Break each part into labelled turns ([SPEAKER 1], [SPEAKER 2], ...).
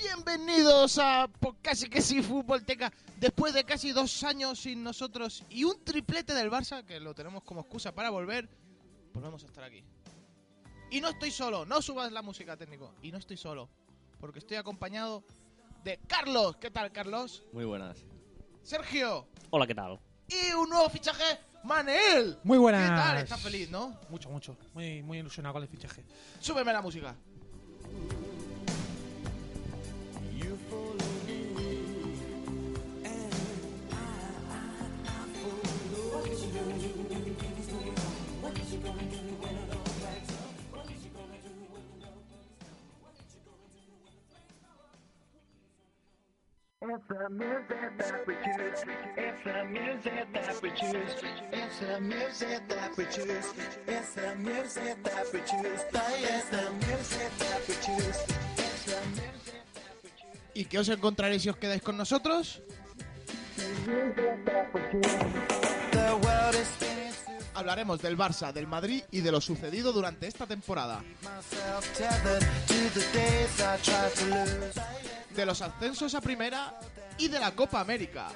[SPEAKER 1] Bienvenidos a po- casi que sí Fútbol Teca. Después de casi dos años sin nosotros y un triplete del Barça, que lo tenemos como excusa para volver, volvemos a estar aquí. Y no estoy solo, no subas la música técnico. Y no estoy solo, porque estoy acompañado de Carlos. ¿Qué tal, Carlos?
[SPEAKER 2] Muy buenas.
[SPEAKER 1] Sergio.
[SPEAKER 3] Hola, ¿qué tal?
[SPEAKER 1] Y un nuevo fichaje, Manel.
[SPEAKER 4] Muy buenas.
[SPEAKER 1] ¿Qué tal? ¿Estás feliz, no?
[SPEAKER 4] Mucho, mucho. Muy, muy ilusionado con el fichaje.
[SPEAKER 1] Súbeme la música.
[SPEAKER 5] It's the music that we choose. It's the music that we choose. It's the music that we choose. It's the music that we choose. It's the music that we choose. It's the music that we choose.
[SPEAKER 1] ¿Y qué os encontraréis si os quedáis con nosotros?
[SPEAKER 5] The world is spinning through
[SPEAKER 1] Hablaremos del Barça, del Madrid y de lo sucedido durante esta temporada.
[SPEAKER 5] myself tethered to the days I tried to lose.
[SPEAKER 1] de los ascensos a primera y de la Copa América.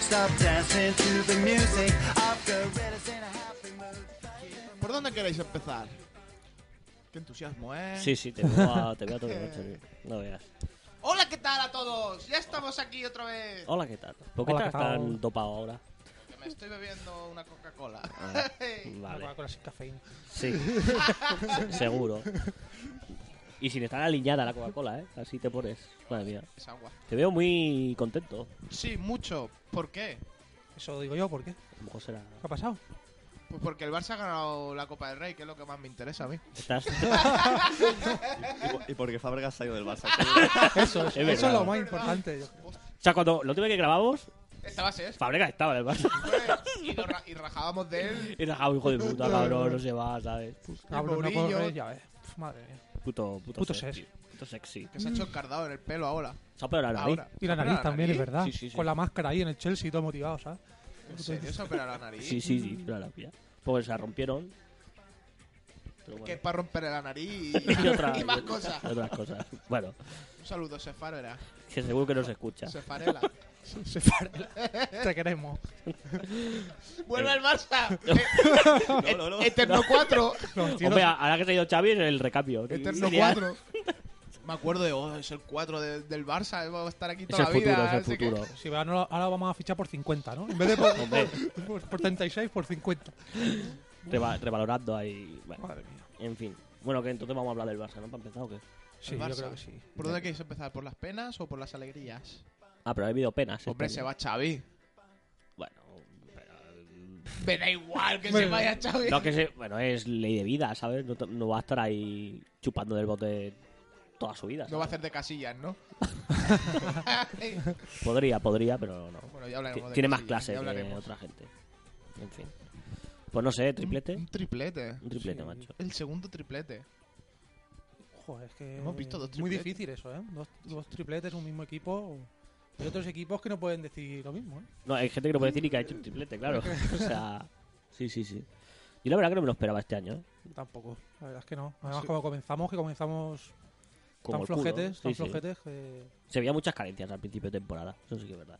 [SPEAKER 5] Stop dancing to the music. I've got riddles in a happy mood.
[SPEAKER 1] ¿Por dónde queréis empezar? Qué entusiasmo, ¿eh?
[SPEAKER 3] Sí, sí, te veo a, te veo a todo el noche, tío. No veas.
[SPEAKER 1] Hola, ¿qué tal a todos? Ya estamos aquí otra vez.
[SPEAKER 3] Hola, ¿qué tal? ¿Por qué
[SPEAKER 4] Hola, ¿qué
[SPEAKER 3] estás
[SPEAKER 4] tal?
[SPEAKER 3] tan dopado ahora?
[SPEAKER 1] Que me estoy bebiendo una Coca-Cola.
[SPEAKER 3] Ah,
[SPEAKER 4] Una
[SPEAKER 3] vale,
[SPEAKER 4] Coca-Cola sin cafeína.
[SPEAKER 3] sí. Se- Seguro. Y sin estar aliñada la Coca-Cola, ¿eh? Así te pones. Madre mía.
[SPEAKER 1] es agua.
[SPEAKER 3] Te veo muy contento.
[SPEAKER 1] Sí, mucho. ¿Por qué?
[SPEAKER 4] Eso digo yo, ¿por qué?
[SPEAKER 3] A lo mejor será...
[SPEAKER 4] ¿Qué ha pasado?
[SPEAKER 1] Pues porque el Barça ha ganado la Copa del Rey, que es lo que más me interesa a mí.
[SPEAKER 3] Estás...
[SPEAKER 2] Y, po- y porque Fabregas salió del Barça.
[SPEAKER 4] Eso,
[SPEAKER 3] Es
[SPEAKER 4] eso es lo
[SPEAKER 3] verdad.
[SPEAKER 4] más importante. yo creo.
[SPEAKER 3] O sea, cuando lo tuve que grabamos,
[SPEAKER 1] Estabas es.
[SPEAKER 3] Fabregas estaba en el Barça.
[SPEAKER 1] Y, lo ra- y rajábamos de él.
[SPEAKER 3] Era "Ah, hijo de puta, cabrón, no se va, ¿sabes?
[SPEAKER 4] Cabrón, no
[SPEAKER 1] Mourinho.
[SPEAKER 4] corres, ya ves. Pf, Madre mía.
[SPEAKER 3] Puto, puto,
[SPEAKER 4] Puto
[SPEAKER 3] sex.
[SPEAKER 4] sex.
[SPEAKER 3] tío. Puto sexy.
[SPEAKER 1] Que se ha hecho encardado en el pelo ahora.
[SPEAKER 3] Se ha operado la nariz.
[SPEAKER 1] Ahora.
[SPEAKER 4] Y la nariz también, es verdad.
[SPEAKER 3] Sí, sí, sí.
[SPEAKER 4] Con la máscara ahí en el Chelsea, todo motivado, ¿sabes?
[SPEAKER 1] ¿En serio se ha operado la nariz?
[SPEAKER 3] Sí, sí, sí, pero la pilla. Pues se la rompieron. Pero
[SPEAKER 1] Que es
[SPEAKER 3] bueno.
[SPEAKER 1] para romper la nariz
[SPEAKER 3] Y otra-
[SPEAKER 1] y, más cosas.
[SPEAKER 3] Otras cosas. Bueno,
[SPEAKER 1] Un saludo, Sefarela.
[SPEAKER 3] que seguro que nos escucha.
[SPEAKER 1] Sefarela.
[SPEAKER 4] Se farela. Te queremos.
[SPEAKER 1] ¡Vuelve al Barça! Eh,
[SPEAKER 2] No, no, no.
[SPEAKER 1] Eterno 4.
[SPEAKER 3] Hombre, ahora que se ha ido Xavi, el recambio.
[SPEAKER 1] Eterno
[SPEAKER 3] Sería-
[SPEAKER 1] 4. Me acuerdo de, oh, es el 4 de- del Barça, vamos a estar aquí
[SPEAKER 3] Es
[SPEAKER 1] toda
[SPEAKER 3] el
[SPEAKER 1] la
[SPEAKER 3] futuro,
[SPEAKER 1] vida. ¿eh?
[SPEAKER 3] es el
[SPEAKER 1] así que-
[SPEAKER 3] futuro.
[SPEAKER 4] Si va, no, ahora vamos a fichar por 50, ¿no? En vez de por,
[SPEAKER 3] Hombre.
[SPEAKER 4] por, por 36, por 50.
[SPEAKER 3] Reva- revalorando ahí. Bueno,
[SPEAKER 4] Madre mía.
[SPEAKER 3] en fin. Bueno, que entonces vamos a hablar del Barça, ¿no? ¿Para empezar o qué?
[SPEAKER 4] Sí,
[SPEAKER 1] El
[SPEAKER 4] yo
[SPEAKER 1] Barça.
[SPEAKER 4] creo que sí.
[SPEAKER 1] ¿Por dónde quieres empezar? ¿Por las penas o por las alegrías?
[SPEAKER 3] Ah, pero ha habido penas.
[SPEAKER 1] Hombre,
[SPEAKER 3] este
[SPEAKER 1] se
[SPEAKER 3] año.
[SPEAKER 1] va Xavi.
[SPEAKER 3] Bueno, pero...
[SPEAKER 1] Me da igual que se
[SPEAKER 4] Bueno.
[SPEAKER 1] vaya Xavi.
[SPEAKER 3] No, que se- bueno, es ley de vida, ¿sabes? No, t- no va a estar ahí chupando del bote toda su vida.
[SPEAKER 1] No va a
[SPEAKER 3] ¿sabes?
[SPEAKER 1] hacer de casillas, ¿no?
[SPEAKER 3] Podría, podría, pero no.
[SPEAKER 1] bueno, ya hablaremos
[SPEAKER 3] Ti-
[SPEAKER 1] de
[SPEAKER 3] Tiene más
[SPEAKER 1] Casillas, ya
[SPEAKER 3] clase que
[SPEAKER 1] hablaremos.
[SPEAKER 3] otra gente. En fin. Pues no sé,
[SPEAKER 1] Un,
[SPEAKER 3] triplete.
[SPEAKER 1] un triplete.
[SPEAKER 3] Un triplete,
[SPEAKER 4] Sí.
[SPEAKER 3] macho.
[SPEAKER 1] El segundo triplete.
[SPEAKER 4] Joder, es que.
[SPEAKER 1] Hemos visto dos
[SPEAKER 4] Muy
[SPEAKER 1] tripletes.
[SPEAKER 4] difícil eso, ¿eh? Dos, dos tripletes, un mismo equipo. Hay otros equipos que no pueden decir lo mismo, ¿eh?
[SPEAKER 3] No, hay gente que no puede decir ni que ha hecho un triplete, claro. O sea, sí, sí, sí. Yo la verdad que no me lo esperaba este año. ¿eh?
[SPEAKER 4] Tampoco. La verdad es que no. Además,
[SPEAKER 1] Sí.
[SPEAKER 4] como comenzamos, que comenzamos
[SPEAKER 3] Como
[SPEAKER 4] tan
[SPEAKER 3] el culo.
[SPEAKER 4] flojetes, tan
[SPEAKER 3] Sí, sí.
[SPEAKER 4] flojetes que.
[SPEAKER 3] Se veía muchas carencias al principio de temporada. Eso sí que es verdad.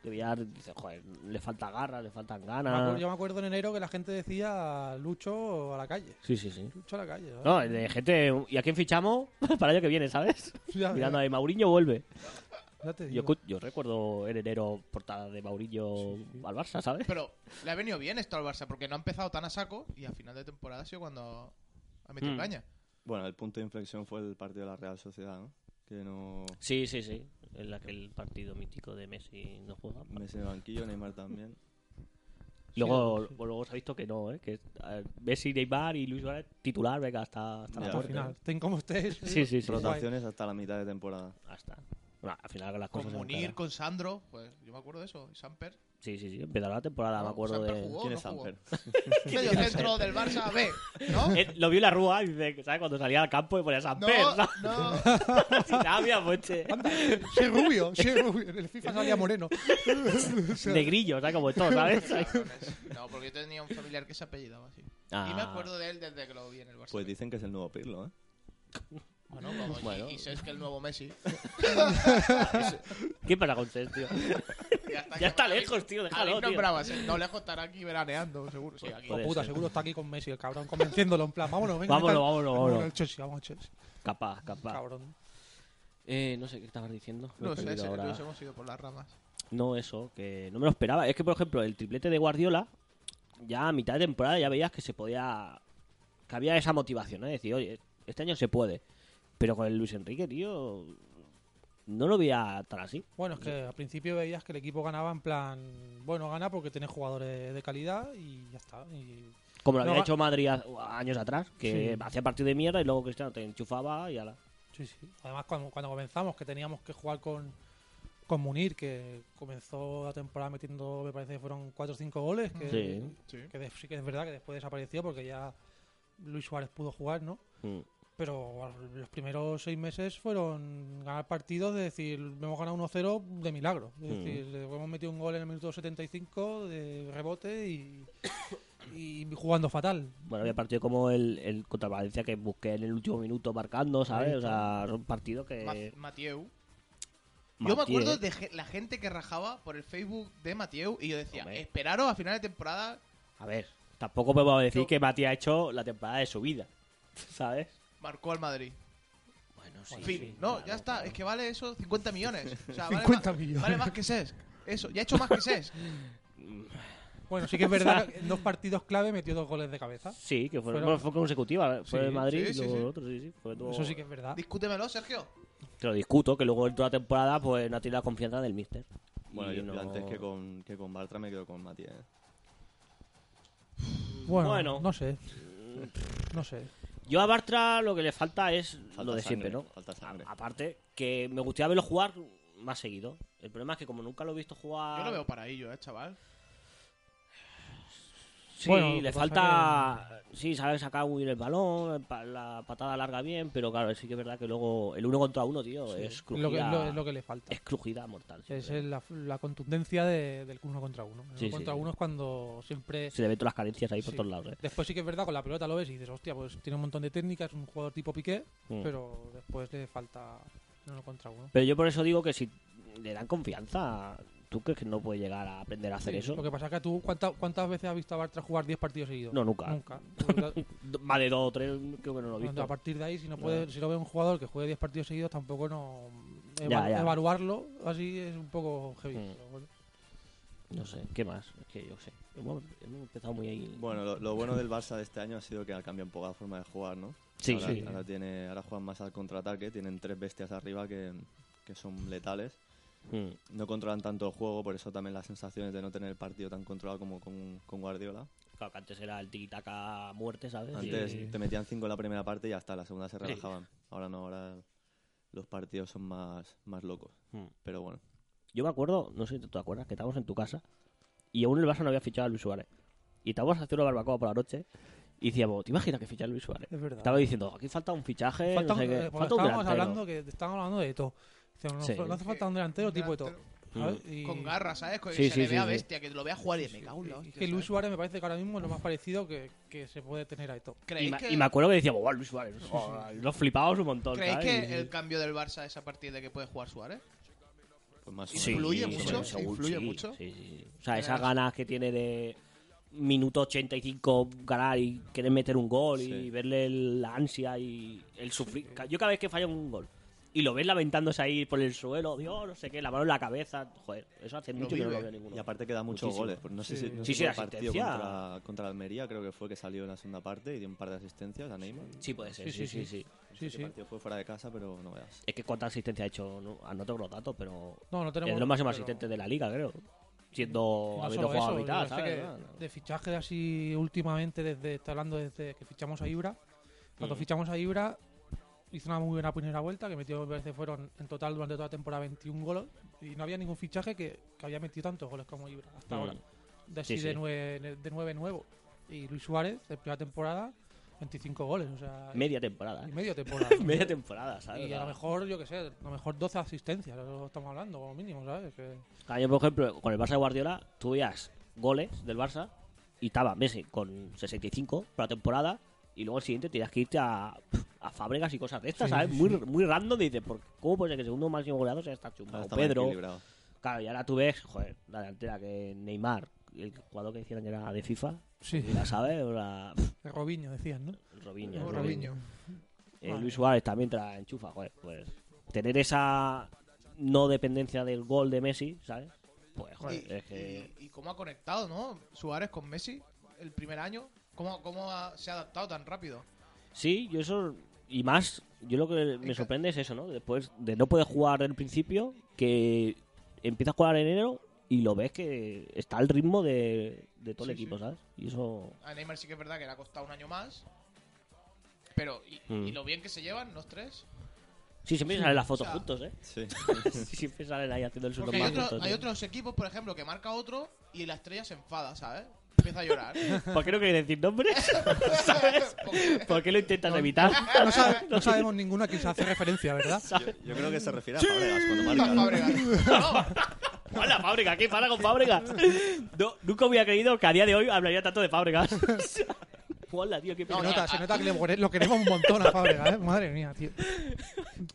[SPEAKER 3] Que veía, dices, joder, le falta garra, le faltan
[SPEAKER 4] Me acuerdo-
[SPEAKER 3] ganas.
[SPEAKER 4] Yo me acuerdo en enero que la gente decía Lucho a la calle.
[SPEAKER 3] Sí, sí, sí.
[SPEAKER 4] Lucho a la calle. ¿sabes?
[SPEAKER 3] No, de gente. ¿Y a quién fichamos? Para el año que viene, ¿sabes?
[SPEAKER 4] Ya-
[SPEAKER 3] Mirando ahí, Mauriño vuelve.
[SPEAKER 4] ya te
[SPEAKER 3] Yo,
[SPEAKER 4] digo.
[SPEAKER 3] cu- yo recuerdo en enero portada de Mourinho
[SPEAKER 4] Sí, sí.
[SPEAKER 3] al Barça, ¿sabes?
[SPEAKER 1] Pero le ha venido bien esto al Barça porque no ha empezado tan a saco y a final de temporada ha sido cuando ha metido
[SPEAKER 3] Mm.
[SPEAKER 1] caña.
[SPEAKER 2] Bueno, el punto de inflexión fue el partido de la Real Sociedad, ¿no? Que no...
[SPEAKER 3] Sí, sí, sí. En aquel partido mítico de Messi no juega.
[SPEAKER 2] Messi en el banquillo, Neymar también.
[SPEAKER 3] Luego, luego se ha visto que no, ¿eh? Que eh, Messi, Neymar y Luis Suárez titular, venga, hasta, hasta la
[SPEAKER 4] Hasta
[SPEAKER 2] Ya.
[SPEAKER 4] el
[SPEAKER 3] muerte.
[SPEAKER 4] final. Ten como estés.
[SPEAKER 3] Sí, sí, sí.
[SPEAKER 4] Rotar.
[SPEAKER 2] Rotaciones hasta la mitad de temporada.
[SPEAKER 3] Hasta. Bueno, al final las cosas.
[SPEAKER 1] Con
[SPEAKER 3] se van
[SPEAKER 1] Munir,
[SPEAKER 3] claras.
[SPEAKER 1] con Sandro, pues yo me acuerdo de eso. Y Samper.
[SPEAKER 3] Sí, sí, sí. Empezará la temporada,
[SPEAKER 1] No,
[SPEAKER 3] me acuerdo
[SPEAKER 1] Samper
[SPEAKER 3] de.
[SPEAKER 1] jugó. Oh,
[SPEAKER 2] ¿Quién
[SPEAKER 1] no
[SPEAKER 2] es Samper?
[SPEAKER 1] Medio centro del Barça B, ¿no?
[SPEAKER 3] Eh, lo vi en la rúa y dice, ¿sabes? Cuando salía al campo y ponía San
[SPEAKER 1] No,
[SPEAKER 3] Pedro.
[SPEAKER 1] no.
[SPEAKER 3] Sabia, poche.
[SPEAKER 4] Soy rubio, soy rubio. En el FIFA salía moreno.
[SPEAKER 3] De grillo, ¿sabes? Como todo, ¿sabes?
[SPEAKER 1] No, porque yo tenía un familiar que se apellidaba así.
[SPEAKER 3] Ah,
[SPEAKER 1] Y me acuerdo de él desde que lo vi en el Barça.
[SPEAKER 2] Pues dicen que es el nuevo Pirlo, ¿eh?
[SPEAKER 1] Bueno, como y-
[SPEAKER 3] Bueno.
[SPEAKER 1] Y, es que el nuevo Messi.
[SPEAKER 3] ¿Qué pasa con Cesc, tío?
[SPEAKER 1] Ya está,
[SPEAKER 3] Ya está lejos, tío, déjalo,
[SPEAKER 1] Habéis
[SPEAKER 3] tío.
[SPEAKER 1] nombrado a Seth. No lejos estará aquí veraneando, seguro. Sí, aquí.
[SPEAKER 3] Joder. Puede
[SPEAKER 4] Puta,
[SPEAKER 3] ser.
[SPEAKER 4] seguro está aquí con Messi, el cabrón, convenciéndolo. En plan, vámonos, venga.
[SPEAKER 3] Vámonos,
[SPEAKER 4] tal.
[SPEAKER 3] vámonos, vámonos.
[SPEAKER 4] al Chelsea, vamos al Chelsea.
[SPEAKER 3] Capaz, capaz.
[SPEAKER 4] Cabrón.
[SPEAKER 3] Eh, no sé qué estabas diciendo. Me he
[SPEAKER 1] No sé,
[SPEAKER 3] perdido
[SPEAKER 1] se-
[SPEAKER 3] ahora.
[SPEAKER 1] nos hemos ido por las ramas.
[SPEAKER 3] No, eso, que no me lo esperaba. Es que, por ejemplo, el triplete de Guardiola, ya a mitad de temporada ya veías que se podía. que había esa motivación, ¿no? De decir, oye, este año se puede. Pero con el Luis Enrique, tío. No lo veía tan así.
[SPEAKER 4] Bueno, es que al principio veías que el equipo ganaba en plan, bueno, gana porque tenés jugadores de calidad y ya está. Y
[SPEAKER 3] Como lo
[SPEAKER 4] No,
[SPEAKER 3] había
[SPEAKER 4] va-
[SPEAKER 3] hecho Madrid a- años atrás, que
[SPEAKER 4] Sí.
[SPEAKER 3] hacía partido de mierda y luego Cristiano te enchufaba y ala.
[SPEAKER 4] Sí, sí. Además, cuando, cuando comenzamos, que teníamos que jugar con, con Munir, que comenzó la temporada metiendo, me parece que fueron 4 o 5 goles, que,
[SPEAKER 3] Sí.
[SPEAKER 1] Sí.
[SPEAKER 4] que de- sí que es verdad que después desapareció porque ya Luis Suárez pudo jugar, ¿no?
[SPEAKER 3] Mm.
[SPEAKER 4] Pero los primeros seis meses fueron ganar partidos, de decir, hemos ganado 1-0 de milagro. Es
[SPEAKER 3] Mm.
[SPEAKER 4] decir, hemos metido un gol en el minuto 75 de rebote y, y jugando fatal.
[SPEAKER 3] Bueno, había partido como el, el contra Valencia que busqué en el último minuto marcando, ¿sabes? O sea, son partidos que.
[SPEAKER 1] Ma- Mathieu. Yo me
[SPEAKER 3] Martí,
[SPEAKER 1] acuerdo
[SPEAKER 3] ¿eh?
[SPEAKER 1] de ge- la gente que rajaba por el Facebook de Mathieu y yo decía,
[SPEAKER 3] Hombre.
[SPEAKER 1] esperaros a final de temporada.
[SPEAKER 3] A ver, tampoco podemos decir
[SPEAKER 1] Yo-
[SPEAKER 3] que Mati ha hecho la temporada de su vida, ¿sabes?
[SPEAKER 1] Marcó al Madrid.
[SPEAKER 3] Bueno, sí.
[SPEAKER 1] fin,
[SPEAKER 3] sí,
[SPEAKER 1] no,
[SPEAKER 3] claro,
[SPEAKER 1] ya está.
[SPEAKER 3] claro.
[SPEAKER 1] Es que vale eso 50 millones. O sea, vale
[SPEAKER 4] 50
[SPEAKER 1] más,
[SPEAKER 4] millones.
[SPEAKER 1] Vale más que Sesc. Eso, ya he hecho más que Sesc.
[SPEAKER 4] Bueno, sí que es verdad que en dos partidos clave metió dos goles de cabeza.
[SPEAKER 3] Sí, que fue,
[SPEAKER 4] Fueron-
[SPEAKER 3] bueno, fue consecutiva. ¿eh? Fue
[SPEAKER 4] Sí,
[SPEAKER 3] el Madrid
[SPEAKER 1] sí, sí,
[SPEAKER 3] y luego
[SPEAKER 1] sí.
[SPEAKER 3] el otro, sí, sí. Fue todo-
[SPEAKER 4] Eso sí que es verdad.
[SPEAKER 1] Discútemelo, Sergio.
[SPEAKER 3] Te lo discuto, que luego en toda la temporada pues no ha tenido la confianza del míster.
[SPEAKER 2] Bueno,
[SPEAKER 3] Y
[SPEAKER 2] yo, yo
[SPEAKER 3] no-
[SPEAKER 2] antes que con, que con Bartra me quedo con Matías. ¿eh?
[SPEAKER 4] Bueno,
[SPEAKER 3] Bueno.
[SPEAKER 4] no sé. No sé.
[SPEAKER 3] Yo a Bartra lo que le falta es
[SPEAKER 2] Falta
[SPEAKER 3] lo de siempre,
[SPEAKER 2] sangre,
[SPEAKER 3] ¿no?
[SPEAKER 2] falta sangre.
[SPEAKER 3] A- aparte, que me gustaría verlo jugar más seguido. El problema es que como nunca lo he visto jugar...
[SPEAKER 1] Yo lo veo para ello, eh, chaval.
[SPEAKER 3] Sí,
[SPEAKER 4] Bueno, lo que
[SPEAKER 3] le
[SPEAKER 4] pasa
[SPEAKER 3] falta... Sí, sabe sacar muy bien el balón, pa- la patada larga bien, pero claro, sí que es verdad que luego el uno contra uno, tío, es crujida...
[SPEAKER 4] lo que, lo- es lo que le falta.
[SPEAKER 3] es crujida mortal.
[SPEAKER 4] Es
[SPEAKER 3] siempre.
[SPEAKER 4] el- la, la contundencia de- del uno contra uno. El
[SPEAKER 3] Sí,
[SPEAKER 4] uno contra
[SPEAKER 3] sí.
[SPEAKER 4] uno es cuando siempre...
[SPEAKER 3] Se le ven todas las carencias ahí por
[SPEAKER 4] Sí.
[SPEAKER 3] todos lados, ¿eh?
[SPEAKER 4] Después sí que es verdad, con la pelota lo ves y dices, hostia, pues tiene un montón de técnicas, es un jugador tipo Piqué,
[SPEAKER 3] Mm.
[SPEAKER 4] pero después le falta el uno contra uno.
[SPEAKER 3] Pero yo por eso digo que si le dan confianza, ¿tú crees que no puede llegar a aprender a hacer
[SPEAKER 4] Sí,
[SPEAKER 3] eso?
[SPEAKER 4] Lo que pasa es que tú, ¿cuánta- ¿cuántas veces has visto a Bartra jugar 10 partidos seguidos?
[SPEAKER 3] No, nunca.
[SPEAKER 4] Nunca. Porque,
[SPEAKER 3] D- Más de dos o tres, creo que no lo he
[SPEAKER 4] cuando
[SPEAKER 3] visto.
[SPEAKER 4] a partir de ahí, si no,
[SPEAKER 3] No.
[SPEAKER 4] puede, si no ve un jugador que juegue 10 partidos seguidos, tampoco no...
[SPEAKER 3] Ya,
[SPEAKER 4] eva-
[SPEAKER 3] ya.
[SPEAKER 4] Evaluarlo así es un poco heavy.
[SPEAKER 3] Mm.
[SPEAKER 4] pero bueno.
[SPEAKER 3] No sé, ¿qué más? Es que yo sé. Hemos, hemos empezado muy ahí.
[SPEAKER 2] Bueno, lo, lo bueno del Barça de este año ha sido que ha cambiado un poco la forma de jugar, ¿no?
[SPEAKER 3] Sí,
[SPEAKER 2] ahora,
[SPEAKER 3] sí.
[SPEAKER 2] Ahora, tiene, ahora juegan más al contraataque, tienen tres bestias arriba que, que son letales.
[SPEAKER 3] Mm.
[SPEAKER 2] No controlan tanto el juego, por eso también las sensaciones de no tener el partido tan controlado como con, con Guardiola.
[SPEAKER 3] Claro, que antes era el tiquitaca a muerte, ¿sabes?
[SPEAKER 2] Antes
[SPEAKER 3] Y-
[SPEAKER 2] te metían cinco en la primera parte y ya está, la segunda se relajaban. Ahora no, ahora los partidos son más, más locos.
[SPEAKER 3] Mm.
[SPEAKER 2] Pero bueno,
[SPEAKER 3] Yo me acuerdo, no sé si tú te acuerdas, que estábamos en tu casa y aún el Barça no había fichado a Luis Suárez. Y estábamos haciendo una barbacoa por la noche y decíamos, ¿te imaginas que ficha a Luis Suárez?
[SPEAKER 4] Es verdad.
[SPEAKER 3] Estaba diciendo, aquí falta un fichaje, no
[SPEAKER 4] Falta un-
[SPEAKER 3] sé qué,
[SPEAKER 4] eh, porque
[SPEAKER 3] falta un
[SPEAKER 4] estábamos
[SPEAKER 3] delantero.
[SPEAKER 4] hablando que estábamos hablando de todo. Dice, no,
[SPEAKER 3] Sí.
[SPEAKER 4] no hace falta un delantero tipo de todo. ¿sabes? Y-
[SPEAKER 1] Con garras, ¿sabes? Con
[SPEAKER 3] Sí,
[SPEAKER 1] se
[SPEAKER 3] sí,
[SPEAKER 1] le
[SPEAKER 3] sí,
[SPEAKER 1] vea
[SPEAKER 3] sí.
[SPEAKER 1] bestia, que lo vea jugar y me cago en la
[SPEAKER 4] y
[SPEAKER 1] hostia,
[SPEAKER 4] que Luis
[SPEAKER 1] ¿sabes?
[SPEAKER 4] Suárez me parece que ahora mismo es lo más parecido que, que se puede tener a Eto.
[SPEAKER 3] Y,
[SPEAKER 1] ¿Creéis
[SPEAKER 3] ma-
[SPEAKER 1] que,
[SPEAKER 3] y me acuerdo que decíamos, "Buah, Luis Suárez! oh, los flipamos un montón.
[SPEAKER 1] ¿creéis
[SPEAKER 3] ¿sabes?
[SPEAKER 1] que
[SPEAKER 3] Y-
[SPEAKER 1] el cambio del Barça es a partir de que puede jugar Suárez?
[SPEAKER 2] pues más o
[SPEAKER 1] Sí.
[SPEAKER 2] menos.
[SPEAKER 1] ¿Influye
[SPEAKER 3] sí,
[SPEAKER 1] mucho?
[SPEAKER 3] seguro,
[SPEAKER 1] ¿Influye
[SPEAKER 3] sí,
[SPEAKER 1] mucho?
[SPEAKER 3] sí, sí. O sea,
[SPEAKER 1] Pero
[SPEAKER 3] esas
[SPEAKER 1] es-
[SPEAKER 3] ganas que tiene de minuto 85 ganar y querer meter un gol y
[SPEAKER 2] Sí.
[SPEAKER 3] verle el- la ansia y el sufrir. Ca- Yo cada vez que falla un gol y lo ves lamentándose ahí por el suelo, Dios, no sé qué, la mano en la cabeza, joder, eso hace mucho que no
[SPEAKER 1] vive.
[SPEAKER 3] lo veo ninguno.
[SPEAKER 2] Y aparte quedan muchos
[SPEAKER 3] Muchísimo.
[SPEAKER 2] goles. pues no sé
[SPEAKER 4] Sí.
[SPEAKER 2] si,
[SPEAKER 3] Sí,
[SPEAKER 2] no sé
[SPEAKER 3] sí,
[SPEAKER 2] si
[SPEAKER 3] la
[SPEAKER 2] el partido
[SPEAKER 3] asistencia.
[SPEAKER 2] contra, contra Almería, creo que fue que salió en la segunda parte y dio un par de asistencias a Neymar.
[SPEAKER 3] Sí, puede ser, sí,
[SPEAKER 4] Sí,
[SPEAKER 3] sí, sí.
[SPEAKER 4] sí, Sí,
[SPEAKER 2] El
[SPEAKER 4] sí.
[SPEAKER 2] partido fue fuera de casa, pero no veas.
[SPEAKER 3] Es que cuánta asistencia ha hecho, no, Ah, no tengo los datos, pero
[SPEAKER 4] No, no tenemos.
[SPEAKER 3] es lo máximo
[SPEAKER 4] pero-
[SPEAKER 3] asistente de la liga, creo.
[SPEAKER 4] y
[SPEAKER 3] Siendo
[SPEAKER 4] no
[SPEAKER 3] habiendo
[SPEAKER 4] solo
[SPEAKER 3] jugado a
[SPEAKER 4] eso,
[SPEAKER 3] mitad,
[SPEAKER 4] me parece
[SPEAKER 3] ¿sabes?
[SPEAKER 4] que
[SPEAKER 3] Ah, no.
[SPEAKER 4] De fichajes así últimamente, desde está hablando desde que fichamos a Ibra. Cuando
[SPEAKER 3] Mm.
[SPEAKER 4] fichamos a Ibra, hizo una muy buena primera vuelta, que metió, me parece, fueron en total durante toda la temporada 21 goles. Y no había ningún fichaje que, que había metido tantos goles como Ibra hasta ahora.
[SPEAKER 3] Mm.
[SPEAKER 4] de
[SPEAKER 3] Sí,
[SPEAKER 4] así de,
[SPEAKER 3] sí.
[SPEAKER 4] nueve, de nueve nuevo. Y Luis Suárez, de primera temporada, 25 goles, o sea,
[SPEAKER 3] Media temporada,
[SPEAKER 4] y
[SPEAKER 3] ¿eh?
[SPEAKER 4] media temporada.
[SPEAKER 3] Media temporada, ¿sabes? O
[SPEAKER 4] Y a
[SPEAKER 3] sea,
[SPEAKER 4] lo mejor, yo que sé, a lo mejor 12 asistencias, lo estamos hablando, como mínimo, ¿sabes? Que-
[SPEAKER 3] Claro, yo, por ejemplo, con el Barça de Guardiola, tú veías goles del Barça y estaba Messi con 65 para la temporada y luego el siguiente tenías que irte a, a Fábregas y cosas de estas,
[SPEAKER 4] Sí,
[SPEAKER 3] ¿sabes?
[SPEAKER 4] sí,
[SPEAKER 3] Muy,
[SPEAKER 4] sí.
[SPEAKER 3] muy random. y Dices, ¿por- ¿cómo puede ser que el segundo máximo goleador sea esta
[SPEAKER 2] Ahora
[SPEAKER 3] chumba? O
[SPEAKER 2] está más
[SPEAKER 3] Pedro.
[SPEAKER 2] equilibrado.
[SPEAKER 3] Claro, y ahora tú ves, joder, la delantera que Neymar, el jugador que decían que era de FIFA,
[SPEAKER 4] Sí,
[SPEAKER 3] ya sabes, o la, pf,
[SPEAKER 4] de Robinho decían, ¿no?
[SPEAKER 3] el Robinho.
[SPEAKER 4] O
[SPEAKER 3] el
[SPEAKER 4] Robinho.
[SPEAKER 3] Eh,
[SPEAKER 4] Vale.
[SPEAKER 3] Luis Suárez también te la enchufa, joder, pues tener esa no dependencia del gol de Messi, ¿sabes? Pues joder,
[SPEAKER 1] Y,
[SPEAKER 3] es que
[SPEAKER 1] y- y cómo ha conectado, ¿no? Suárez con Messi el primer año. ¿Cómo, cómo ha- se ha adaptado tan rápido?
[SPEAKER 3] sí, yo eso y más, yo lo que me
[SPEAKER 1] ca-
[SPEAKER 3] sorprende es eso, ¿no? Después de no poder jugar del principio, que empieza a jugar en enero y lo ves que está al ritmo de, de todo el
[SPEAKER 1] Sí,
[SPEAKER 3] equipo,
[SPEAKER 1] sí.
[SPEAKER 3] ¿sabes? Y eso
[SPEAKER 1] A Neymar sí que es verdad que le ha costado un año más. Pero, ¿y,
[SPEAKER 3] Mm.
[SPEAKER 1] y lo bien que se llevan los tres?
[SPEAKER 3] sí siempre salen las
[SPEAKER 1] o
[SPEAKER 3] fotos
[SPEAKER 1] sea,
[SPEAKER 3] juntos, ¿eh?
[SPEAKER 2] Sí.
[SPEAKER 3] Sí, siempre salen ahí haciendo el
[SPEAKER 1] Porque
[SPEAKER 3] superman
[SPEAKER 1] hay, otro-
[SPEAKER 3] juntos,
[SPEAKER 1] hay
[SPEAKER 3] ¿eh?
[SPEAKER 1] otros equipos, por ejemplo, que marca otro y la estrella se enfada, ¿sabes? Empieza a llorar.
[SPEAKER 3] ¿Por qué no queréis decir nombres? ¿Sabes?
[SPEAKER 1] Porque-
[SPEAKER 3] ¿Por qué lo intentas evitar?
[SPEAKER 4] No, sabe- no sabemos ninguno a quién se hace referencia, ¿verdad?
[SPEAKER 2] Yo, yo creo que se refiere a Fábregas cuando marca.
[SPEAKER 1] Fábregas. No,
[SPEAKER 3] Hola, Fábregas, ¿qué para con Fábregas? No, nunca hubiera creído que a día de hoy hablaría tanto de Fábregas. Hola, tío, qué
[SPEAKER 4] Se
[SPEAKER 1] No,
[SPEAKER 3] pena.
[SPEAKER 1] ya,
[SPEAKER 4] nota, se
[SPEAKER 1] a-
[SPEAKER 4] nota que le pone- lo queremos un montón a Fábregas, ¿eh? Madre mía, tío.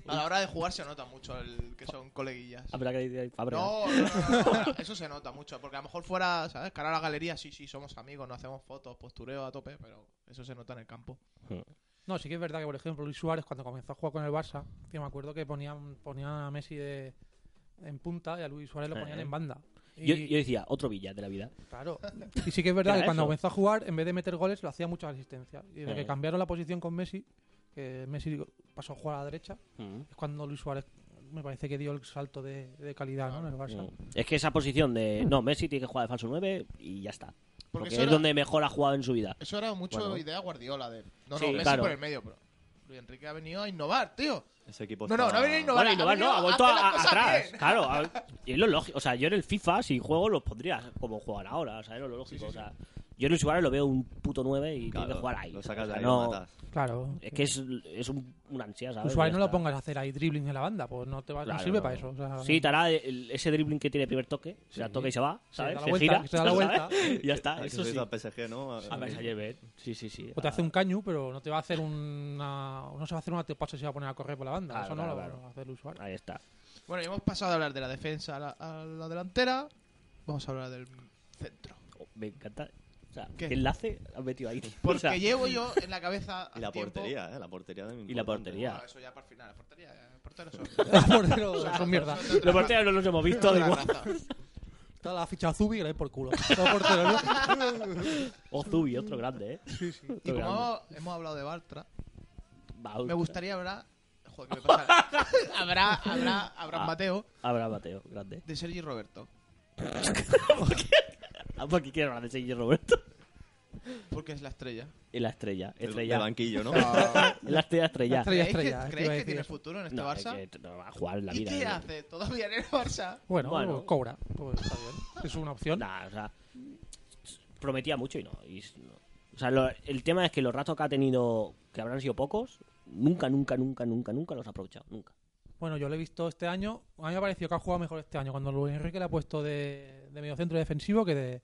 [SPEAKER 1] a la hora de jugar se nota mucho el que son coleguillas.
[SPEAKER 3] Habrá que decir Fábregas.
[SPEAKER 1] No, no, no, no, no, eso se nota mucho, porque a lo mejor fuera, ¿sabes? Cara a la galería, sí, sí, somos amigos, no hacemos fotos, postureo a tope, pero eso se nota en el campo.
[SPEAKER 4] No, sí que es verdad que, por ejemplo, Luis Suárez, cuando comenzó a jugar con el Barça, que me acuerdo que ponían, ponían a Messi de, en punta y a Luis Suárez lo ponían
[SPEAKER 3] Eh.
[SPEAKER 4] en banda. Y,
[SPEAKER 3] Yo, yo decía, otro Villa de la vida.
[SPEAKER 4] Claro. Y sí que es verdad
[SPEAKER 3] Era
[SPEAKER 4] que cuando
[SPEAKER 3] eso.
[SPEAKER 4] comenzó a jugar, en vez de meter goles, lo hacía muchas asistencias. Y desde
[SPEAKER 3] Eh.
[SPEAKER 4] que cambiaron la posición con Messi, que Messi pasó a jugar a la derecha,
[SPEAKER 1] Mm.
[SPEAKER 4] es cuando Luis Suárez me parece que dio el salto de, de calidad ¿no? en el Barça.
[SPEAKER 3] Mm. Es que esa posición de no, Messi tiene que jugar de falso 9 y ya está. Porque,
[SPEAKER 1] eso
[SPEAKER 3] es
[SPEAKER 1] era,
[SPEAKER 3] donde mejor ha jugado en su vida.
[SPEAKER 1] eso era mucho
[SPEAKER 3] Bueno.
[SPEAKER 1] idea Guardiola de. No, no,
[SPEAKER 3] Sí,
[SPEAKER 1] Messi
[SPEAKER 3] claro.
[SPEAKER 1] por el medio, pero. Luis Enrique ha venido a innovar, tío.
[SPEAKER 2] Ese equipo
[SPEAKER 1] No, no,
[SPEAKER 2] está-
[SPEAKER 1] no ha venido a innovar.
[SPEAKER 3] Bueno, y no, va- no, ha vuelto
[SPEAKER 1] hacer las
[SPEAKER 3] a-
[SPEAKER 1] cosas
[SPEAKER 3] atrás.
[SPEAKER 1] bien.
[SPEAKER 3] Claro, a- y es lo lógico. O sea, yo en el FIFA, si juego, los pondría como jugar ahora. O sea, es lo lógico.
[SPEAKER 1] Sí, sí, sí.
[SPEAKER 3] O sea, yo en el Suárez lo veo un puto 9 y tiene que
[SPEAKER 2] Claro,
[SPEAKER 3] jugar ahí.
[SPEAKER 2] Lo sacas
[SPEAKER 3] O
[SPEAKER 2] de
[SPEAKER 3] sea,
[SPEAKER 2] ahí
[SPEAKER 3] no-
[SPEAKER 2] y matas.
[SPEAKER 4] Claro.
[SPEAKER 3] Mm. Es que es, es un, un ansia, ¿sabes?
[SPEAKER 4] Luis Suárez no
[SPEAKER 3] Ya
[SPEAKER 4] lo
[SPEAKER 3] está.
[SPEAKER 4] pongas a hacer ahí dribbling en la banda, pues no te va, no
[SPEAKER 3] Claro,
[SPEAKER 4] sirve
[SPEAKER 3] no.
[SPEAKER 4] para eso. o sea,
[SPEAKER 3] Sí, te hará el- ese dribbling que tiene primer toque, se la toca y se va,
[SPEAKER 4] se da
[SPEAKER 3] ¿sabes?
[SPEAKER 4] la
[SPEAKER 3] Se,
[SPEAKER 4] vuelta,
[SPEAKER 3] gira,
[SPEAKER 4] que se da la
[SPEAKER 3] ¿sabes?
[SPEAKER 4] vuelta.
[SPEAKER 3] Y ya está, eso
[SPEAKER 2] Ah, que se
[SPEAKER 3] sí. Ah,
[SPEAKER 2] hizo a PSG, ¿no?
[SPEAKER 3] A ver, ayer ver. Sí, sí, sí. Ah,
[SPEAKER 4] O te hace un cañu, pero no te va a hacer una. No se va a hacer una te pasa si va a poner a correr por la banda.
[SPEAKER 3] Claro,
[SPEAKER 4] Eso no
[SPEAKER 3] claro,
[SPEAKER 4] lo
[SPEAKER 3] claro.
[SPEAKER 4] va a hacer el usuario.
[SPEAKER 3] Ahí está.
[SPEAKER 1] Bueno, y hemos pasado a hablar de la defensa a la, a la delantera. Vamos a hablar del centro.
[SPEAKER 3] Oh, me encanta. O sea,
[SPEAKER 1] ¿Qué?
[SPEAKER 3] ¿qué enlace has metido ahí?
[SPEAKER 1] Porque
[SPEAKER 3] O sea,
[SPEAKER 1] llevo yo en la cabeza.
[SPEAKER 2] Y la
[SPEAKER 1] tiempo-
[SPEAKER 2] portería, ¿eh? La portería de mi
[SPEAKER 3] Y la
[SPEAKER 2] importante.
[SPEAKER 3] portería.
[SPEAKER 1] Bueno, eso ya para el final. La portería, el portero son.
[SPEAKER 4] portero son mierda.
[SPEAKER 1] son de otra
[SPEAKER 3] Los porteros no los hemos visto, da
[SPEAKER 1] otra
[SPEAKER 3] igual.
[SPEAKER 1] raza.
[SPEAKER 4] Está la ficha Zubi y la hay por culo. Todo portero, ¿no?
[SPEAKER 3] O Zubi, otro grande, ¿eh? Otro
[SPEAKER 1] Y
[SPEAKER 3] grande.
[SPEAKER 1] como hemos hablado de Bartra,
[SPEAKER 3] Baúl.
[SPEAKER 1] me gustaría hablar. Joder, ¿qué me pasa? habrá, habrá, habrá
[SPEAKER 3] Ah.
[SPEAKER 1] Mateo
[SPEAKER 3] Habrá Mateo, grande.
[SPEAKER 1] de Sergi Roberto.
[SPEAKER 3] Ah, porque quiero hablar de Sergio Roberto.
[SPEAKER 1] Porque es la estrella.
[SPEAKER 3] Y la estrella,
[SPEAKER 2] De-
[SPEAKER 3] estrella.
[SPEAKER 2] De banquillo, ¿no?
[SPEAKER 3] Es la estrella, estrella.
[SPEAKER 4] estrella.
[SPEAKER 1] ¿Creéis que,
[SPEAKER 4] es que
[SPEAKER 1] creéis
[SPEAKER 4] iba a
[SPEAKER 1] que
[SPEAKER 4] decir
[SPEAKER 1] tiene
[SPEAKER 4] eso.
[SPEAKER 1] futuro en este
[SPEAKER 3] No, es
[SPEAKER 1] Barça?
[SPEAKER 3] que no va a jugar en la
[SPEAKER 1] ¿Y
[SPEAKER 3] vida.
[SPEAKER 1] qué
[SPEAKER 3] eh.
[SPEAKER 1] hace todavía en el Barça?
[SPEAKER 4] Bueno,
[SPEAKER 3] Bueno.
[SPEAKER 4] pues cobra. Pues está bien. Es una opción.
[SPEAKER 3] Nah, o sea, prometía mucho y no. y s- no. O sea, lo- el tema es que los ratos que ha tenido, que habrán sido pocos, nunca, nunca, nunca, nunca, nunca los ha aprovechado. Nunca.
[SPEAKER 4] Bueno, yo lo he visto este año. A mí me ha parecido que ha jugado mejor este año. Cuando Luis Enrique le ha puesto de, de mediocentro defensivo que de,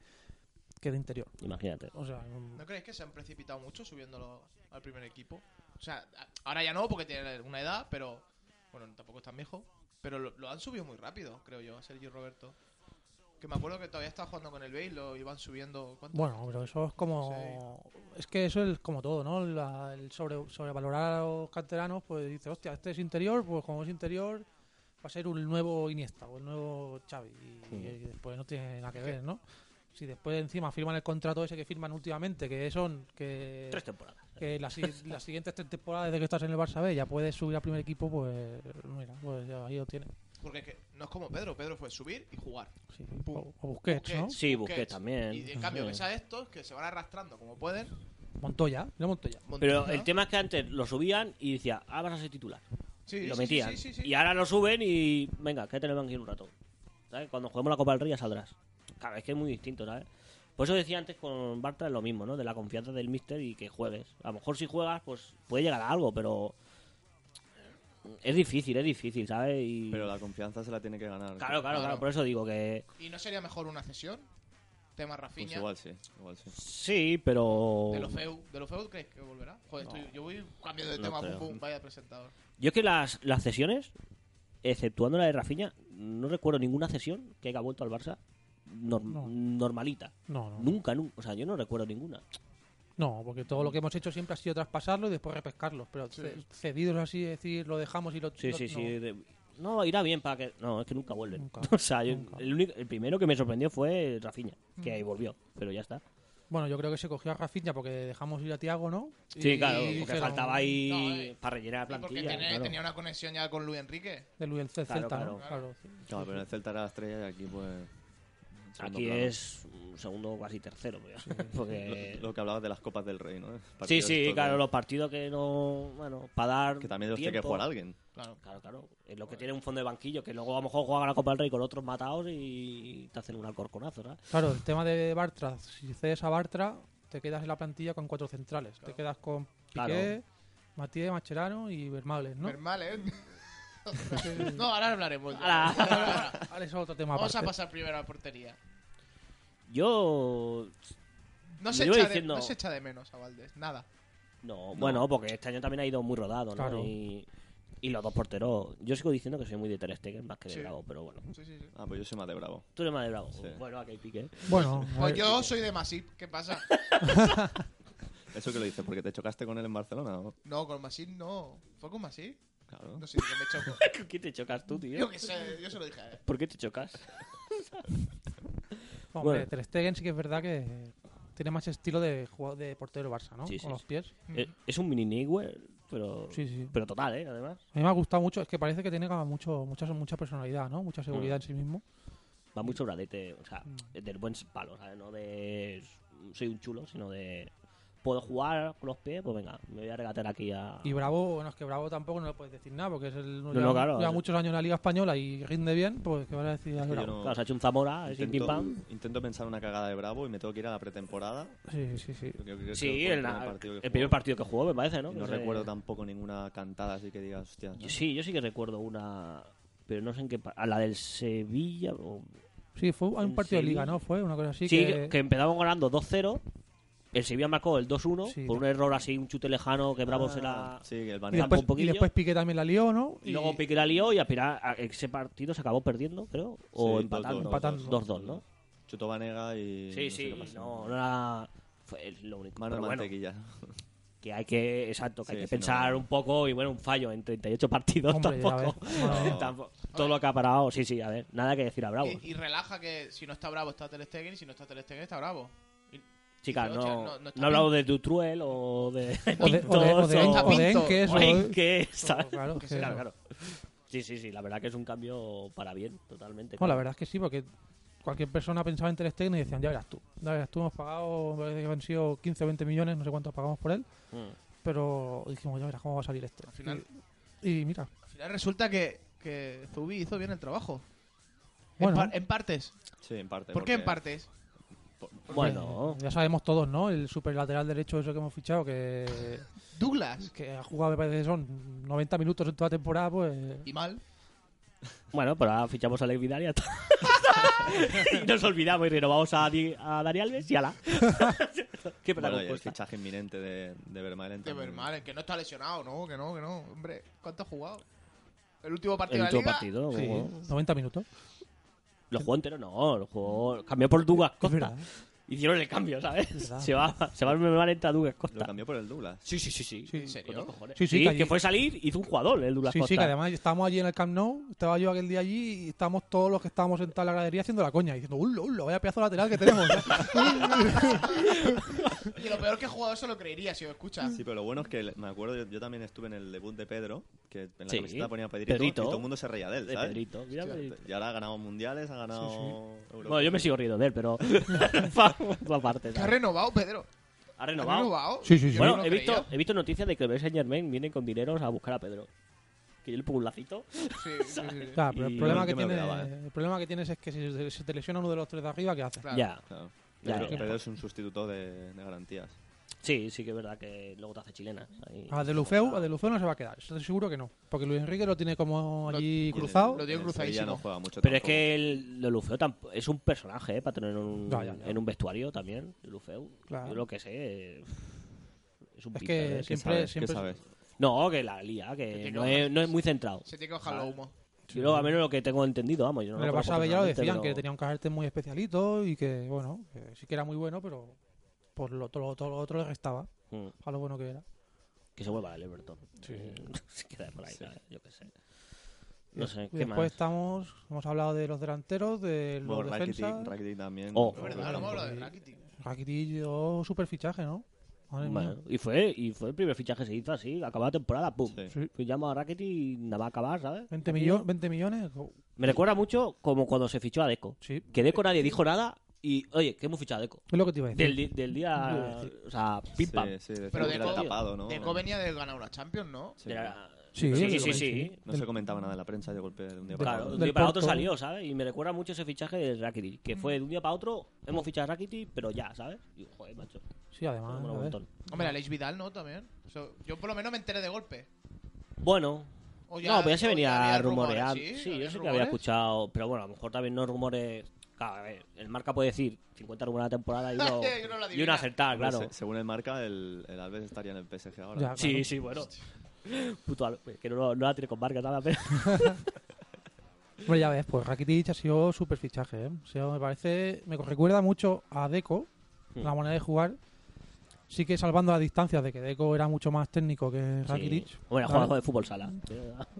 [SPEAKER 4] que de interior.
[SPEAKER 3] Imagínate.
[SPEAKER 4] O sea, mm,
[SPEAKER 1] ¿No creéis que se han precipitado mucho subiéndolo al primer equipo? O sea, a- ahora ya no porque tiene una edad, pero. Bueno, tampoco es tan viejo. Pero lo, lo han subido muy rápido, creo yo, a Sergi Roberto. Que me acuerdo que todavía estaba jugando con el Bale, lo iban subiendo. ¿cuánto?
[SPEAKER 4] bueno, pero eso es como. Es que eso es como todo, ¿no? La- el sobre, sobrevalorar a los canteranos, pues dice, hostia, este es interior, pues como es interior, va a ser un nuevo Iniesta o el nuevo Xavi. Y,
[SPEAKER 3] Sí.
[SPEAKER 4] y después no tiene nada que ver, ¿no? Si después encima firman el contrato ese que firman últimamente, que son. que
[SPEAKER 3] Tres temporadas.
[SPEAKER 4] que las, si- las siguientes tres temporadas desde que estás en el Barça B ya puedes subir al primer equipo, pues mira, pues ya ahí lo tienes.
[SPEAKER 1] Porque es que no es como Pedro, Pedro fue subir y jugar.
[SPEAKER 4] Sí.
[SPEAKER 1] Pum.
[SPEAKER 4] O, o Busquets, ¿no?
[SPEAKER 3] Sí, Busquets también.
[SPEAKER 1] Y en cambio,
[SPEAKER 3] Sí.
[SPEAKER 1] ves a estos que se van arrastrando como pueden.
[SPEAKER 4] Montoya, mira Montoya.
[SPEAKER 3] Pero
[SPEAKER 1] Montoya.
[SPEAKER 3] el tema es que antes lo subían y decía, ah, vas a ser titular.
[SPEAKER 1] Sí,
[SPEAKER 3] Y
[SPEAKER 1] sí,
[SPEAKER 3] lo
[SPEAKER 1] sí,
[SPEAKER 3] metían.
[SPEAKER 1] sí, sí, sí.
[SPEAKER 3] Y ahora lo suben y, venga, que te lo van aquí un rato. ¿Sabes? Cuando juguemos la Copa del Rey ya saldrás. Claro, es que es muy distinto, ¿sabes? Por eso decía antes con Bartra lo mismo, ¿no? De la confianza del mister y que juegues. A lo mejor si juegas, pues puede llegar a algo, pero. Es difícil, es difícil, ¿sabes? Y...
[SPEAKER 2] Pero la confianza se la tiene que
[SPEAKER 3] Claro,
[SPEAKER 2] ganar.
[SPEAKER 3] claro, claro,
[SPEAKER 1] Claro.
[SPEAKER 3] por eso digo que.
[SPEAKER 1] ¿Y no sería mejor una cesión? tema Rafinha.
[SPEAKER 2] Pues igual sí, igual sí.
[SPEAKER 3] Sí, pero.
[SPEAKER 1] De los feu, ¿De los feu crees que volverá? Joder, estoy- yo voy cambiando de
[SPEAKER 2] No
[SPEAKER 1] tema,
[SPEAKER 2] creo.
[SPEAKER 1] pum, pum, vaya presentador.
[SPEAKER 3] Yo es que las, las cesiones, exceptuando la de Rafinha, no recuerdo ninguna cesión que haya vuelto al Barça norm-
[SPEAKER 4] No.
[SPEAKER 3] normalita.
[SPEAKER 4] No, no.
[SPEAKER 3] Nunca, nunca. O sea, yo no recuerdo ninguna.
[SPEAKER 4] No, porque todo lo que hemos hecho siempre ha sido traspasarlo y después repescarlo. Pero ce- cedidos así, es decir, lo dejamos y lo.
[SPEAKER 3] Sí,
[SPEAKER 4] lo-
[SPEAKER 3] sí,
[SPEAKER 4] no.
[SPEAKER 3] sí. de- No, irá bien para que. No, es que nunca vuelven.
[SPEAKER 4] Nunca,
[SPEAKER 3] o sea, yo-
[SPEAKER 4] nunca.
[SPEAKER 3] El, único- el primero que me sorprendió fue Rafinha, que ahí volvió, pero ya está.
[SPEAKER 4] Bueno, yo creo que se cogió a Rafinha porque dejamos ir a Tiago, ¿no?
[SPEAKER 3] Sí,
[SPEAKER 4] Y
[SPEAKER 3] claro, porque
[SPEAKER 4] dijeron,
[SPEAKER 3] faltaba ahí
[SPEAKER 1] No, eh,
[SPEAKER 3] para rellenar
[SPEAKER 1] Y
[SPEAKER 3] la
[SPEAKER 1] porque
[SPEAKER 3] plantilla.
[SPEAKER 1] tenía,
[SPEAKER 3] claro.
[SPEAKER 1] tenía una conexión ya con Luis Enrique.
[SPEAKER 4] De Luis el C-
[SPEAKER 3] Claro,
[SPEAKER 4] Celta, ¿no?
[SPEAKER 3] claro.
[SPEAKER 4] Claro, sí.
[SPEAKER 2] Claro, pero en el Celta era la estrella y aquí pues... segundo
[SPEAKER 3] Aquí
[SPEAKER 2] plano.
[SPEAKER 3] es un segundo, casi tercero. pero- porque...
[SPEAKER 2] Lo, lo que hablabas de las copas del rey, ¿no?
[SPEAKER 3] Sí,
[SPEAKER 2] Partidos
[SPEAKER 3] sí,
[SPEAKER 2] estos
[SPEAKER 3] claro,
[SPEAKER 2] de-
[SPEAKER 3] los partidos que no. Bueno, para dar.
[SPEAKER 2] Que también los tiene
[SPEAKER 3] tiempo.
[SPEAKER 2] que jugar alguien.
[SPEAKER 1] Claro.
[SPEAKER 3] Claro, claro. Es lo que tiene un fondo de banquillo, que luego a lo mejor juegan la Copa del Rey con otros matados y te hacen un alcorconazo, ¿verdad?
[SPEAKER 4] Claro, el tema de Bartra. Si cedes a Bartra, te quedas en la plantilla con cuatro centrales. Te quedas con Piqué, Matías, Macherano y Bermales, ¿no?
[SPEAKER 1] Normal, ¿eh? no, ahora hablaremos. ya.
[SPEAKER 3] Ala.
[SPEAKER 1] Ahora, ahora.
[SPEAKER 4] Ah, Vale, eso es otro tema
[SPEAKER 1] Vamos a
[SPEAKER 4] aparte.
[SPEAKER 1] pasar primero a la portería.
[SPEAKER 3] Yo.
[SPEAKER 1] No
[SPEAKER 3] Yo
[SPEAKER 1] se,
[SPEAKER 3] iba
[SPEAKER 1] echa de,
[SPEAKER 3] diciendo-
[SPEAKER 1] no se echa de menos a Valdés, nada.
[SPEAKER 3] No, bueno, porque este año también ha ido muy rodado, ¿no?
[SPEAKER 4] Claro.
[SPEAKER 3] Y, y los dos porteros. Yo sigo diciendo que soy muy de Ter Stegen más que de
[SPEAKER 1] Sí.
[SPEAKER 3] Bravo, pero bueno.
[SPEAKER 1] Sí, sí, sí.
[SPEAKER 2] Ah, pues yo soy más de Bravo.
[SPEAKER 3] Tú eres más de Bravo.
[SPEAKER 2] Sí.
[SPEAKER 3] Bueno, aquí hay pique. ¿eh?
[SPEAKER 4] Bueno, a
[SPEAKER 1] Pues
[SPEAKER 4] ver, eh,
[SPEAKER 1] yo soy de Masip, ¿qué pasa?
[SPEAKER 2] Eso que lo dices, porque te chocaste con él en Barcelona, ¿no?
[SPEAKER 1] No, con Masip no. ¿Fue con Masip?
[SPEAKER 2] Claro.
[SPEAKER 1] No sé, que me choco.
[SPEAKER 3] ¿Con quién te chocas tú, tío?
[SPEAKER 1] Yo qué sé, yo se lo dije a él.
[SPEAKER 3] ¿Por qué te chocas?
[SPEAKER 4] hombre,
[SPEAKER 3] bueno.
[SPEAKER 4] Ter Stegen sí que es verdad que tiene más estilo de, jugador- de portero del Barça, ¿no?
[SPEAKER 3] Sí, sí,
[SPEAKER 4] con los
[SPEAKER 3] sí.
[SPEAKER 4] pies.
[SPEAKER 3] Eh, Es un mini Newell, pero.
[SPEAKER 4] Sí, sí.
[SPEAKER 3] Pero total, ¿eh? Además.
[SPEAKER 4] A mí me ha gustado mucho, es que parece que tiene como mucho, mucha, mucha personalidad, ¿no? Mucha seguridad en sí mismo.
[SPEAKER 3] Va muy sobradete, o sea, del buen palo, ¿sabes? No de. Soy un chulo, sino de. Puedo jugar con los pies, pues venga, me voy a regatear aquí a.
[SPEAKER 4] Y Bravo, bueno, es que Bravo tampoco no le puedes decir nada, porque es el
[SPEAKER 3] Ah. No,
[SPEAKER 4] lleva,
[SPEAKER 3] no, claro.
[SPEAKER 4] lleva muchos años en la Liga Española y rinde bien, pues que vas a decir a
[SPEAKER 2] que yo
[SPEAKER 4] Bravo.
[SPEAKER 2] no-
[SPEAKER 3] Claro, se ha hecho un Zamora, eh, sin pim pam.
[SPEAKER 2] Intento, intento pensar una cagada de Bravo y me tengo que ir a la pretemporada.
[SPEAKER 4] Sí, sí, sí.
[SPEAKER 2] Creo que- creo que
[SPEAKER 3] Sí,
[SPEAKER 2] fue
[SPEAKER 3] el, na-
[SPEAKER 2] que
[SPEAKER 3] el
[SPEAKER 2] jugó.
[SPEAKER 3] primer partido que jugó, me parece, ¿no?
[SPEAKER 2] Y no
[SPEAKER 3] Que se-
[SPEAKER 2] recuerdo tampoco ninguna cantada así que digas, hostia. ¿no?
[SPEAKER 3] Yo sí, yo sí que recuerdo una. Pero no sé en qué. pa- A la del Sevilla. o-
[SPEAKER 4] Sí, fue
[SPEAKER 3] ¿En
[SPEAKER 4] un partido de liga,
[SPEAKER 3] serio?
[SPEAKER 4] ¿no? Fue una cosa así
[SPEAKER 3] Sí,
[SPEAKER 4] que...
[SPEAKER 3] que... que empezaban ganando 2-0. El Sevilla marcó el 2-1
[SPEAKER 4] Sí. Ah,
[SPEAKER 3] por un error así, un chute lejano que Bravo se la.
[SPEAKER 2] Sí, que el
[SPEAKER 4] Y
[SPEAKER 2] baneo.
[SPEAKER 3] Zampa
[SPEAKER 4] después,
[SPEAKER 3] un poquillo.
[SPEAKER 4] y después Piqué también la lió, ¿no?
[SPEAKER 3] Y luego Piqué la lió y al final a- ese partido se acabó perdiendo, creo. O
[SPEAKER 2] Sí,
[SPEAKER 3] empatando.
[SPEAKER 2] 2-2,
[SPEAKER 4] 2-2.
[SPEAKER 3] 2-2, ¿no?
[SPEAKER 2] Chutó Vanega y.
[SPEAKER 3] Sí,
[SPEAKER 2] no sé
[SPEAKER 3] sí.
[SPEAKER 2] qué pasó.
[SPEAKER 3] No, no era. Fue el- lo único.
[SPEAKER 2] Mano de
[SPEAKER 3] Pero bueno,
[SPEAKER 2] mantequilla.
[SPEAKER 3] que hay que. Exacto, que
[SPEAKER 2] Sí,
[SPEAKER 3] hay que
[SPEAKER 2] sí, no,
[SPEAKER 3] pensar
[SPEAKER 2] no.
[SPEAKER 3] un poco y bueno, un fallo en 38 partidos
[SPEAKER 4] Hombre, ya
[SPEAKER 3] tampoco.
[SPEAKER 4] ves. Bueno,
[SPEAKER 3] Tampoco- Todo lo que ha parado, sí, sí, a ver, nada que decir a Bravo.
[SPEAKER 1] Y, y relaja que si no está bravo está Ter Stegen y si no está Ter Stegen está bravo. Y-
[SPEAKER 3] Chicas,
[SPEAKER 1] Pero,
[SPEAKER 3] no,
[SPEAKER 1] hostia,
[SPEAKER 3] no,
[SPEAKER 1] no- no está
[SPEAKER 3] he hablado de Dutruel o de
[SPEAKER 4] O de, o de, o de,
[SPEAKER 3] Pintos,
[SPEAKER 1] Enca-
[SPEAKER 4] o de
[SPEAKER 1] Pinto.
[SPEAKER 4] Enques,
[SPEAKER 3] o
[SPEAKER 4] o-
[SPEAKER 3] en qué, ¿sabes?
[SPEAKER 4] Claro, que-
[SPEAKER 3] Claro, claro. Sí, sí, sí, la verdad que es un cambio para bien, totalmente.
[SPEAKER 4] Bueno, la verdad es que sí, porque cualquier persona pensaba en Ter Stegen y decían, ya verás tú, ya verás tú, hemos pagado, me parece que han sido 15 o 20 millones, no sé cuánto pagamos por él,
[SPEAKER 3] Mm.
[SPEAKER 4] pero dijimos, ya verás cómo va a salir este.
[SPEAKER 1] Al final-
[SPEAKER 4] Y, y mira,
[SPEAKER 1] Al final resulta que, que Zubi hizo bien el trabajo.
[SPEAKER 4] Bueno.
[SPEAKER 1] En, par- en partes.
[SPEAKER 2] Sí, en parte.
[SPEAKER 1] ¿Por qué en
[SPEAKER 2] porque-
[SPEAKER 1] partes?
[SPEAKER 3] Bueno,
[SPEAKER 4] eh, ya sabemos todos, ¿no? El superlateral derecho eso que hemos fichado, que,
[SPEAKER 1] Douglas.
[SPEAKER 4] que ha jugado, me parece que son 90 minutos en toda la temporada, pues...
[SPEAKER 1] Y mal.
[SPEAKER 3] bueno, pero ahora fichamos a Alex Vidal y, ya está. Y nos olvidamos y renovamos a, Di- a Dani Alves y ala. Qué pena
[SPEAKER 2] Bueno, y el
[SPEAKER 3] compuesta.
[SPEAKER 2] fichaje inminente de, de Vermaelen.
[SPEAKER 1] De
[SPEAKER 2] también.
[SPEAKER 1] Vermaelen, que no está lesionado, no, que no, que no. Hombre, ¿cuánto ha jugado? El último partido
[SPEAKER 3] El
[SPEAKER 1] de la
[SPEAKER 3] último
[SPEAKER 1] liga.
[SPEAKER 3] partido,
[SPEAKER 4] Sí,
[SPEAKER 3] jugó-
[SPEAKER 4] 90 minutos.
[SPEAKER 3] lo jugó entero, no, lo jugó, cambió por Dugas
[SPEAKER 4] Es
[SPEAKER 3] Costa.
[SPEAKER 4] verdad.
[SPEAKER 3] Hicieron el cambio, ¿sabes?
[SPEAKER 4] verdad.
[SPEAKER 3] Se va, se va a Vermaelen a Dugas
[SPEAKER 2] Lo
[SPEAKER 3] Costa.
[SPEAKER 2] cambió por el Douglas.
[SPEAKER 3] Sí, sí, sí, sí.
[SPEAKER 1] ¿En
[SPEAKER 3] Con los
[SPEAKER 1] serio?
[SPEAKER 3] cojones.
[SPEAKER 4] Sí,
[SPEAKER 3] Sí,
[SPEAKER 4] sí, que
[SPEAKER 3] que,
[SPEAKER 4] allí-
[SPEAKER 3] fue salir, hizo un jugador el Douglas
[SPEAKER 4] Sí, sí,
[SPEAKER 3] Costa.
[SPEAKER 4] que además estábamos allí en el Camp Nou, estaba yo aquel día allí y estábamos todos los que estábamos sentados en la gradería haciendo la coña, diciendo, ulo, ulo, vaya pedazo de lateral que tenemos.
[SPEAKER 1] Y lo peor que he jugado eso lo creería si lo escuchas.
[SPEAKER 2] Sí, pero lo bueno es que el- me acuerdo, yo, yo también estuve en el debut de Pedro, que en la
[SPEAKER 3] Sí.
[SPEAKER 2] camiseta ponía Pedrito,
[SPEAKER 3] Pedrito.
[SPEAKER 2] y todo el mundo se reía de él,
[SPEAKER 3] De
[SPEAKER 2] ¿sabes?
[SPEAKER 3] Pedrito. mira,
[SPEAKER 1] Hostia,
[SPEAKER 3] Pedrito.
[SPEAKER 2] Y ahora ha ganado mundiales, ha ganado Europa.
[SPEAKER 3] Bueno, yo me sigo riendo de él, pero. Pa- pa- aparte.
[SPEAKER 1] Que ha
[SPEAKER 3] ¿sabes?
[SPEAKER 1] renovado, Pedro.
[SPEAKER 3] Ha
[SPEAKER 1] ¿Ha
[SPEAKER 3] renovado.
[SPEAKER 1] renovado?
[SPEAKER 4] Sí, sí, sí.
[SPEAKER 1] Yo no
[SPEAKER 3] Bueno,
[SPEAKER 1] lo
[SPEAKER 3] he, visto,
[SPEAKER 1] creía.
[SPEAKER 3] he visto noticias de que el Paris Saint Germain viene con dineros a buscar a Pedro. Que yo le pongo un lacito.
[SPEAKER 1] Sí, sí, sí, sí.
[SPEAKER 4] Claro, pero
[SPEAKER 3] Y
[SPEAKER 4] el problema,
[SPEAKER 2] yo
[SPEAKER 4] que
[SPEAKER 2] me lo
[SPEAKER 4] tiene,
[SPEAKER 2] quedaba, ¿eh?
[SPEAKER 4] el problema que tienes es que si se- se te lesiona uno de los tres de arriba, ¿qué haces?
[SPEAKER 1] Claro.
[SPEAKER 3] Ya.
[SPEAKER 2] Claro.
[SPEAKER 3] Ya,
[SPEAKER 2] Pedro,
[SPEAKER 3] ya.
[SPEAKER 2] Pedro es un sustituto de, de garantías.
[SPEAKER 3] Sí, sí que es verdad que luego te hace chilena. Ahí-
[SPEAKER 4] A De Lufeu, a De Lufeu no se va a quedar, estoy seguro que no. Porque Luis Enrique lo tiene como
[SPEAKER 1] Lo-
[SPEAKER 4] allí
[SPEAKER 2] Y en el-
[SPEAKER 4] cruzado.
[SPEAKER 1] Lo tiene
[SPEAKER 2] en el Sevilla
[SPEAKER 1] cruzadísimo.
[SPEAKER 2] no juega mucho
[SPEAKER 3] Pero es
[SPEAKER 2] tampoco.
[SPEAKER 3] que el, el Lufeu tamp- es un personaje, ¿eh? Para tener un,
[SPEAKER 4] Ya, ya, ya.
[SPEAKER 3] en un vestuario también. El Lufeu,
[SPEAKER 4] Claro.
[SPEAKER 3] yo lo que sé. eh, Es un
[SPEAKER 4] Es
[SPEAKER 3] pinta,
[SPEAKER 4] que
[SPEAKER 3] ¿eh?
[SPEAKER 2] ¿Qué
[SPEAKER 4] siempre-
[SPEAKER 2] sabes?
[SPEAKER 4] siempre-
[SPEAKER 2] ¿Qué sabes?
[SPEAKER 3] No, que la lía, que
[SPEAKER 1] tiene
[SPEAKER 3] no
[SPEAKER 1] que
[SPEAKER 3] es, no es muy centrado.
[SPEAKER 1] Se tiene que bajar
[SPEAKER 3] Vale.
[SPEAKER 1] los humos.
[SPEAKER 3] Yo lo, a menos lo que tengo entendido, vamos. Yo no
[SPEAKER 4] en el
[SPEAKER 3] lo conozco
[SPEAKER 4] Barça B ya lo
[SPEAKER 3] personalmente,
[SPEAKER 4] decían,
[SPEAKER 3] pero-
[SPEAKER 4] que tenía un carácter muy especialito y que, bueno, que sí que era muy bueno, pero por lo, todo, lo- todo lo otro le restaba
[SPEAKER 3] Mm,
[SPEAKER 4] a lo bueno que era.
[SPEAKER 3] que se vuelva el Everton.
[SPEAKER 4] Sí.
[SPEAKER 3] se queda por ahí, nada, yo qué sé. No sé,
[SPEAKER 4] Y
[SPEAKER 3] ¿qué
[SPEAKER 4] después
[SPEAKER 3] más?
[SPEAKER 4] estamos, hemos hablado de los delanteros, de los
[SPEAKER 2] Bueno, Rakitic,
[SPEAKER 4] defensas.
[SPEAKER 2] Rakitic también.
[SPEAKER 3] Oh.
[SPEAKER 1] Es
[SPEAKER 3] Es
[SPEAKER 1] verdad, no
[SPEAKER 3] verdad,
[SPEAKER 4] no
[SPEAKER 1] hemos hablado
[SPEAKER 4] podía.
[SPEAKER 1] de Rakitic.
[SPEAKER 4] Rakitic dio super fichaje, ¿no? Madre mía.
[SPEAKER 3] Bueno, y fue, y fue el primer fichaje que se hizo así, acababa la temporada, pum.
[SPEAKER 2] Sí.
[SPEAKER 4] Sí.
[SPEAKER 3] Fichamos a Rakitic y nada va a acabar, ¿sabes?
[SPEAKER 4] 20, millo- 20 millones. oh,
[SPEAKER 3] Me recuerda mucho como cuando se fichó a Deco.
[SPEAKER 4] Sí,
[SPEAKER 3] Que Deco nadie dijo nada y, oye, que hemos fichado a Deco.
[SPEAKER 4] es lo que te iba a decir.
[SPEAKER 3] Del, di- del día, o sea, pim pam.
[SPEAKER 2] Sí, sí, decían
[SPEAKER 1] Pero
[SPEAKER 2] que
[SPEAKER 1] de
[SPEAKER 2] era
[SPEAKER 1] co-
[SPEAKER 2] tapado, ¿no?
[SPEAKER 1] Deco venía de ganar una Champions, ¿no?
[SPEAKER 2] Sí.
[SPEAKER 3] De la-
[SPEAKER 4] Sí,
[SPEAKER 3] sí, sí,
[SPEAKER 4] sí,
[SPEAKER 3] sí, sí.
[SPEAKER 2] No se comentaba nada en la prensa de golpe de un día para
[SPEAKER 3] Claro,
[SPEAKER 2] otro.
[SPEAKER 3] de un
[SPEAKER 4] Del
[SPEAKER 3] día para otro
[SPEAKER 4] Porto.
[SPEAKER 3] salió, ¿sabes? Y me recuerda mucho ese fichaje de Rakitic, que fue de un día para otro, hemos fichado a Rakitic, pero ya, ¿sabes? Y, joder, macho,
[SPEAKER 4] Sí,
[SPEAKER 3] mola
[SPEAKER 4] además.
[SPEAKER 3] un
[SPEAKER 4] Ah, a ver.
[SPEAKER 3] montón.
[SPEAKER 1] Hombre, Alex Vidal, ¿no? También. O sea, yo por lo menos me enteré de golpe.
[SPEAKER 3] Bueno,
[SPEAKER 1] O
[SPEAKER 3] no, pero ya se
[SPEAKER 1] o
[SPEAKER 3] venía
[SPEAKER 1] Pues había
[SPEAKER 3] rumoreando.
[SPEAKER 1] rumores,
[SPEAKER 3] Sí, yo
[SPEAKER 1] ¿Había
[SPEAKER 3] sé que había
[SPEAKER 1] rumores?
[SPEAKER 3] escuchado, pero bueno, a lo mejor también no rumores... Claro, a ver, el marca puede decir 50 rumores a la temporada y uno,
[SPEAKER 1] Y uno lo
[SPEAKER 3] y uno
[SPEAKER 1] adivina.
[SPEAKER 3] acertar,
[SPEAKER 2] Hombre,
[SPEAKER 3] claro.
[SPEAKER 2] se- según el marca, el, el Alves estaría en el PSG ahora.
[SPEAKER 4] Ya.
[SPEAKER 3] Sí,
[SPEAKER 4] Claro.
[SPEAKER 3] sí, bueno. Puto Al- que no, no la tiene con marca nada, pero...
[SPEAKER 4] Hombre, ya ves, pues Rakitic ha sido super fichaje, ¿eh? O sea, me parece. Me recuerda mucho a Deco,
[SPEAKER 3] Hmm.
[SPEAKER 4] la manera de jugar. Sí que salvando las distancias de que Deco era mucho más técnico que Rakitic.
[SPEAKER 3] Sí. Bueno, ha
[SPEAKER 4] ¿vale?
[SPEAKER 3] jugado de fútbol sala.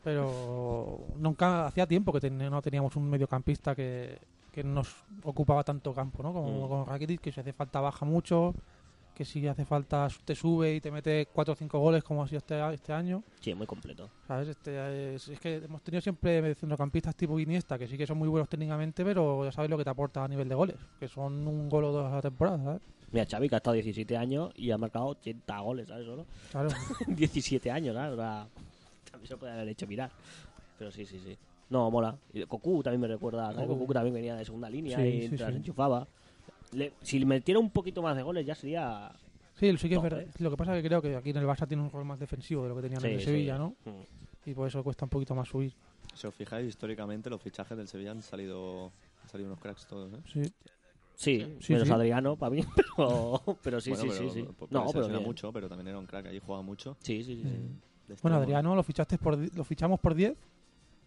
[SPEAKER 4] Pero nunca hacía tiempo que ten- no teníamos un mediocampista que, que nos ocupaba tanto campo, ¿no? Como
[SPEAKER 3] Mm.
[SPEAKER 4] con Rakitic, que si hace falta baja mucho, que si hace falta te sube y te mete 4 o 5 goles como ha sido este, este año.
[SPEAKER 3] Sí, muy completo.
[SPEAKER 4] ¿Sabes? Este, es, es que hemos tenido siempre centrocampistas tipo Iniesta, que sí que son muy buenos técnicamente, pero ya sabes lo que te aporta a nivel de goles, que son un gol o dos a la temporada, ¿sabes?
[SPEAKER 3] Mira, Xavi que ha estado 17 años y ha marcado 80 goles, ¿sabes? Solo.
[SPEAKER 4] Claro.
[SPEAKER 3] 17 años, ¿sabes? O sea, también se puede haber hecho mirar. Pero sí, sí, sí. No, mola. Y Cocu también me recuerda, ¿sabes?
[SPEAKER 4] Cocu.
[SPEAKER 3] Cocu también venía de segunda línea
[SPEAKER 4] Sí,
[SPEAKER 3] y
[SPEAKER 4] sí,
[SPEAKER 3] tras
[SPEAKER 4] sí.
[SPEAKER 3] enchufaba. Le- si le metiera un poquito más de goles ya sería...
[SPEAKER 4] Sí, sí que es
[SPEAKER 3] Hombre.
[SPEAKER 4] verdad. Lo que pasa es que creo que aquí en el Barça tiene un rol más defensivo de lo que tenían en
[SPEAKER 3] eh. Sí,
[SPEAKER 4] el
[SPEAKER 3] sí.
[SPEAKER 4] Sevilla, ¿no?
[SPEAKER 3] Mm.
[SPEAKER 4] Y por eso cuesta un poquito más subir.
[SPEAKER 2] Si os fijáis, históricamente los fichajes del Sevilla han salido, han salido unos cracks todos, ¿eh?
[SPEAKER 4] Sí.
[SPEAKER 3] Sí,
[SPEAKER 4] Sí,
[SPEAKER 3] menos
[SPEAKER 4] sí.
[SPEAKER 3] Adriano para mí, pero, pero sí,
[SPEAKER 2] Bueno,
[SPEAKER 3] sí,
[SPEAKER 2] pero-
[SPEAKER 3] sí, sí.
[SPEAKER 2] porque
[SPEAKER 3] No,
[SPEAKER 2] se
[SPEAKER 3] pero
[SPEAKER 2] lesiona
[SPEAKER 3] bien.
[SPEAKER 2] mucho, pero también era un crack, ahí jugaba mucho.
[SPEAKER 3] Sí, sí, sí. sí.
[SPEAKER 2] De este
[SPEAKER 4] Bueno,
[SPEAKER 2] extremo,
[SPEAKER 4] Adriano, lo fichaste por di- lo fichamos por 10.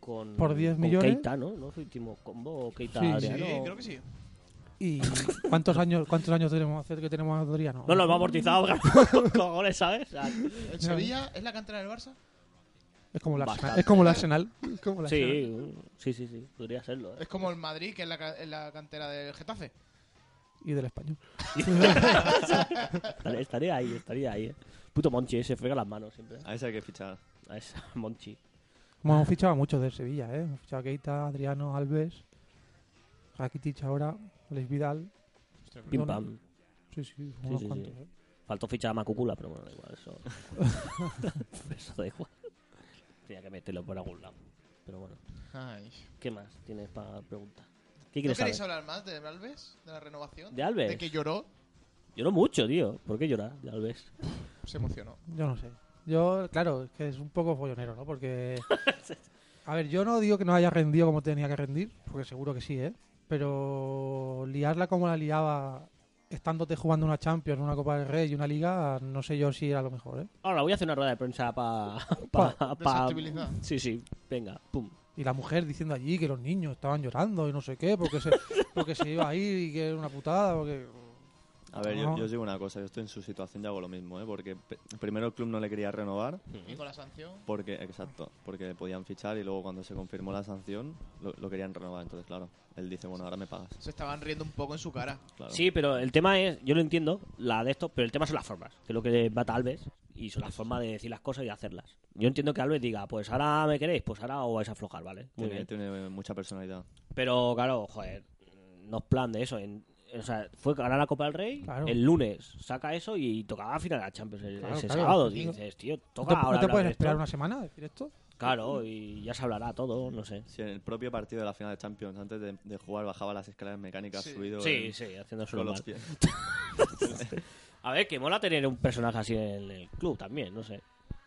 [SPEAKER 3] Con,
[SPEAKER 4] Por 10
[SPEAKER 3] con
[SPEAKER 4] millones.
[SPEAKER 3] Keita, ¿no? ¿No? Su último combo, Keita,
[SPEAKER 4] Sí,
[SPEAKER 1] Sí,
[SPEAKER 3] Adriano.
[SPEAKER 1] creo que sí.
[SPEAKER 4] ¿Y cuántos años cuántos años tenemos hacer que tenemos a Adriano?
[SPEAKER 3] No lo hemos amortizado con cojones, ¿sabes? O sea,
[SPEAKER 1] ¿El Sevilla es la cantera del Barça?
[SPEAKER 4] Es como el Arsenal.
[SPEAKER 3] Bastante.
[SPEAKER 4] Es como el Arsenal. Es como el Arsenal.
[SPEAKER 3] sí, mm, sí, sí, sí, podría serlo. ¿eh?
[SPEAKER 1] Es como el Madrid, que es la, ca- es la cantera del Getafe.
[SPEAKER 4] Y del español.
[SPEAKER 3] Estaría, estaría ahí, estaría ahí. ¿eh? Puto Monchi, se frega las manos siempre.
[SPEAKER 2] ¿no? A ese hay que fichar.
[SPEAKER 3] A esa Monchi.
[SPEAKER 4] Bueno, hemos fichado a muchos del Sevilla, ¿eh? Hemos fichado a Keita, Adriano, Alves, Rakitic ahora, Alex Vidal.
[SPEAKER 3] Pim
[SPEAKER 4] Don-
[SPEAKER 3] pam.
[SPEAKER 4] Sí, sí, unos
[SPEAKER 3] sí,
[SPEAKER 4] cuantos.
[SPEAKER 3] sí.
[SPEAKER 4] ¿eh?
[SPEAKER 3] Faltó fichar a Macucula, pero bueno, da igual, eso. eso da igual. Tenía que meterlo por algún lado. Pero bueno,
[SPEAKER 1] Ay.
[SPEAKER 3] ¿qué más tienes para preguntar? ¿Qué
[SPEAKER 1] ¿No
[SPEAKER 3] quieres
[SPEAKER 1] queréis
[SPEAKER 3] saber?
[SPEAKER 1] hablar más de Alves? ¿De la renovación?
[SPEAKER 3] ¿De Alves?
[SPEAKER 1] ¿De que lloró?
[SPEAKER 3] Lloró mucho, tío. ¿Por qué llorar? Ya lo ves.
[SPEAKER 1] Se emocionó.
[SPEAKER 4] Yo no sé. Yo, claro, es que es un poco follonero, ¿no? Porque. A ver, yo no digo que no haya rendido como tenía que rendir, porque seguro que sí, ¿eh? Pero liarla como la liaba estándote jugando una Champions, una Copa del Rey y una Liga, no sé yo si era lo mejor, ¿eh?
[SPEAKER 3] Ahora voy a hacer una rueda de prensa para. Pa, pa,
[SPEAKER 1] Desestabilizar.
[SPEAKER 3] sí, sí. Venga, pum.
[SPEAKER 4] Y la mujer diciendo allí que los niños estaban llorando y no sé qué, porque se, porque se iba a ir y que era una putada, porque...
[SPEAKER 2] A ver,
[SPEAKER 4] Ajá.
[SPEAKER 3] Ah.
[SPEAKER 2] yo, yo os digo una cosa, yo estoy en su situación y hago lo mismo, ¿eh? Porque pe- primero el club no le quería renovar,
[SPEAKER 3] Hmm. Mm.
[SPEAKER 1] Y con la sanción.
[SPEAKER 2] porque, exacto, porque le podían fichar y luego cuando se confirmó la sanción lo, lo querían renovar. Entonces, claro, él dice, bueno, ahora me pagas.
[SPEAKER 1] Se estaban riendo un poco en su cara.
[SPEAKER 2] Claro.
[SPEAKER 3] Sí, pero el tema es, yo lo entiendo, la de esto, pero el tema son las formas, que es lo que mata a Alves, y son las formas de decir las cosas y hacerlas. Yo entiendo que Alves diga, pues ahora me queréis, pues ahora os vais a aflojar, ¿vale? Muy
[SPEAKER 2] Tiene,
[SPEAKER 3] bien.
[SPEAKER 2] tiene mucha personalidad.
[SPEAKER 3] Pero claro, joder, no es plan de eso. en- o sea, fue ganar la Copa del Rey,
[SPEAKER 4] Claro.
[SPEAKER 3] el lunes saca eso y tocaba final a Champions el-
[SPEAKER 4] Claro,
[SPEAKER 3] ese
[SPEAKER 4] claro,
[SPEAKER 3] sábado.
[SPEAKER 4] tío.
[SPEAKER 3] Y dices, tío,
[SPEAKER 4] ¿No
[SPEAKER 3] toca
[SPEAKER 4] te,
[SPEAKER 3] ahora
[SPEAKER 4] no te
[SPEAKER 3] hablar
[SPEAKER 4] puedes
[SPEAKER 3] de esto.
[SPEAKER 4] esperar una semana a decir esto?
[SPEAKER 3] Claro, y ya se hablará todo, no sé.
[SPEAKER 2] Si en el propio partido de la final de Champions, antes de, de jugar, bajaba las escaleras mecánicas
[SPEAKER 1] Sí.
[SPEAKER 2] subido
[SPEAKER 3] Sí,
[SPEAKER 2] en-
[SPEAKER 3] sí, haciendo su
[SPEAKER 2] con
[SPEAKER 3] normal.
[SPEAKER 2] los pies.
[SPEAKER 3] A ver, que mola tener un personaje así en el club también, no sé.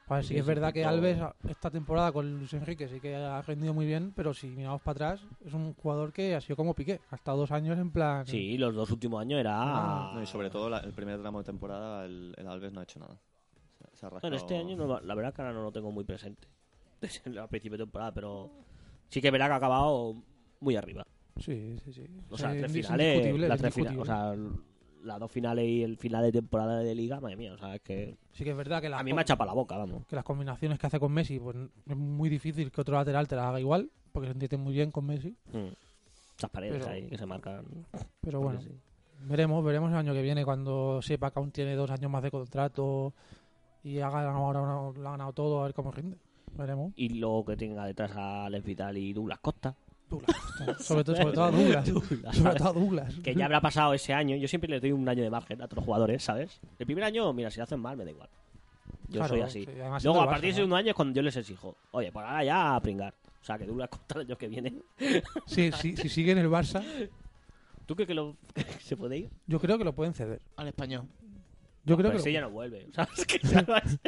[SPEAKER 4] Pues sí,
[SPEAKER 3] Sí,
[SPEAKER 4] es
[SPEAKER 3] es
[SPEAKER 4] verdad
[SPEAKER 3] un
[SPEAKER 4] que
[SPEAKER 3] poco-
[SPEAKER 4] Alves a- esta temporada con Luis Enrique sí que ha rendido muy bien, pero si miramos para atrás, es un jugador que ha sido como Piqué. Ha estado dos años en plan...
[SPEAKER 3] Sí, los dos últimos años era.
[SPEAKER 2] No, y sobre todo la- el primer tramo de temporada, el, el Alves no ha hecho nada. Se- se ha
[SPEAKER 3] Bueno,
[SPEAKER 2] rascado-
[SPEAKER 3] este año no va- la verdad que ahora no lo tengo muy presente. Desde al principio de temporada, pero sí que verá que ha acabado muy arriba.
[SPEAKER 4] Sí, sí, sí.
[SPEAKER 3] O sea,
[SPEAKER 4] Sí,
[SPEAKER 3] tres
[SPEAKER 4] es
[SPEAKER 3] finales,
[SPEAKER 4] indiscutible,
[SPEAKER 3] las
[SPEAKER 4] es
[SPEAKER 3] tres fina-
[SPEAKER 4] indiscutible.
[SPEAKER 3] o sea, l- las dos finales y el final de temporada de liga, madre mía, o sea, es que
[SPEAKER 4] sí que es verdad que las,
[SPEAKER 3] a mí me ha
[SPEAKER 4] com-
[SPEAKER 3] chapado la boca, vamos.
[SPEAKER 4] que las combinaciones que hace con Messi, pues es muy difícil que otro lateral te las haga igual, porque se entiende muy bien con Messi.
[SPEAKER 3] Mm. Las paredes
[SPEAKER 4] Pero-
[SPEAKER 3] ahí que se marcan.
[SPEAKER 4] Pero bueno,
[SPEAKER 3] Sí, sí.
[SPEAKER 4] veremos, veremos el año que viene cuando sepa que aún tiene dos años más de contrato y ha ganado, ahora una- lo ha ganado todo, a ver cómo rinde. Veremos.
[SPEAKER 3] Y luego que tenga detrás a Alex Vital y Douglas Costa.
[SPEAKER 4] Sobre todo, sobre todo a Douglas.
[SPEAKER 3] Douglas,
[SPEAKER 4] Sobre
[SPEAKER 3] ¿sabes?
[SPEAKER 4] todo a Douglas.
[SPEAKER 3] que ya habrá pasado ese año. Yo siempre le doy un año de margen a otros jugadores, ¿sabes? El primer año, mira, si lo hacen mal, me da igual. Yo
[SPEAKER 4] Claro,
[SPEAKER 3] soy así.
[SPEAKER 4] sí, además
[SPEAKER 3] Luego,
[SPEAKER 4] siendo
[SPEAKER 3] a
[SPEAKER 4] el
[SPEAKER 3] partir
[SPEAKER 4] Barça,
[SPEAKER 3] del segundo año es cuando yo les exijo. Oye, por ahora ya a pringar. O sea, que Douglas Costa el año que viene.
[SPEAKER 4] ¿no? Sí, sí, si sigue en el Barça,
[SPEAKER 3] ¿Tú crees que, lo, que se puede ir?
[SPEAKER 4] yo creo que lo pueden ceder.
[SPEAKER 1] Al español.
[SPEAKER 4] Yo
[SPEAKER 3] Pero
[SPEAKER 4] creo que
[SPEAKER 3] ese
[SPEAKER 4] lo-
[SPEAKER 3] ya no vuelve. ¿Sabes? Que ya no es-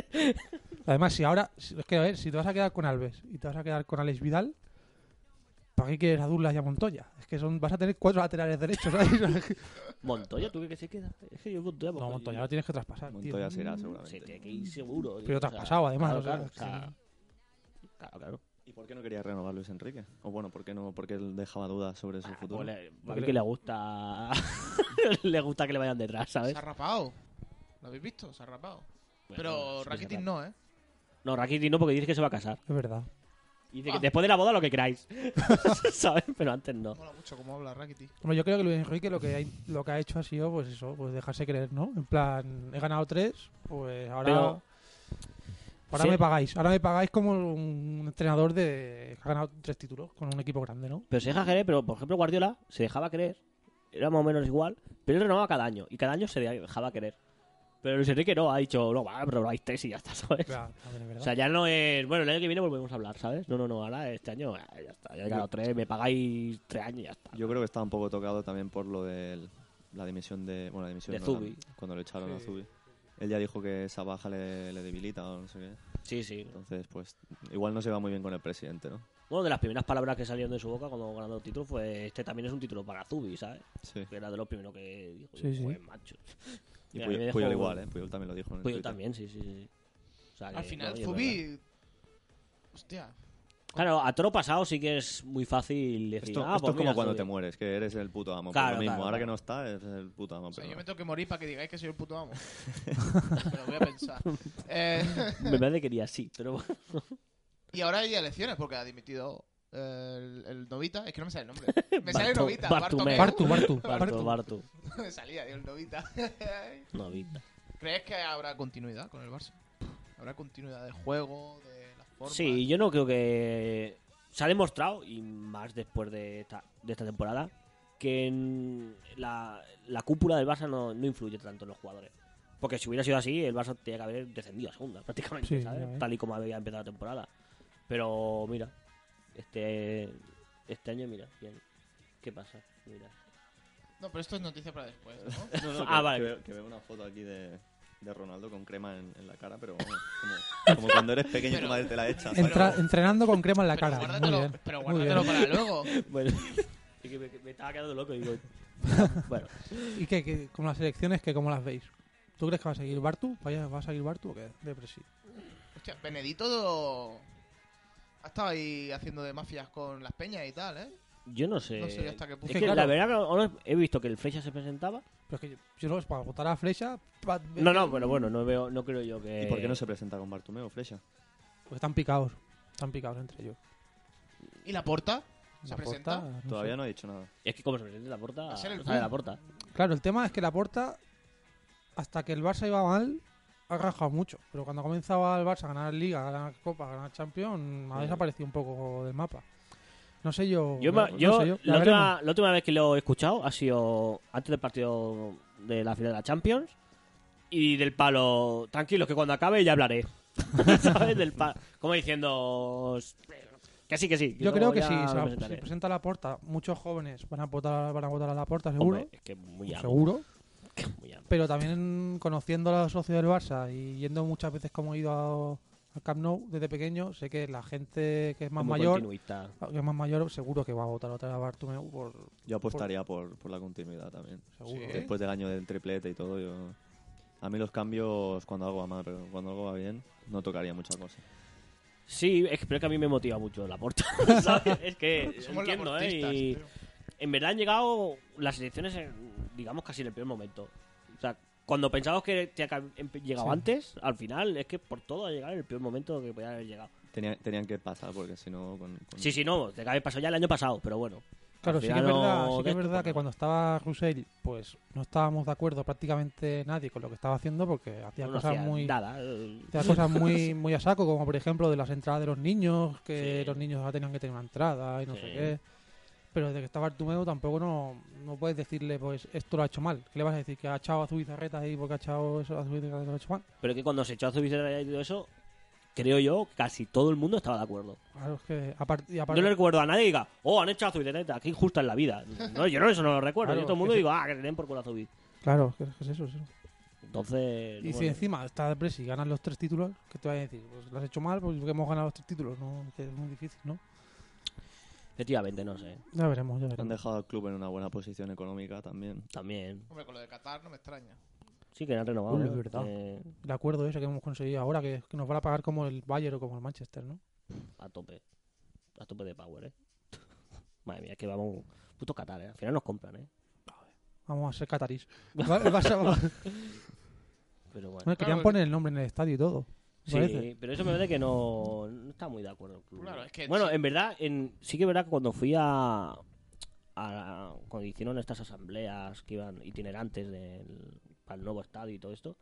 [SPEAKER 4] Además, si ahora, si- es que a ver, si te vas a quedar con Alves y te vas a quedar con Alex Vidal, ¿para qué quieres a Douglas y a Montoya? Es que son, vas a tener cuatro laterales derechos, ¿sabes?
[SPEAKER 3] Montoya, ¿tú crees que se queda? Es que yo Montoya...
[SPEAKER 4] no,
[SPEAKER 3] pues,
[SPEAKER 4] Montoya lo tienes que traspasar. tío.
[SPEAKER 2] Montoya se irá
[SPEAKER 3] Mm,
[SPEAKER 2] seguramente.
[SPEAKER 3] Se tiene que ir seguro. tío,
[SPEAKER 4] Pero
[SPEAKER 3] o sea,
[SPEAKER 4] traspasado,
[SPEAKER 3] Claro,
[SPEAKER 4] además, o sea,
[SPEAKER 3] claro,
[SPEAKER 4] es que-
[SPEAKER 3] claro. Claro, claro.
[SPEAKER 2] ¿Y por qué no quería renovar Luis Enrique? O bueno, ¿por qué no? Porque él dejaba dudas sobre su futuro.
[SPEAKER 3] Pues le- a ver
[SPEAKER 4] creo-
[SPEAKER 3] que le gusta... le gusta que le vayan detrás, ¿sabes?
[SPEAKER 1] Se ha rapado. ¿Lo habéis visto? Se ha rapado. Pero
[SPEAKER 3] Bueno, sí que se
[SPEAKER 1] Rakitic
[SPEAKER 3] rapa.
[SPEAKER 1] no, ¿eh?
[SPEAKER 3] No, Rakitic no, porque dice que se va a casar.
[SPEAKER 4] Es verdad.
[SPEAKER 3] Y dice que
[SPEAKER 1] Ah.
[SPEAKER 3] después de la boda lo que queráis. ¿Sabes? Pero antes no.
[SPEAKER 1] Mola mucho cómo habla Rakitic.
[SPEAKER 4] Hombre, yo creo que Luis Enrique lo que, ha- lo que ha hecho ha sido, pues eso, pues dejarse creer, ¿no? En plan, he ganado tres, pues ahora...
[SPEAKER 3] Pero-
[SPEAKER 4] Ahora
[SPEAKER 3] Sí.
[SPEAKER 4] me pagáis, ahora me pagáis como un entrenador de que ha ganado tres títulos con un equipo grande, ¿no?
[SPEAKER 3] Pero se deja creer, pero por ejemplo Guardiola se dejaba creer, era más o menos igual, pero él renovaba cada año y cada año se dejaba creer. Pero Luis Enrique no, ha dicho, no, va, renováis tres y ya está, ¿sabes?
[SPEAKER 4] Claro, también es
[SPEAKER 3] O
[SPEAKER 4] verdad.
[SPEAKER 3] sea, ya no es. Bueno, el año que viene volvemos a hablar, ¿sabes? No, no, no, ahora este año ah, ya está, ya he ganado tres, me pagáis tres años y ya está.
[SPEAKER 2] Yo creo que estaba un poco tocado también por lo de la dimisión de. Bueno, la dimisión
[SPEAKER 3] De
[SPEAKER 2] no,
[SPEAKER 3] Zubi.
[SPEAKER 2] la- cuando lo echaron a
[SPEAKER 4] Sí.
[SPEAKER 2] Zubi. Él ya dijo que esa baja le, le debilita o no sé qué.
[SPEAKER 3] Sí, sí.
[SPEAKER 2] Entonces, pues, igual no se va muy bien con el presidente, ¿no?
[SPEAKER 3] Bueno, de las primeras palabras que salieron de su boca cuando ganando el título fue: Este también es un título para Zubi, ¿sabes?
[SPEAKER 2] Sí.
[SPEAKER 3] Que era de los primeros que dijo:
[SPEAKER 4] Sí, sí.
[SPEAKER 3] "Joder, macho.
[SPEAKER 2] Y
[SPEAKER 3] Mira,
[SPEAKER 2] Puyol,
[SPEAKER 3] me dejó-
[SPEAKER 2] Puyol igual, ¿eh? Puyol también lo dijo. En el
[SPEAKER 3] Pues yo
[SPEAKER 2] Twitter.
[SPEAKER 3] también, sí, sí, sí. O sea,
[SPEAKER 1] Al
[SPEAKER 3] que,
[SPEAKER 1] final,
[SPEAKER 3] no, y es verdad.
[SPEAKER 1] Zubi... Hostia.
[SPEAKER 3] Claro, a toro pasado sí que es muy fácil decir.
[SPEAKER 2] Esto,
[SPEAKER 3] ah,
[SPEAKER 2] esto
[SPEAKER 3] pues
[SPEAKER 2] es como
[SPEAKER 3] mira,
[SPEAKER 2] cuando
[SPEAKER 3] Zubi.
[SPEAKER 2] te mueres, que eres el puto amo. por
[SPEAKER 3] Claro,
[SPEAKER 2] lo mismo,
[SPEAKER 3] claro,
[SPEAKER 2] ahora
[SPEAKER 3] claro.
[SPEAKER 2] que no está, eres el puto amo.
[SPEAKER 1] O sea,
[SPEAKER 2] pero
[SPEAKER 1] yo me
[SPEAKER 2] no.
[SPEAKER 1] tengo que morir para que digáis que soy el puto amo. Me lo voy a pensar. Eh,
[SPEAKER 3] Me parece que iría así, pero
[SPEAKER 1] y ahora hay elecciones porque ha dimitido eh, el, el Novita. Es que no me sale el nombre. Me sale
[SPEAKER 3] Bartu-
[SPEAKER 1] Novita.
[SPEAKER 3] Bartomeu.
[SPEAKER 4] Bartu, Bartu,
[SPEAKER 3] Bartu,
[SPEAKER 4] Bartu.
[SPEAKER 3] Bartu.
[SPEAKER 1] Me salía, tío, el Novita.
[SPEAKER 3] No, Vita.
[SPEAKER 1] ¿Crees que habrá continuidad con el Barça? ¿Habrá continuidad de juego, de las formas?
[SPEAKER 3] Sí, yo no creo que. Se ha demostrado, y más después de esta, de esta temporada, que en la, la cúpula del Barça no, no influye tanto en los jugadores. Porque si hubiera sido así, el Barça tenía que haber descendido a segunda, prácticamente,
[SPEAKER 4] Sí,
[SPEAKER 3] ¿sabes?
[SPEAKER 4] ya ves.
[SPEAKER 3] Tal y como había empezado la temporada. Pero mira, este, este año, mira, bien. ¿Qué pasa? Mira.
[SPEAKER 1] No, pero esto es noticia para después, ¿no?
[SPEAKER 2] No, no,
[SPEAKER 3] Ah,
[SPEAKER 2] que-
[SPEAKER 3] vale.
[SPEAKER 2] Que veo, que veo una foto aquí de, de Ronaldo con crema en, en la cara, pero bueno, como, como cuando eres pequeño y tu
[SPEAKER 1] Pero-
[SPEAKER 2] madre te la echa. ¿sabes?
[SPEAKER 4] Entra-
[SPEAKER 1] Pero-
[SPEAKER 4] entrenando con crema en la
[SPEAKER 1] pero
[SPEAKER 4] cara. Muy
[SPEAKER 1] guárdatelo,
[SPEAKER 4] bien.
[SPEAKER 1] pero
[SPEAKER 4] muy
[SPEAKER 1] guárdatelo
[SPEAKER 4] bien.
[SPEAKER 1] para luego.
[SPEAKER 3] Bueno, es que me, me estaba quedando loco, digo. Bueno,
[SPEAKER 4] ¿Y qué, qué- con las elecciones, que cómo las veis? ¿Tú crees que va a seguir Bartu? ¿Vaya- ¿Va a seguir Bartu o qué? De presi.
[SPEAKER 1] Hostia, Benedito ha estado ahí haciendo de mafias con las peñas y tal, ¿eh?
[SPEAKER 3] yo no sé.
[SPEAKER 1] No sé yo hasta qué punto.
[SPEAKER 3] Es que
[SPEAKER 4] Claro.
[SPEAKER 3] la verdad que ahora he visto que el Flecha se presentaba.
[SPEAKER 4] Pero es que yo, yo no, es para votar a Flecha. pa-
[SPEAKER 3] No, no, pero bueno, no veo, no creo yo que.
[SPEAKER 2] ¿Y por qué no se presenta con Bartomeu, Flecha?
[SPEAKER 4] Porque Pues están picados. Están picados entre ellos.
[SPEAKER 1] ¿Y la porta? ¿Se
[SPEAKER 4] La
[SPEAKER 1] presenta?
[SPEAKER 4] Porta, no
[SPEAKER 2] Todavía
[SPEAKER 4] sé.
[SPEAKER 2] no ha dicho nada.
[SPEAKER 3] Es que como se presenta la puerta,
[SPEAKER 1] Va a ser el
[SPEAKER 3] no sale
[SPEAKER 1] boom.
[SPEAKER 3] la puerta.
[SPEAKER 4] Claro, el tema es que la Porta, hasta que el Barça iba mal, ha rajado mucho. Pero cuando comenzaba el Barça a ganar Liga, a ganar Copa, a ganar Champions, ha
[SPEAKER 2] Sí.
[SPEAKER 4] desaparecido un poco del mapa. No sé yo.
[SPEAKER 3] Yo,
[SPEAKER 4] no
[SPEAKER 3] me- yo,
[SPEAKER 4] sé yo, ya
[SPEAKER 3] la,
[SPEAKER 4] veremos.
[SPEAKER 3] última, la última vez que lo he escuchado ha sido antes del partido de la final de la Champions y del palo. Tranquilo, que cuando acabe ya hablaré. ¿Sabes? Del pa- Como diciendo. Que sí, que sí.
[SPEAKER 4] Yo
[SPEAKER 3] luego
[SPEAKER 4] creo que
[SPEAKER 3] ya
[SPEAKER 4] si
[SPEAKER 3] me
[SPEAKER 4] se va- ¿eh?
[SPEAKER 3] presentaré".
[SPEAKER 4] si presenta la porta, muchos jóvenes van a votar, van a votar a la porta seguro. Pues
[SPEAKER 3] Hombre, es que es muy amplio.
[SPEAKER 4] seguro.
[SPEAKER 3] Muy amplio.
[SPEAKER 4] Pero también conociendo a los socios del Barça y yendo muchas veces como he ido a- al Camp Nou desde pequeño, sé que la gente que es más
[SPEAKER 3] Muy
[SPEAKER 4] mayor,
[SPEAKER 3] continuista.
[SPEAKER 4] que es más mayor, seguro que va a votar otra vez a Bartomeu por
[SPEAKER 2] Yo apostaría por, por la continuidad también.
[SPEAKER 4] seguro.
[SPEAKER 1] Sí.
[SPEAKER 4] ¿eh?
[SPEAKER 2] Después del año del triplete y todo, yo... A mí los cambios cuando algo va mal, pero cuando algo va bien, no tocaría mucha cosa.
[SPEAKER 3] Sí, es que, pero es que a mí me motiva mucho la porta. ¿sabes? Es que
[SPEAKER 1] Somos
[SPEAKER 3] entiendo, ¿eh?
[SPEAKER 1] laportistas,
[SPEAKER 3] Y
[SPEAKER 1] tío.
[SPEAKER 3] en verdad han llegado las elecciones, en, digamos, casi en el peor momento. O sea, cuando pensabas que te ha llegado
[SPEAKER 4] Sí.
[SPEAKER 3] antes, al final es que por todo ha llegado en el peor momento que podía haber llegado.
[SPEAKER 2] Tenía- tenían que pasar, porque si no... Con,
[SPEAKER 4] Mm.
[SPEAKER 2] con-
[SPEAKER 3] Sí, sí, no, te cabe pasado ya el año pasado, pero bueno.
[SPEAKER 4] Claro,
[SPEAKER 3] Al
[SPEAKER 4] sí que es
[SPEAKER 3] final
[SPEAKER 4] verdad,
[SPEAKER 3] no
[SPEAKER 4] sí que, es
[SPEAKER 3] de esto,
[SPEAKER 4] verdad
[SPEAKER 3] pues
[SPEAKER 4] que
[SPEAKER 3] no.
[SPEAKER 4] cuando estaba Russell, pues no estábamos de acuerdo prácticamente nadie con lo que estaba haciendo porque hacía
[SPEAKER 3] no
[SPEAKER 4] cosas
[SPEAKER 3] hacía
[SPEAKER 4] muy
[SPEAKER 3] Nada. eh,
[SPEAKER 4] hacía cosas muy muy a saco, como por ejemplo de las entradas de los niños, que
[SPEAKER 3] Sí.
[SPEAKER 4] los niños ahora tenían que tener una entrada y no
[SPEAKER 3] Sí.
[SPEAKER 4] sé qué. Pero desde que está Bartomeu tampoco no, no puedes decirle, pues esto lo ha hecho mal. ¿Qué le vas a decir? Que ha echado a Zubizarreta ahí porque ha echado eso, a Zubizarreta lo ha hecho mal.
[SPEAKER 3] Pero que cuando se echó a Zubizarreta y todo eso, creo yo, casi todo el mundo estaba de acuerdo.
[SPEAKER 4] Claro, es que apart- y aparte...
[SPEAKER 3] Yo no recuerdo a nadie que diga, oh, han echado a Zubizarreta, qué injusta es la vida. No, yo no, eso no lo recuerdo.
[SPEAKER 4] Claro,
[SPEAKER 3] yo todo el
[SPEAKER 4] es
[SPEAKER 3] mundo
[SPEAKER 4] que
[SPEAKER 3] digo, ah, que le den por culo a Zubi.
[SPEAKER 4] Claro, es que es que es eso. es eso.
[SPEAKER 3] Entonces.
[SPEAKER 4] Y si
[SPEAKER 3] bueno.
[SPEAKER 4] encima está Presi y ganas los tres títulos, ¿qué te vas a decir? Pues lo has hecho mal porque hemos ganado los tres títulos. No, que es muy difícil, ¿no?
[SPEAKER 3] Efectivamente, no sé.
[SPEAKER 4] Ya veremos, ya
[SPEAKER 2] Han
[SPEAKER 4] veremos.
[SPEAKER 2] dejado al club en una buena posición económica también.
[SPEAKER 3] También.
[SPEAKER 1] Hombre, con lo de Qatar no me extraña.
[SPEAKER 3] Sí, que han renovado.
[SPEAKER 4] Uy,
[SPEAKER 3] ¿eh?
[SPEAKER 4] es verdad.
[SPEAKER 3] Eh,
[SPEAKER 4] El acuerdo ese que hemos conseguido ahora, que, que nos van a pagar como el Bayern o como el Manchester, ¿no?
[SPEAKER 3] a tope. A tope de power, eh. Madre mía, que vamos. Puto Qatar, eh. Al final nos compran, eh.
[SPEAKER 4] Vamos a ser catarís. Va- vas a-
[SPEAKER 3] Pero bueno.
[SPEAKER 4] Bueno, querían poner el nombre en el estadio y todo.
[SPEAKER 3] Sí,
[SPEAKER 4] parece.
[SPEAKER 3] pero eso me parece que no, no está muy de acuerdo el club.
[SPEAKER 1] Claro, es que
[SPEAKER 3] bueno,
[SPEAKER 1] sí.
[SPEAKER 3] en verdad, en, sí que es verdad que cuando fui a, a- Cuando hicieron estas asambleas que iban itinerantes del, para el nuevo estadio y todo esto,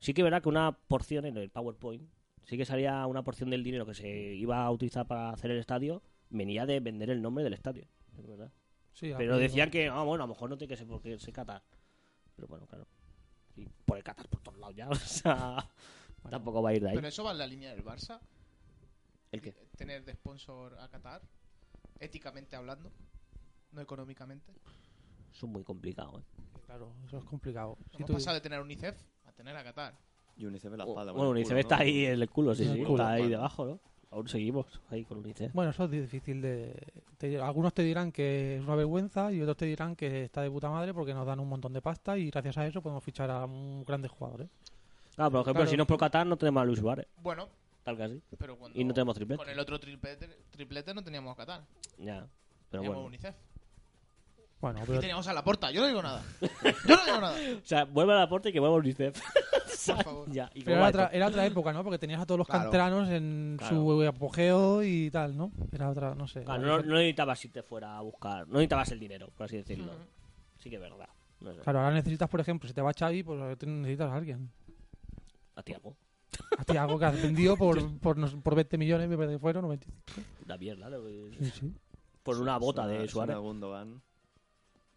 [SPEAKER 3] sí que es verdad que una porción en el PowerPoint, sí que salía una porción del dinero que se iba a utilizar para hacer el estadio, venía de vender el nombre del estadio. es verdad.
[SPEAKER 4] Sí, el
[SPEAKER 3] Pero
[SPEAKER 4] acuerdo.
[SPEAKER 3] decían que, ah, bueno, a lo mejor no tiene que ser porque se Qatar. Pero bueno, claro. Y por el Qatar por todos lados ya, o sea. Tampoco va a ir de ahí.
[SPEAKER 1] Pero eso va en la línea del Barça. eh,
[SPEAKER 3] ¿El qué?
[SPEAKER 1] Tener de sponsor a Qatar, éticamente hablando, no económicamente.
[SPEAKER 3] Eso es muy complicado, ¿eh?
[SPEAKER 4] Claro, eso es complicado. Si
[SPEAKER 1] Hemos
[SPEAKER 4] tú-
[SPEAKER 1] pasado de tener UNICEF a tener a Qatar.
[SPEAKER 2] Y UNICEF en la
[SPEAKER 3] O-
[SPEAKER 2] espalda.
[SPEAKER 3] Oh, bueno,
[SPEAKER 2] en el
[SPEAKER 3] UNICEF
[SPEAKER 2] culo,
[SPEAKER 3] está
[SPEAKER 2] ¿no?
[SPEAKER 3] ahí en el culo, sí,
[SPEAKER 4] En el
[SPEAKER 3] sí.
[SPEAKER 4] culo.
[SPEAKER 3] Está ahí
[SPEAKER 2] Vale.
[SPEAKER 3] debajo, ¿no? Aún seguimos ahí con UNICEF.
[SPEAKER 4] Bueno, eso es difícil de... te- Algunos te dirán que es una vergüenza y otros te dirán que está de puta madre porque nos dan un montón de pasta y gracias a eso podemos fichar a un ¿eh? grandes jugadores.
[SPEAKER 3] Claro, por ejemplo,
[SPEAKER 4] claro.
[SPEAKER 3] si no es por Qatar, no tenemos a Luis Suárez,
[SPEAKER 1] Bueno,
[SPEAKER 3] tal que así.
[SPEAKER 1] pero cuando.
[SPEAKER 3] Y no tenemos triplete.
[SPEAKER 1] Con el otro triplete, triplete no teníamos a Qatar.
[SPEAKER 3] Ya. Pero
[SPEAKER 1] Teníamos
[SPEAKER 3] bueno.
[SPEAKER 1] UNICEF.
[SPEAKER 4] Bueno,
[SPEAKER 1] Y
[SPEAKER 4] pero
[SPEAKER 1] teníamos a la porta. Yo no digo nada. Yo no digo nada.
[SPEAKER 3] O sea, vuelve a la puerta y que vuelva UNICEF.
[SPEAKER 1] Por favor.
[SPEAKER 3] ya. ¿Y
[SPEAKER 4] Pero
[SPEAKER 3] cómo va
[SPEAKER 4] era otra,
[SPEAKER 3] esto?
[SPEAKER 4] era otra época, ¿no? Porque tenías a todos los
[SPEAKER 1] Claro.
[SPEAKER 4] canteranos en
[SPEAKER 3] Claro.
[SPEAKER 4] su apogeo y tal, ¿no? Era otra, no sé.
[SPEAKER 3] Ah, no, no necesitabas irte fuera a buscar. No necesitabas el dinero, por así decirlo. Sí que es verdad. No sé.
[SPEAKER 4] Claro, ahora necesitas, por ejemplo, si te va Xavi, pues te necesitas a alguien.
[SPEAKER 3] A Tiago.
[SPEAKER 4] A ti algo que has vendido por, por, nos- por 20 millones, me parece que fueron, o 25.
[SPEAKER 3] Puta mierda. ¿no?
[SPEAKER 4] Sí, sí.
[SPEAKER 3] Por una bota
[SPEAKER 2] Suena-
[SPEAKER 3] de
[SPEAKER 2] suena
[SPEAKER 3] Suárez.
[SPEAKER 2] Gundogan.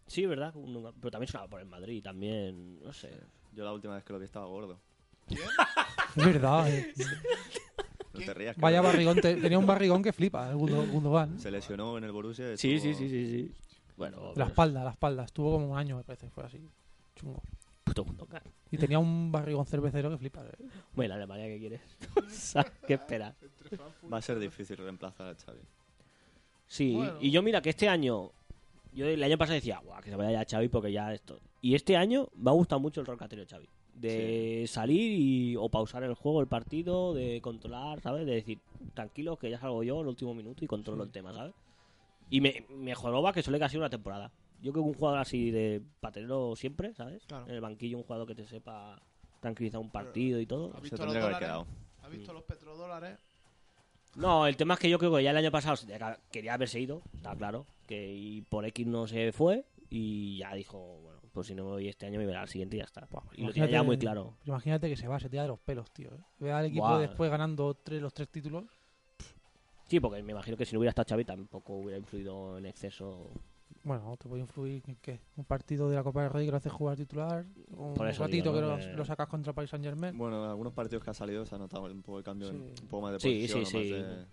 [SPEAKER 3] Sí, ¿verdad? Un- Pero también sonaba por el Madrid, también. No sé.
[SPEAKER 2] Yo la última vez que lo vi estaba gordo.
[SPEAKER 4] Es verdad. eh.
[SPEAKER 2] No te rías.
[SPEAKER 4] Vaya
[SPEAKER 2] cabrón.
[SPEAKER 4] barrigón, te- tenía un barrigón que flipa, el Gundo- Gundogan.
[SPEAKER 2] Se lesionó en el Borussia. y
[SPEAKER 3] Sí, sí,
[SPEAKER 2] estuvo-
[SPEAKER 3] sí, sí, sí. Bueno,
[SPEAKER 4] La espalda, la espalda. Estuvo como un año, me parece, fue así. Chungo.
[SPEAKER 3] puto Gundogan.
[SPEAKER 4] Y tenía un barrigón cervecero que flipa. eh.
[SPEAKER 3] Hombre, la Alemania que quieres. O sea, ¿Qué esperas?
[SPEAKER 2] Va a ser difícil reemplazar a Xavi.
[SPEAKER 3] Sí,
[SPEAKER 1] Bueno.
[SPEAKER 3] y yo mira que este año. Yo el año pasado decía, guau, que se vaya ya Xavi porque ya esto. Y este año me ha gustado mucho el rol que ha tenido Xavi. De salir y, o pausar el juego, el partido, de controlar, ¿sabes? De decir, tranquilo, que ya salgo yo el último minuto y controlo el tema, ¿sabes? Y me, me joroba que suele casi una temporada. Yo creo que un jugador así de paterero siempre, ¿sabes?
[SPEAKER 1] Claro.
[SPEAKER 3] En el banquillo, un jugador que te sepa tranquilizar un partido y todo.
[SPEAKER 1] ¿Has
[SPEAKER 2] Se
[SPEAKER 1] visto los
[SPEAKER 2] tendría que haber
[SPEAKER 1] dólares?
[SPEAKER 2] quedado.
[SPEAKER 1] ¿Has visto los petrodólares?
[SPEAKER 3] No, el tema es que yo creo que ya el año pasado se tenía que- quería haberse ido, está claro, que y por X no se fue y ya dijo, bueno, pues si no me voy este año me verá al siguiente y ya está.
[SPEAKER 4] Buah,
[SPEAKER 3] y lo tenía ya
[SPEAKER 4] imagínate-
[SPEAKER 3] muy claro.
[SPEAKER 4] Pero Pues imagínate que se va, se te da de los pelos, tío. eh. Ve al equipo
[SPEAKER 3] Buah.
[SPEAKER 4] después ganando tres, los tres títulos.
[SPEAKER 3] Sí, porque me imagino que si no hubiera estado Xavi tampoco hubiera influido en exceso.
[SPEAKER 4] Bueno, te puede influir en qué? un partido de la Copa del Rey que lo haces jugar titular, un
[SPEAKER 3] Por eso
[SPEAKER 4] ratito
[SPEAKER 3] digo,
[SPEAKER 4] que
[SPEAKER 3] ¿no?
[SPEAKER 4] lo-
[SPEAKER 3] Que-
[SPEAKER 4] lo, sacas contra el Paris Saint Germain.
[SPEAKER 2] Bueno, en algunos partidos que ha salido se ha notado un poco el cambio, en-
[SPEAKER 4] Sí.
[SPEAKER 2] un poco más de
[SPEAKER 3] Sí,
[SPEAKER 2] posición.
[SPEAKER 3] sí,
[SPEAKER 2] o más
[SPEAKER 3] sí.
[SPEAKER 2] de-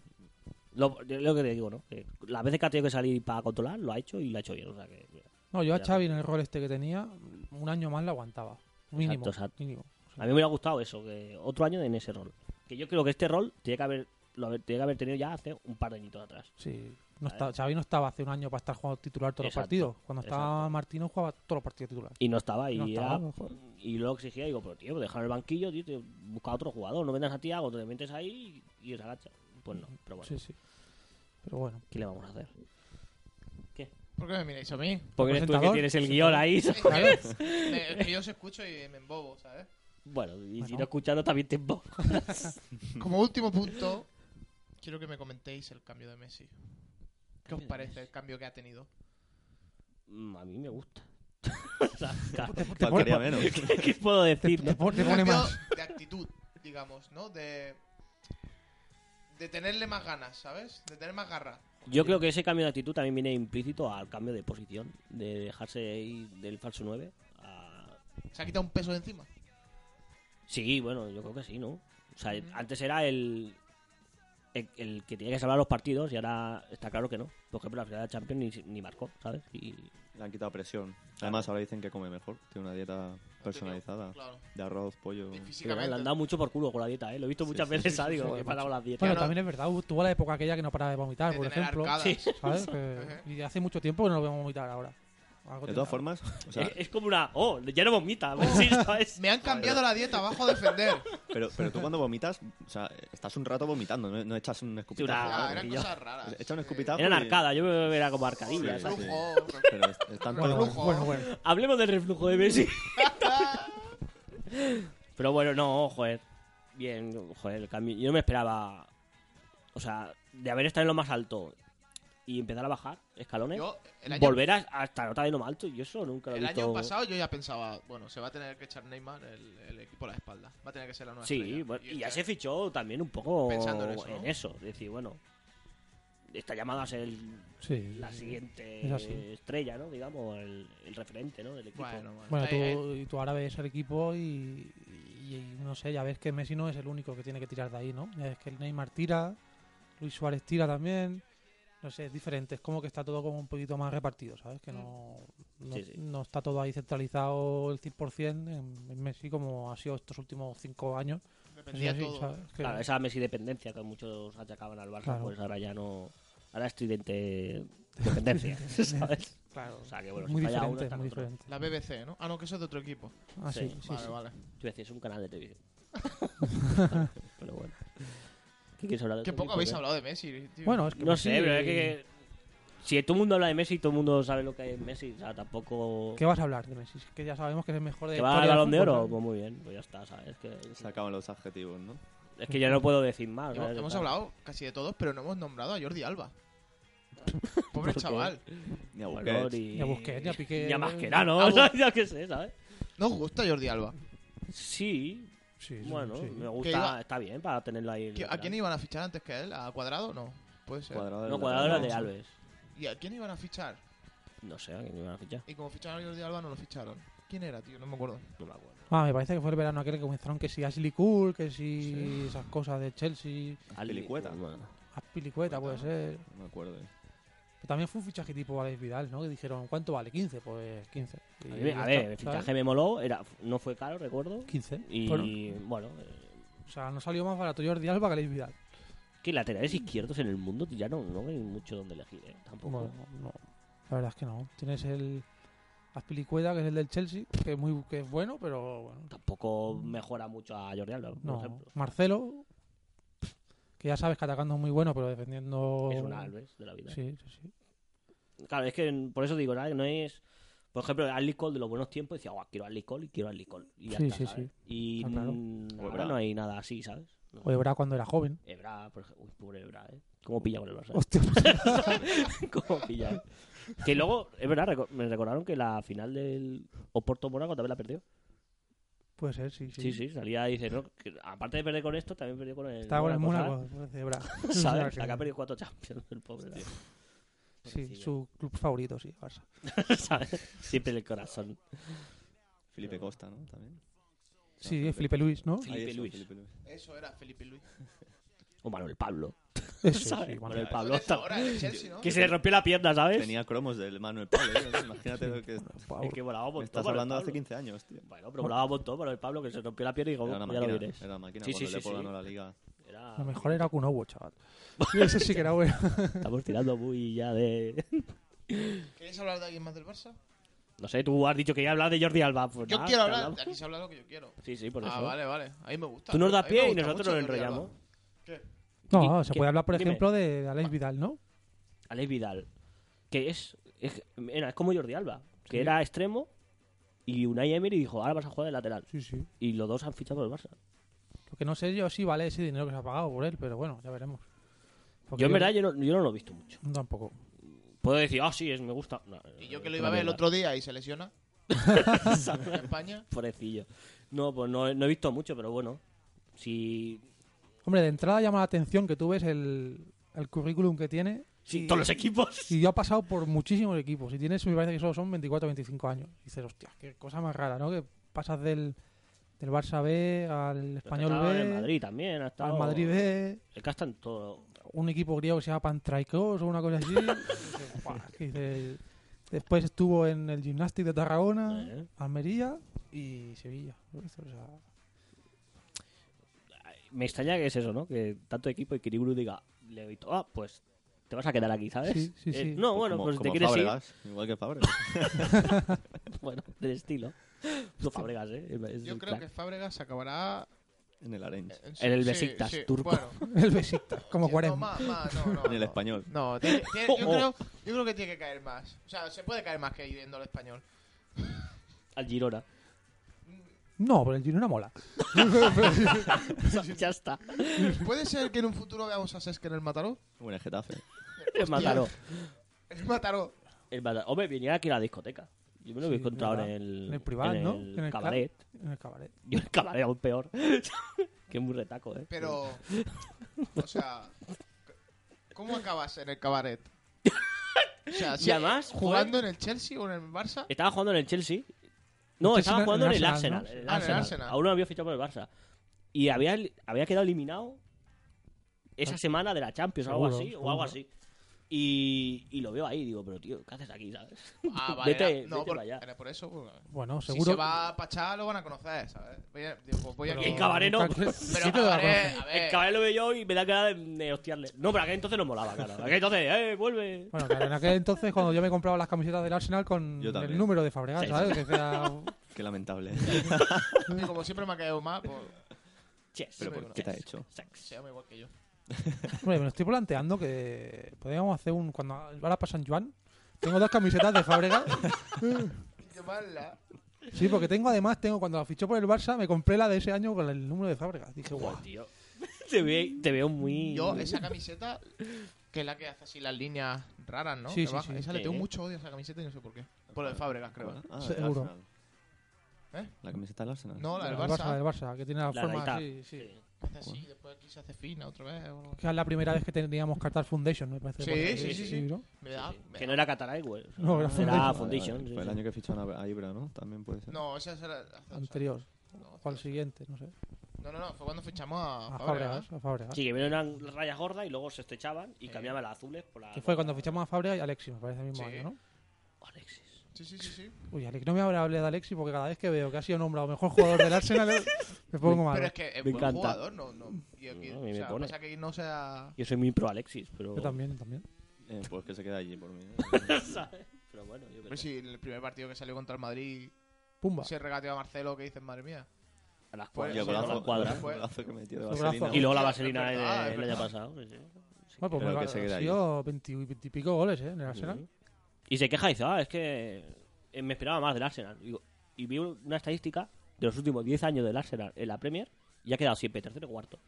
[SPEAKER 3] Lo, lo que te digo, ¿no? Que las veces que ha tenido que salir para controlar, lo ha hecho y lo ha hecho bien. O sea que,
[SPEAKER 4] No, yo a
[SPEAKER 3] Ya.
[SPEAKER 4] Xavi en el rol este que tenía un año más la aguantaba. Mínimo.
[SPEAKER 3] Exacto, exacto.
[SPEAKER 4] mínimo.
[SPEAKER 3] A mí me hubiera gustado eso, que otro año en ese rol. Que yo creo que este rol tiene que haber, lo haber- tiene que haber tenido ya hace un par de añitos atrás.
[SPEAKER 4] Sí. No está, Xavi no estaba hace un año para estar jugando titular todos
[SPEAKER 3] Exacto,
[SPEAKER 4] los partidos. Cuando estaba
[SPEAKER 3] exacto.
[SPEAKER 4] Martino jugaba todos los partidos titular.
[SPEAKER 3] Y no estaba, y,
[SPEAKER 4] No
[SPEAKER 3] era-
[SPEAKER 4] estaba, joder.
[SPEAKER 3] y lo exigía, digo, pero tío, dejar el banquillo, tío, tío, busca otro jugador, no vendas a Tiago, te metes ahí y, y se agacha. Pues no, pero bueno,
[SPEAKER 4] Sí, sí. Pero bueno.
[SPEAKER 3] ¿qué le vamos a hacer?
[SPEAKER 1] ¿Por qué me miráis a mí?
[SPEAKER 4] Porque eres tú el que tienes el guión ahí.
[SPEAKER 1] Es que, me- es que yo os escucho y me embobo, ¿sabes?
[SPEAKER 3] Bueno, y si
[SPEAKER 4] Bueno.
[SPEAKER 3] no escuchando también te embojas.
[SPEAKER 1] Como último punto, quiero que me comentéis el cambio de Messi. ¿Qué os parece el cambio que ha tenido?
[SPEAKER 3] Mm, a mí me gusta. O sea, claro,
[SPEAKER 4] Te pone-
[SPEAKER 2] Faltaría menos.
[SPEAKER 3] ¿Qué, qué puedo
[SPEAKER 4] te-
[SPEAKER 3] decir?
[SPEAKER 4] te
[SPEAKER 3] no?
[SPEAKER 4] pone- te
[SPEAKER 1] Un
[SPEAKER 4] pone
[SPEAKER 1] cambio
[SPEAKER 4] más.
[SPEAKER 1] de actitud, digamos, ¿no? De, de tenerle más ganas, ¿sabes? De tener más garra.
[SPEAKER 3] Yo creo que ese cambio de actitud también viene implícito al cambio de posición, de dejarse ir del falso 9 a...
[SPEAKER 1] Se ha quitado un peso de encima.
[SPEAKER 3] Sí, bueno, yo creo que sí, ¿no? O sea,
[SPEAKER 1] Ujú.
[SPEAKER 3] antes era el, el, el que tenía que salvar los partidos y ahora está claro que no. Por ejemplo, la final de Champions ni, ni marcó, ¿sabes? Y
[SPEAKER 2] Le han quitado presión. Además, ahora dicen que come mejor. Tiene una dieta personalizada.
[SPEAKER 1] Claro.
[SPEAKER 2] De arroz, pollo.
[SPEAKER 1] Y
[SPEAKER 3] pero
[SPEAKER 1] físicamente.
[SPEAKER 3] le han dado mucho por culo con la dieta, ¿eh? Lo he visto
[SPEAKER 2] Sí,
[SPEAKER 3] muchas
[SPEAKER 2] sí,
[SPEAKER 3] veces,
[SPEAKER 2] sí,
[SPEAKER 3] ¿sabes?
[SPEAKER 2] sí,
[SPEAKER 3] Digo,
[SPEAKER 2] sí,
[SPEAKER 3] he
[SPEAKER 2] sí,
[SPEAKER 3] parado las dietas.
[SPEAKER 4] Bueno,
[SPEAKER 1] Claro.
[SPEAKER 4] también es verdad, hubo- tuvo la época aquella que no paraba de vomitar,
[SPEAKER 1] de
[SPEAKER 4] por
[SPEAKER 1] tener
[SPEAKER 4] ejemplo.
[SPEAKER 1] arcadas.
[SPEAKER 3] Sí.
[SPEAKER 4] ¿Sabes? Que- y de hace mucho tiempo que no lo vemos vomitar ahora. Algo
[SPEAKER 2] De
[SPEAKER 4] tendrá.
[SPEAKER 2] todas formas, o sea,
[SPEAKER 3] es, es como una... ¡Oh! Ya no vomita. Sí, ¿sabes?
[SPEAKER 1] Me han cambiado la dieta, bajo a defender.
[SPEAKER 2] pero, pero tú cuando vomitas, o sea, estás un rato vomitando, no, no echas un
[SPEAKER 3] una-
[SPEAKER 2] escupitajo.
[SPEAKER 1] Ah,
[SPEAKER 2] ¿sabes?
[SPEAKER 1] eran
[SPEAKER 3] yo-
[SPEAKER 1] cosas raras.
[SPEAKER 2] Echa un
[SPEAKER 1] Eh,
[SPEAKER 2] escupitajo.
[SPEAKER 3] Eran
[SPEAKER 2] y-
[SPEAKER 3] arcadas, yo me era como arcadillas.
[SPEAKER 2] Sí,
[SPEAKER 3] ¿sabes?
[SPEAKER 2] sí.
[SPEAKER 1] Reflujo.
[SPEAKER 2] Pero es- están
[SPEAKER 4] Bueno,
[SPEAKER 2] todos-
[SPEAKER 4] bueno,
[SPEAKER 1] Reflujo.
[SPEAKER 4] bueno, bueno.
[SPEAKER 3] Hablemos del reflujo de Messi. Pero bueno, no, joder. Bien, joder, el cambio. Yo no me esperaba. O sea, de haber estado en lo más alto y empezar a bajar escalones,
[SPEAKER 1] Yo, el año,
[SPEAKER 3] volver a, hasta estar en lo más alto, yo eso nunca lo he
[SPEAKER 1] el
[SPEAKER 3] visto.
[SPEAKER 1] año pasado yo ya pensaba, bueno, se va a tener que echar Neymar el, el equipo a la espalda. Va a tener que ser la nueva
[SPEAKER 3] sí,
[SPEAKER 1] estrella.
[SPEAKER 3] bueno, y
[SPEAKER 1] este
[SPEAKER 3] ya se
[SPEAKER 1] año-
[SPEAKER 3] fichó también un poco
[SPEAKER 1] Pensando en eso, ¿no?
[SPEAKER 3] eso. Es decir, bueno, está llamado a ser el-
[SPEAKER 4] Sí.
[SPEAKER 3] la
[SPEAKER 4] sí.
[SPEAKER 3] siguiente
[SPEAKER 4] Es así.
[SPEAKER 3] estrella, ¿no? Digamos, el, el referente, ¿no? Del equipo.
[SPEAKER 1] Bueno, bueno.
[SPEAKER 4] Bueno,
[SPEAKER 1] Ahí- ahí-
[SPEAKER 4] tú, y tú ahora ves al equipo y, y- y no sé, ya ves que Messi no es el único que tiene que tirar de ahí, ¿no? Ya ves que el Neymar tira, Luis Suárez tira también. No sé, es diferente. Es como que está todo como un poquito más repartido, ¿sabes? Que no, no,
[SPEAKER 3] Mm. Sí, sí.
[SPEAKER 4] no está todo ahí centralizado el 100% en, en Messi como ha sido estos últimos cinco años.
[SPEAKER 1] dependía
[SPEAKER 4] Es así,
[SPEAKER 1] todo.
[SPEAKER 4] ¿sabes? Que-
[SPEAKER 3] Claro, esa Messi dependencia que muchos achacaban al Barça,
[SPEAKER 4] Claro.
[SPEAKER 3] pues ahora ya no. Ahora es tridente dependencia, ¿sabes?
[SPEAKER 4] claro,
[SPEAKER 3] O sea, que bueno, si
[SPEAKER 4] muy
[SPEAKER 3] falla uno,
[SPEAKER 4] diferente,
[SPEAKER 3] está el
[SPEAKER 4] muy
[SPEAKER 3] otro.
[SPEAKER 4] diferente.
[SPEAKER 1] La BBC, ¿no? Ah, no, que eso es de otro equipo.
[SPEAKER 4] Ah, sí,
[SPEAKER 3] Sí.
[SPEAKER 4] sí,
[SPEAKER 1] vale,
[SPEAKER 4] sí.
[SPEAKER 1] vale.
[SPEAKER 3] Tú decías, es un canal de televisión. pero bueno. ¿Qué quieres hablar de
[SPEAKER 1] Qué
[SPEAKER 3] otro
[SPEAKER 1] poco
[SPEAKER 3] equipo,
[SPEAKER 1] habéis
[SPEAKER 3] eh?
[SPEAKER 1] hablado de Messi, tío.
[SPEAKER 4] Bueno, es que
[SPEAKER 3] No
[SPEAKER 4] Messi-
[SPEAKER 3] sé, pero es que. Si todo el mundo habla de Messi, todo el mundo sabe lo que es Messi. O sea, tampoco.
[SPEAKER 4] ¿Qué vas a hablar de Messi? Es que ya sabemos que es el mejor de
[SPEAKER 3] ¿Que va
[SPEAKER 4] historia
[SPEAKER 3] al
[SPEAKER 4] del
[SPEAKER 3] balón de
[SPEAKER 4] fútbol,
[SPEAKER 3] oro?
[SPEAKER 4] ¿sabes?
[SPEAKER 3] Pues muy bien, pues ya está, ¿sabes? Que,
[SPEAKER 2] Se acaban los adjetivos, ¿no?
[SPEAKER 3] es que ya no puedo decir más.
[SPEAKER 1] hemos,
[SPEAKER 3] ¿sabes?
[SPEAKER 1] hemos
[SPEAKER 3] Está-
[SPEAKER 1] hablado casi de todos, pero no hemos nombrado a Jordi Alba. Pobre
[SPEAKER 3] ¿Por qué?
[SPEAKER 1] chaval.
[SPEAKER 2] Ni a
[SPEAKER 3] Valor
[SPEAKER 2] Busquets.
[SPEAKER 3] y...
[SPEAKER 4] Ni a Busquets, ni a Piqué.
[SPEAKER 3] Ni a Mascherano,
[SPEAKER 1] Ah, bueno.
[SPEAKER 3] ¿sabes? Ya que sé, ¿sabes?
[SPEAKER 1] No os gusta Jordi Alba.
[SPEAKER 3] Sí,
[SPEAKER 4] Sí, sí,
[SPEAKER 3] Bueno,
[SPEAKER 4] sí.
[SPEAKER 3] me
[SPEAKER 1] Que
[SPEAKER 3] gusta,
[SPEAKER 1] iba-
[SPEAKER 3] está bien para tenerlo ahí.
[SPEAKER 1] ¿Qui- ¿A quién iban a fichar antes que a él? ¿A Cuadrado? No. Puede ser.
[SPEAKER 2] Cuadrado
[SPEAKER 3] No,
[SPEAKER 2] del
[SPEAKER 3] cuadrado era
[SPEAKER 2] lateral
[SPEAKER 3] de
[SPEAKER 2] derecho.
[SPEAKER 3] Alves.
[SPEAKER 1] ¿Y a quién iban a fichar?
[SPEAKER 3] No sé, a quién iban a fichar.
[SPEAKER 1] Y como ficharon a Jordi Alba, no lo ficharon. ¿Quién era, tío? No me acuerdo.
[SPEAKER 3] No me acuerdo.
[SPEAKER 4] Ah, me parece que fue el verano aquel que comenzaron que si Ashley Cool, que si esas cosas de Chelsea,
[SPEAKER 2] Azpilicueta.
[SPEAKER 3] Bueno,
[SPEAKER 4] Aspilicueta puede ser.
[SPEAKER 2] No me acuerdo. eh.
[SPEAKER 4] Pero también fue un fichaje tipo Alex Vidal, ¿no? Que dijeron, ¿cuánto vale? 15, pues 15.
[SPEAKER 3] a
[SPEAKER 4] Y
[SPEAKER 3] mí-
[SPEAKER 4] ya
[SPEAKER 3] a ver,
[SPEAKER 4] está,
[SPEAKER 3] el
[SPEAKER 4] ¿sabes?
[SPEAKER 3] fichaje me moló, era, no fue caro, recuerdo.
[SPEAKER 4] 15.
[SPEAKER 3] Y
[SPEAKER 4] Bueno,
[SPEAKER 3] bueno, eh,
[SPEAKER 4] o sea, no salió más barato Jordi Alba que Alex Vidal.
[SPEAKER 3] que laterales izquierdos en el mundo ya no, no hay mucho donde elegir, eh, tampoco.
[SPEAKER 4] Bueno, no. La verdad es que no. Tienes el Aspilicueta, que es el del Chelsea, que es, muy, que es bueno, pero bueno.
[SPEAKER 3] Tampoco mejora mucho a Jordi Alba, por
[SPEAKER 4] No.
[SPEAKER 3] ejemplo.
[SPEAKER 4] Marcelo, que ya sabes que atacando es muy bueno, pero defendiendo.
[SPEAKER 3] Es un Alves de la vida.
[SPEAKER 4] Pues Sí, sí, sí.
[SPEAKER 3] Claro, es que en- por eso digo, ¿sabes? no es. Por ejemplo, Ashley Cole de los buenos tiempos decía, guau, quiero Ashley Cole y quiero Ashley Cole. Y ya
[SPEAKER 4] Sí,
[SPEAKER 3] está,
[SPEAKER 4] sí,
[SPEAKER 3] ¿sabes?
[SPEAKER 4] sí.
[SPEAKER 3] Y
[SPEAKER 4] Está claro.
[SPEAKER 1] Pues
[SPEAKER 3] mm,
[SPEAKER 2] O
[SPEAKER 3] ahora
[SPEAKER 2] Ebra.
[SPEAKER 3] no hay nada así, ¿sabes? No.
[SPEAKER 4] O Ebra cuando era joven.
[SPEAKER 3] Ebra, por ejemplo. Uy, pobre Ebra, ¿eh? ¿Cómo pilla con el Barça?
[SPEAKER 4] Hostia, pues,
[SPEAKER 3] ¿Cómo pillar? que luego, es verdad, reco- me recordaron que la final del Oporto Mónaco también la perdió.
[SPEAKER 4] puede ser, sí, sí.
[SPEAKER 3] Sí, sí, salía y dice, no, que aparte de perder con esto, también perdió con el.
[SPEAKER 4] Estaba con el
[SPEAKER 3] Mónaco,
[SPEAKER 4] Mónaco, pues, de verdad.
[SPEAKER 3] ¿sabes?
[SPEAKER 4] O sea,
[SPEAKER 3] O sea, que
[SPEAKER 4] que-
[SPEAKER 3] ha perdido cuatro champions el pobre. ¿no?
[SPEAKER 4] Sí,
[SPEAKER 3] Pobrecillo,
[SPEAKER 4] su club favorito, sí, Barça.
[SPEAKER 3] ¿sabes? Siempre en el corazón.
[SPEAKER 2] Felipe Costa, ¿no? También.
[SPEAKER 4] Sí, Felipe Luis, ¿no?
[SPEAKER 3] Felipe
[SPEAKER 2] Ahí eso,
[SPEAKER 3] Luis.
[SPEAKER 2] Felipe Luis.
[SPEAKER 1] Eso era Felipe Luis.
[SPEAKER 3] O Manuel Pablo.
[SPEAKER 4] Eso, sí,
[SPEAKER 3] ¿sabes?
[SPEAKER 4] Manuel
[SPEAKER 3] Manuel
[SPEAKER 1] Eso
[SPEAKER 3] Pablo.
[SPEAKER 1] es ahora en el Chelsea, ¿no?
[SPEAKER 3] Que se le rompió la pierna, ¿sabes?
[SPEAKER 2] Tenía cromos del Manuel Pablo. ¿eh? Imagínate lo que
[SPEAKER 4] Pablo.
[SPEAKER 3] Es que volaba un
[SPEAKER 2] me
[SPEAKER 3] montón.
[SPEAKER 2] estás
[SPEAKER 3] Manuel
[SPEAKER 2] hablando de hace
[SPEAKER 3] Pablo.
[SPEAKER 2] 15 años, tío.
[SPEAKER 3] Bueno, pero volaba un montón Manuel Pablo que se rompió la pierna y dijo,
[SPEAKER 2] Era
[SPEAKER 3] ya
[SPEAKER 2] una
[SPEAKER 3] lo
[SPEAKER 2] máquina,
[SPEAKER 3] vienes.
[SPEAKER 2] era una máquina
[SPEAKER 3] Sí,
[SPEAKER 2] cuando
[SPEAKER 3] sí,
[SPEAKER 2] le
[SPEAKER 3] sí, sí.
[SPEAKER 2] ganó la liga.
[SPEAKER 3] Era-
[SPEAKER 4] Lo mejor era Kun Ovo, chaval. Ese sí que era bueno.
[SPEAKER 3] Estamos tirando muy ya de...
[SPEAKER 1] ¿Queréis hablar de alguien más del Barça?
[SPEAKER 3] No sé, tú has dicho que ya hablar de Jordi Alba. Pues
[SPEAKER 1] Yo
[SPEAKER 3] nada,
[SPEAKER 1] quiero
[SPEAKER 3] te
[SPEAKER 1] hablar,
[SPEAKER 3] hablamos.
[SPEAKER 1] aquí se habla lo que yo quiero.
[SPEAKER 3] Sí, sí, por
[SPEAKER 1] ah,
[SPEAKER 3] eso.
[SPEAKER 1] vale, vale. Ahí me gusta.
[SPEAKER 3] Tú nos das
[SPEAKER 1] A mí me
[SPEAKER 3] pie y
[SPEAKER 1] gusta
[SPEAKER 3] nosotros
[SPEAKER 1] mucho
[SPEAKER 3] nos
[SPEAKER 1] Jordi Alba.
[SPEAKER 3] enrollamos.
[SPEAKER 1] ¿Qué?
[SPEAKER 4] No,
[SPEAKER 3] ¿Y
[SPEAKER 4] se
[SPEAKER 3] qué?
[SPEAKER 4] puede hablar, por
[SPEAKER 3] Dime.
[SPEAKER 4] ejemplo, de Alex Vidal, ¿no?
[SPEAKER 3] Alex Vidal, que es, es, era- es como Jordi Alba, que era extremo y Unai Emery dijo, ahora vas a jugar de lateral.
[SPEAKER 4] Sí, sí.
[SPEAKER 3] Y los dos han fichado por el Barça.
[SPEAKER 4] Lo que no sé yo si vale ese dinero que se ha pagado por él, pero bueno, ya veremos. Porque
[SPEAKER 3] Yo en verdad yo no, yo no lo he visto mucho.
[SPEAKER 4] Tampoco.
[SPEAKER 3] Puedo decir, ah, sí, es, me gusta. No,
[SPEAKER 1] Y yo que
[SPEAKER 3] es
[SPEAKER 1] lo iba a
[SPEAKER 3] una
[SPEAKER 1] ver el
[SPEAKER 3] mierda.
[SPEAKER 1] otro día y se lesiona. en España.
[SPEAKER 3] Pobrecillo. No, pues no, he- no he visto mucho, pero bueno. Si...
[SPEAKER 4] Hombre, de entrada llama la atención que tú ves el, el currículum que tiene.
[SPEAKER 3] si
[SPEAKER 4] y-
[SPEAKER 3] todos los equipos.
[SPEAKER 4] Y yo ha pasado por muchísimos equipos. Y tienes, me parece que solo son 24 o 25 años. Y dices, hostia, qué cosa más rara, ¿no? Que pasas del, del Barça B al Español
[SPEAKER 3] Ha estado en el
[SPEAKER 4] B,
[SPEAKER 3] Madrid también. Ha estado...
[SPEAKER 4] al Madrid B,
[SPEAKER 3] El Casta en todo.
[SPEAKER 4] un equipo griego que se llama Pantraikos o una cosa así. Y dices, "Buah", que dices- después estuvo en el Gymnastic de Tarragona,
[SPEAKER 3] Eh.
[SPEAKER 4] Almería y Sevilla. O sea,
[SPEAKER 3] Me extraña que es eso, ¿no? Que tanto equipo y Kiriburu diga, le he ah, pues te vas a quedar aquí, ¿sabes?
[SPEAKER 4] Sí, sí,
[SPEAKER 3] Eh,
[SPEAKER 4] sí.
[SPEAKER 3] no, bueno,
[SPEAKER 2] como,
[SPEAKER 3] pues si te
[SPEAKER 2] como
[SPEAKER 3] quieres ir,
[SPEAKER 2] Fábregas, igual que Fabregas.
[SPEAKER 3] Bueno, del estilo. Lo Fabregas, ¿eh? Es
[SPEAKER 1] Yo
[SPEAKER 3] el
[SPEAKER 1] creo
[SPEAKER 3] crack.
[SPEAKER 1] que Fábregas acabará
[SPEAKER 2] en el Arenys.
[SPEAKER 1] en
[SPEAKER 3] En el Besiktas turco.
[SPEAKER 1] Bueno,
[SPEAKER 4] el Besiktas, como
[SPEAKER 1] sí, no,
[SPEAKER 4] 40.
[SPEAKER 1] más, más, no, no,
[SPEAKER 2] En el
[SPEAKER 1] no.
[SPEAKER 2] español.
[SPEAKER 1] No, tiene- tiene- yo,
[SPEAKER 3] Oh.
[SPEAKER 1] creo, yo creo que tiene que caer más. O sea, se puede caer más que yendo al español.
[SPEAKER 3] Al Girona.
[SPEAKER 4] No, pero el Girona mola.
[SPEAKER 3] ya está.
[SPEAKER 1] ¿Puede ser que en un futuro veamos a Sesc en el Mataró?
[SPEAKER 2] O en el Getafe.
[SPEAKER 3] El Mataró.
[SPEAKER 1] En el Mataró.
[SPEAKER 3] El Mataró. Hombre, venía aquí a la discoteca. Yo me lo
[SPEAKER 4] Sí,
[SPEAKER 3] he encontrado en
[SPEAKER 4] verdad.
[SPEAKER 3] el...
[SPEAKER 4] En el privat, ¿no?
[SPEAKER 3] En el
[SPEAKER 4] En el
[SPEAKER 3] cabaret.
[SPEAKER 4] En el cabaret.
[SPEAKER 3] Yo en el cabaret aún peor. que es muy retaco, ¿eh?
[SPEAKER 1] Pero. O sea. ¿Cómo acabas en el cabaret? O sea,
[SPEAKER 3] Y además, Eh,
[SPEAKER 1] ¿Jugando en el Chelsea o en el Barça?
[SPEAKER 3] Estaba jugando en el Chelsea. No,
[SPEAKER 4] Chelsea
[SPEAKER 3] estaba
[SPEAKER 4] en-
[SPEAKER 3] jugando en el Arsenal.
[SPEAKER 4] ¿no?
[SPEAKER 3] en el
[SPEAKER 1] Ah, en el
[SPEAKER 3] Arsenal.
[SPEAKER 1] Arsenal.
[SPEAKER 3] Aún no había fichado por el Barça. Y había, había quedado eliminado esa semana de la Champions o algo
[SPEAKER 4] Seguro,
[SPEAKER 3] así. O algo
[SPEAKER 4] seguro.
[SPEAKER 3] así. Y, y lo veo ahí y digo, pero tío, ¿qué haces aquí, sabes?
[SPEAKER 1] Ah, vale.
[SPEAKER 3] Vete-
[SPEAKER 1] era- no, por,
[SPEAKER 3] vete para allá.
[SPEAKER 1] era por eso. pues,
[SPEAKER 4] Bueno,
[SPEAKER 1] Si
[SPEAKER 4] seguro.
[SPEAKER 1] se va a Pachá, lo van a conocer, ¿sabes? Voy a, digo, pues voy
[SPEAKER 4] Pero-
[SPEAKER 1] aquí.
[SPEAKER 3] Y en cabaret no.
[SPEAKER 4] Pero
[SPEAKER 1] Pero
[SPEAKER 4] sí, pero la
[SPEAKER 1] cabaret,
[SPEAKER 4] conocen.
[SPEAKER 1] a
[SPEAKER 3] El
[SPEAKER 1] ver.
[SPEAKER 3] caballo lo veo yo y me da cara de, de hostiarle. No, pero aquel entonces no molaba, claro. Aquel entonces, eh, vuelve.
[SPEAKER 4] Bueno, claro, en aquel entonces cuando yo me compraba las camisetas del Arsenal con
[SPEAKER 2] Yo también.
[SPEAKER 4] el número de Fabregas,
[SPEAKER 3] Sí, sí.
[SPEAKER 4] ¿sabes? Que sea-
[SPEAKER 2] Qué lamentable.
[SPEAKER 1] Y como siempre me ha caído mal, pues
[SPEAKER 3] Chess.
[SPEAKER 2] Pero
[SPEAKER 1] Sí,
[SPEAKER 2] ¿por
[SPEAKER 1] bueno.
[SPEAKER 2] qué te ha hecho?
[SPEAKER 3] Sex.
[SPEAKER 1] se llama igual que yo.
[SPEAKER 4] Hombre, me lo estoy planteando que podríamos hacer un... Cuando ahora para San Juan, tengo dos camisetas de Fabregas.
[SPEAKER 1] Qué mala.
[SPEAKER 4] Sí, porque tengo además, tengo cuando la fichó por el Barça, me compré la de ese año con el número de Fabregas. Dije, guau.
[SPEAKER 3] Buah, tío. Te ve- te veo muy.
[SPEAKER 1] Yo, esa camiseta, que es la que hace así las líneas raras, ¿no?
[SPEAKER 4] Sí,
[SPEAKER 1] Que
[SPEAKER 4] sí,
[SPEAKER 1] baja.
[SPEAKER 4] sí.
[SPEAKER 1] Esa le
[SPEAKER 3] Sí.
[SPEAKER 1] tengo mucho odio a esa camiseta y no sé por qué. Por lo de Fábregas, creo.
[SPEAKER 2] Ah, del
[SPEAKER 4] Seguro.
[SPEAKER 2] Arsenal.
[SPEAKER 1] ¿Eh?
[SPEAKER 2] ¿La camiseta del Arsenal?
[SPEAKER 1] No, la del
[SPEAKER 4] El Barça,
[SPEAKER 1] Barça.
[SPEAKER 4] del Barça, que tiene la,
[SPEAKER 3] La
[SPEAKER 4] forma
[SPEAKER 3] gaita.
[SPEAKER 4] así, sí.
[SPEAKER 3] Sí.
[SPEAKER 1] Hace así, después aquí se hace fina otra vez. o algo así.
[SPEAKER 4] Que es la primera vez que teníamos Qatar Foundation, me parece.
[SPEAKER 1] Sí,
[SPEAKER 4] Porque-
[SPEAKER 1] sí, sí, sí.
[SPEAKER 4] ¿no?
[SPEAKER 1] Me da- me
[SPEAKER 3] Que
[SPEAKER 1] da-
[SPEAKER 3] no era Cataray, güey.
[SPEAKER 4] No, era Foundation.
[SPEAKER 3] Era
[SPEAKER 2] Ah, Vale,
[SPEAKER 3] Ah, Foundation.
[SPEAKER 2] vale.
[SPEAKER 3] sí,
[SPEAKER 2] Fue el
[SPEAKER 3] sí.
[SPEAKER 2] año que fichó a Ibra, ¿no? También puede ser.
[SPEAKER 1] No, esa era hace dos
[SPEAKER 4] Anterior.
[SPEAKER 1] años. No,
[SPEAKER 4] O al siguiente, no sé.
[SPEAKER 1] No, no, no, fue cuando fichamos a,
[SPEAKER 4] A
[SPEAKER 1] Fábregas.
[SPEAKER 4] Fabregas, a Fabregas.
[SPEAKER 3] Sí, que vinieron las rayas gordas y luego se estrechaban y
[SPEAKER 1] Sí.
[SPEAKER 3] cambiaban las azules por las.
[SPEAKER 4] Que fue cuando fichamos a Fabregas y Alexi, me parece el mismo
[SPEAKER 1] Sí.
[SPEAKER 4] año, ¿no?
[SPEAKER 3] Alexis.
[SPEAKER 1] Sí, sí, sí, sí.
[SPEAKER 4] Uy, Alex, no me hable de Alexi porque cada vez que veo que ha sido nombrado mejor jugador del Arsenal me pongo malo.
[SPEAKER 1] Pero es que es
[SPEAKER 3] Me
[SPEAKER 1] buen
[SPEAKER 3] encanta.
[SPEAKER 1] jugador, no, no. Y aquí,
[SPEAKER 3] No, a mí me
[SPEAKER 1] o sea,
[SPEAKER 3] pone.
[SPEAKER 1] pasa que no sea...
[SPEAKER 3] Yo soy muy pro Alexis, pero.
[SPEAKER 4] Yo también, también.
[SPEAKER 2] Eh, pues que se queda allí por mí.
[SPEAKER 3] ¿Sabes? Pero bueno, yo creo.
[SPEAKER 1] Pero si el primer partido que salió contra el Madrid
[SPEAKER 4] Pumba.
[SPEAKER 1] se regateó a Marcelo, que dices, madre mía.
[SPEAKER 3] A las
[SPEAKER 1] Pues,
[SPEAKER 2] Y el
[SPEAKER 1] sí,
[SPEAKER 3] cuadras. a las cuadras.
[SPEAKER 2] golazo,
[SPEAKER 1] fue-
[SPEAKER 2] el golazo que metió de
[SPEAKER 4] El
[SPEAKER 2] Vaselina.
[SPEAKER 4] golazo.
[SPEAKER 3] Y luego la
[SPEAKER 1] Hostia,
[SPEAKER 3] vaselina
[SPEAKER 1] es verdad,
[SPEAKER 3] del
[SPEAKER 1] es
[SPEAKER 3] el año
[SPEAKER 1] verdad.
[SPEAKER 3] pasado. sí, sí.
[SPEAKER 4] Bueno, pues
[SPEAKER 2] Creo
[SPEAKER 4] me
[SPEAKER 2] que se queda
[SPEAKER 4] ha
[SPEAKER 2] ahí.
[SPEAKER 4] sido 20 y 20 y pico goles, ¿eh? En el Arsenal.
[SPEAKER 3] Ujú. Y se queja y dice, ah, es que eh, me esperaba más del Arsenal. Y, digo- y vi una estadística de los últimos 10 años del Arsenal en la Premier y ha quedado siempre tercero cuarto.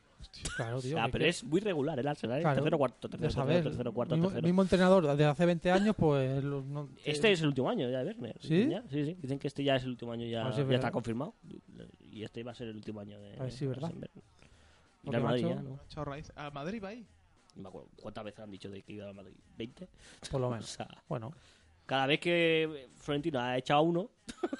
[SPEAKER 4] Claro, tío.
[SPEAKER 3] o sea,
[SPEAKER 4] que-
[SPEAKER 3] Ah, pero es muy regular el Arsenal, ¿eh?
[SPEAKER 4] Claro,
[SPEAKER 3] tercero cuarto,
[SPEAKER 4] de
[SPEAKER 3] tercero,
[SPEAKER 4] saber.
[SPEAKER 3] tercero, tercero cuarto,
[SPEAKER 4] mismo,
[SPEAKER 3] tercero.
[SPEAKER 4] mismo entrenador desde hace 20 años, pues. lo- no-
[SPEAKER 3] Este es el último año ya de Werner.
[SPEAKER 4] ¿Sí?
[SPEAKER 3] dicen ya. Sí, sí. Dicen que este ya es el último año,
[SPEAKER 4] A
[SPEAKER 3] ya,
[SPEAKER 4] ver si
[SPEAKER 3] ya
[SPEAKER 4] es verdad.
[SPEAKER 3] está confirmado. Y este va a ser el último año de.
[SPEAKER 4] A ver si es verdad.
[SPEAKER 3] Arsen Werner. Y
[SPEAKER 4] Porque,
[SPEAKER 3] la Madrid
[SPEAKER 4] macho,
[SPEAKER 3] ya, ¿no?
[SPEAKER 1] Ha echado raíz. A Madrid va ahí.
[SPEAKER 3] No me acuerdo cuántas veces han dicho de que iba a Madrid. ¿20?
[SPEAKER 4] Por lo
[SPEAKER 3] O
[SPEAKER 4] menos.
[SPEAKER 3] sea,
[SPEAKER 4] Bueno,
[SPEAKER 3] cada vez que Florentino ha echado uno,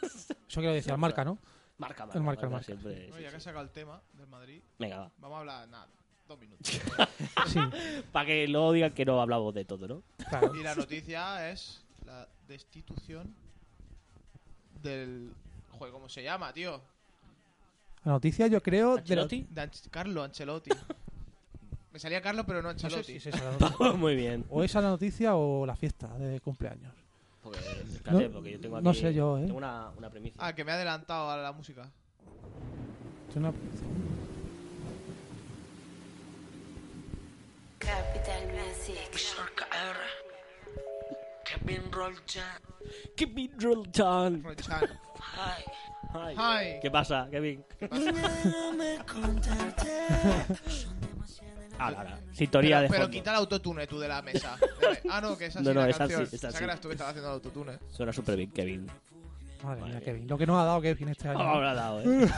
[SPEAKER 4] eso quiero decir, al marca, ¿no?
[SPEAKER 3] marca, marca.
[SPEAKER 4] El marca, el marca.
[SPEAKER 3] siempre,
[SPEAKER 1] Bueno,
[SPEAKER 3] sí,
[SPEAKER 1] ya
[SPEAKER 3] sí.
[SPEAKER 1] que has sacado el tema del Madrid,
[SPEAKER 3] Venga, va.
[SPEAKER 1] vamos a hablar nada. dos minutos.
[SPEAKER 4] Sí,
[SPEAKER 3] Para que luego digan que no hablamos de todo, ¿no?
[SPEAKER 4] claro.
[SPEAKER 1] Y la noticia es la destitución del. Joder, ¿cómo se llama, tío?
[SPEAKER 4] La noticia, yo creo. De la-
[SPEAKER 3] ¿Ancelotti?
[SPEAKER 1] De Anch- Carlo Ancelotti. Me salía Carlo, pero no
[SPEAKER 4] No sé
[SPEAKER 1] Ancelotti.
[SPEAKER 4] si es esa la noticia.
[SPEAKER 3] Muy bien.
[SPEAKER 4] O esa la noticia o la fiesta de cumpleaños.
[SPEAKER 3] Porque, espérate, porque yo tengo
[SPEAKER 4] no
[SPEAKER 3] aquí-
[SPEAKER 4] sé yo, ¿eh?
[SPEAKER 3] Tengo una, una premisa.
[SPEAKER 1] Ah, que me ha adelantado a la música.
[SPEAKER 4] Es una-
[SPEAKER 6] Capital Music.
[SPEAKER 5] Kevin Roger,
[SPEAKER 3] Keep me drill down.
[SPEAKER 1] Roy Chan.
[SPEAKER 5] hi.
[SPEAKER 1] Ah,
[SPEAKER 3] Ay.
[SPEAKER 1] Ay.
[SPEAKER 3] ¿Qué pasa, Kevin? Ahora, ahora. Sintonía
[SPEAKER 1] Pero,
[SPEAKER 3] de
[SPEAKER 1] pero
[SPEAKER 3] fondo.
[SPEAKER 1] quita el autotune tú de la mesa. Dale. Ah, no, que esa sí
[SPEAKER 3] No, no,
[SPEAKER 1] la
[SPEAKER 3] esa
[SPEAKER 1] canción.
[SPEAKER 3] sí, esa
[SPEAKER 1] Esa
[SPEAKER 3] sí.
[SPEAKER 1] que eras tú que estabas haciendo el autotune.
[SPEAKER 3] Suena súper bien, Kevin.
[SPEAKER 4] Madre mía,
[SPEAKER 3] mía.
[SPEAKER 4] Kevin. Lo que nos ha dado Kevin este año.
[SPEAKER 3] Ahora ha dado, eh.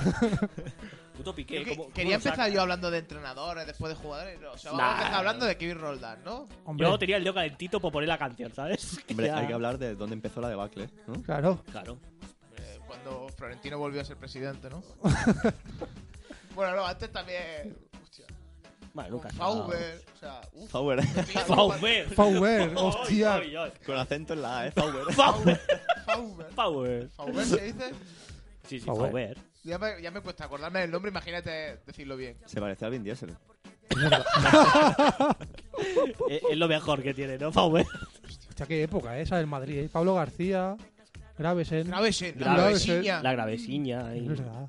[SPEAKER 3] Puto
[SPEAKER 1] Yo
[SPEAKER 3] piqué.
[SPEAKER 1] que-
[SPEAKER 3] ¿cómo-
[SPEAKER 1] quería
[SPEAKER 3] cómo lo
[SPEAKER 1] empezar
[SPEAKER 3] saca?
[SPEAKER 1] yo hablando de entrenadores, después de jugadores. no, O sea, vamos
[SPEAKER 3] Nah.
[SPEAKER 1] a empezar hablando de Kevin Roldán, ¿no?
[SPEAKER 4] Hombre,
[SPEAKER 3] Yo tenía el dedo calentito por poner la canción, ¿sabes?
[SPEAKER 2] Hombre,
[SPEAKER 3] Ya.
[SPEAKER 2] hay que hablar de dónde empezó la debacle, ¿no?
[SPEAKER 4] claro.
[SPEAKER 3] Claro.
[SPEAKER 1] Eh, cuando Florentino volvió a ser presidente, ¿no? bueno, no, antes también. Hostia.
[SPEAKER 3] Bueno,
[SPEAKER 1] Con
[SPEAKER 3] nunca se ha dado.
[SPEAKER 1] Fauber. O sea, uff.
[SPEAKER 2] Fauber.
[SPEAKER 3] Fauber.
[SPEAKER 4] Fauber,
[SPEAKER 3] Oy,
[SPEAKER 4] hostia.
[SPEAKER 3] oy, oy.
[SPEAKER 2] Con acento en la A, ¿eh? Fauber.
[SPEAKER 3] Fauber.
[SPEAKER 1] Fauber.
[SPEAKER 3] Fauber.
[SPEAKER 1] Fauber se dice.
[SPEAKER 3] Sí, sí,
[SPEAKER 4] Fauber.
[SPEAKER 3] Fauber.
[SPEAKER 1] Ya me, ya me cuesta acordarme del nombre, imagínate decirlo bien.
[SPEAKER 2] Se parecía a Vin Diesel.
[SPEAKER 3] Es es lo mejor que tiene, ¿no? Fauber.
[SPEAKER 4] Hostia, qué época, ¿eh? esa del Madrid. ¿eh? Pablo García, Gravesen.
[SPEAKER 1] Gravesen, la
[SPEAKER 4] Gravesen.
[SPEAKER 1] Gravesiña.
[SPEAKER 3] La gravesiña. ahí.
[SPEAKER 4] Es verdad.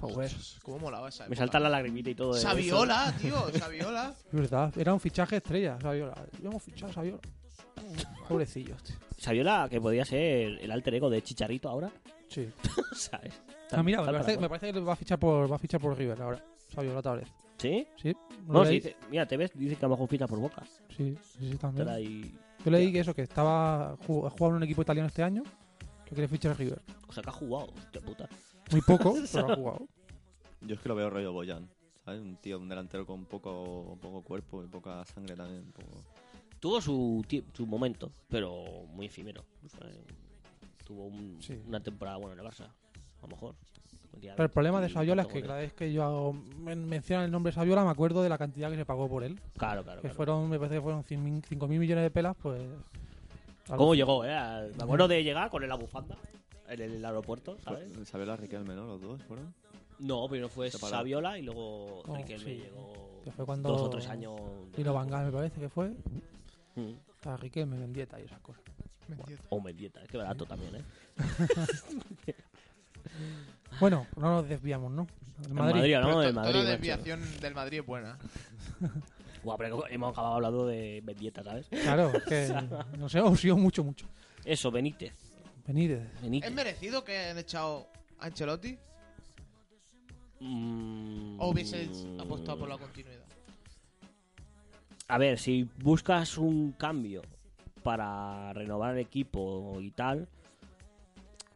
[SPEAKER 4] Fauber. Es
[SPEAKER 1] ¿Cómo molaba esa?
[SPEAKER 3] Me
[SPEAKER 1] época.
[SPEAKER 3] salta la lagrimita y todo. de eso.
[SPEAKER 1] Saviola, tío, Saviola.
[SPEAKER 4] verdad. Era un fichaje estrella, Saviola. Habíamos fichado a Saviola. Mm, Pobrecillos, tío.
[SPEAKER 3] Saviola, que podía ser el alter ego de Chicharito ahora.
[SPEAKER 4] Sí.
[SPEAKER 3] ¿Sabes?
[SPEAKER 4] Ah, mira,
[SPEAKER 3] Está
[SPEAKER 4] me
[SPEAKER 3] para
[SPEAKER 4] parece,
[SPEAKER 3] todo.
[SPEAKER 4] me parece que va a fichar por, va a fichar por River ahora. Saviola tal vez.
[SPEAKER 3] ¿Sí?
[SPEAKER 4] Sí. ¿No
[SPEAKER 3] No, sí,
[SPEAKER 4] leí?
[SPEAKER 3] dice- mira, te ves, dice que a lo mejor ficha por boca.
[SPEAKER 4] sí, sí, sí, también.
[SPEAKER 3] Estará ahí.
[SPEAKER 4] Yo leí que eso, que estaba jugó- jugaba en un equipo italiano este año, que quiere fichar a River.
[SPEAKER 3] O sea, que ha jugado, hostia puta.
[SPEAKER 4] Muy poco, pero ha jugado.
[SPEAKER 2] Yo es que lo veo rollo Boyan. ¿Sabes? Un tío, un delantero con poco, poco cuerpo y poca sangre también. Poco...
[SPEAKER 3] Tuvo su, tie- su momento, pero muy efímero. Fue- Tuvo un-
[SPEAKER 4] Sí.
[SPEAKER 3] una temporada buena en el Barça, a lo mejor. Metía
[SPEAKER 4] Pero el problema de
[SPEAKER 3] 20
[SPEAKER 4] Saviola es que
[SPEAKER 3] goles.
[SPEAKER 4] cada vez que yo hago- men- mencionan el nombre Saviola me acuerdo de la cantidad que se pagó por él.
[SPEAKER 3] Claro, claro.
[SPEAKER 4] Que
[SPEAKER 3] claro.
[SPEAKER 4] fueron, me parece que fueron 5.000 millones de pelas, pues... algo.
[SPEAKER 3] ¿Cómo llegó, eh? Al- Me acuerdo de llegar con la bufanda en el aeropuerto, ¿sabes?
[SPEAKER 2] ¿Sabes la Riquelme, no? Los dos fueron.
[SPEAKER 3] Pues, No, primero fue
[SPEAKER 2] Separado.
[SPEAKER 3] Saviola y luego
[SPEAKER 4] Oh,
[SPEAKER 3] Riquelme
[SPEAKER 4] sí.
[SPEAKER 3] llegó
[SPEAKER 4] Que fue cuando-
[SPEAKER 3] dos o tres años.
[SPEAKER 4] Y lo Vangal, me parece que fue.
[SPEAKER 3] Mm.
[SPEAKER 4] A Riquelme, Mendieta y esas cosas.
[SPEAKER 3] O Mendieta, es que barato también, ¿eh?
[SPEAKER 4] Bueno, no nos desviamos, ¿no? El
[SPEAKER 3] En
[SPEAKER 4] Madrid.
[SPEAKER 3] Madrid,
[SPEAKER 1] Pero
[SPEAKER 3] ¿no?
[SPEAKER 1] to-
[SPEAKER 3] En Madrid.
[SPEAKER 1] toda
[SPEAKER 3] macho.
[SPEAKER 1] desviación del Madrid es buena.
[SPEAKER 3] Guau, pero hemos acabado hablando de Mendieta, ¿sabes?
[SPEAKER 4] Claro, es que nos hemos sido mucho, mucho.
[SPEAKER 3] Eso, Benítez.
[SPEAKER 4] Benítez.
[SPEAKER 3] Benítez.
[SPEAKER 1] ¿Es merecido que hayan echado a Ancelotti?
[SPEAKER 3] Mm.
[SPEAKER 1] ¿O hubiese apostado por la continuidad?
[SPEAKER 3] A ver, si buscas un cambio para renovar el equipo y tal,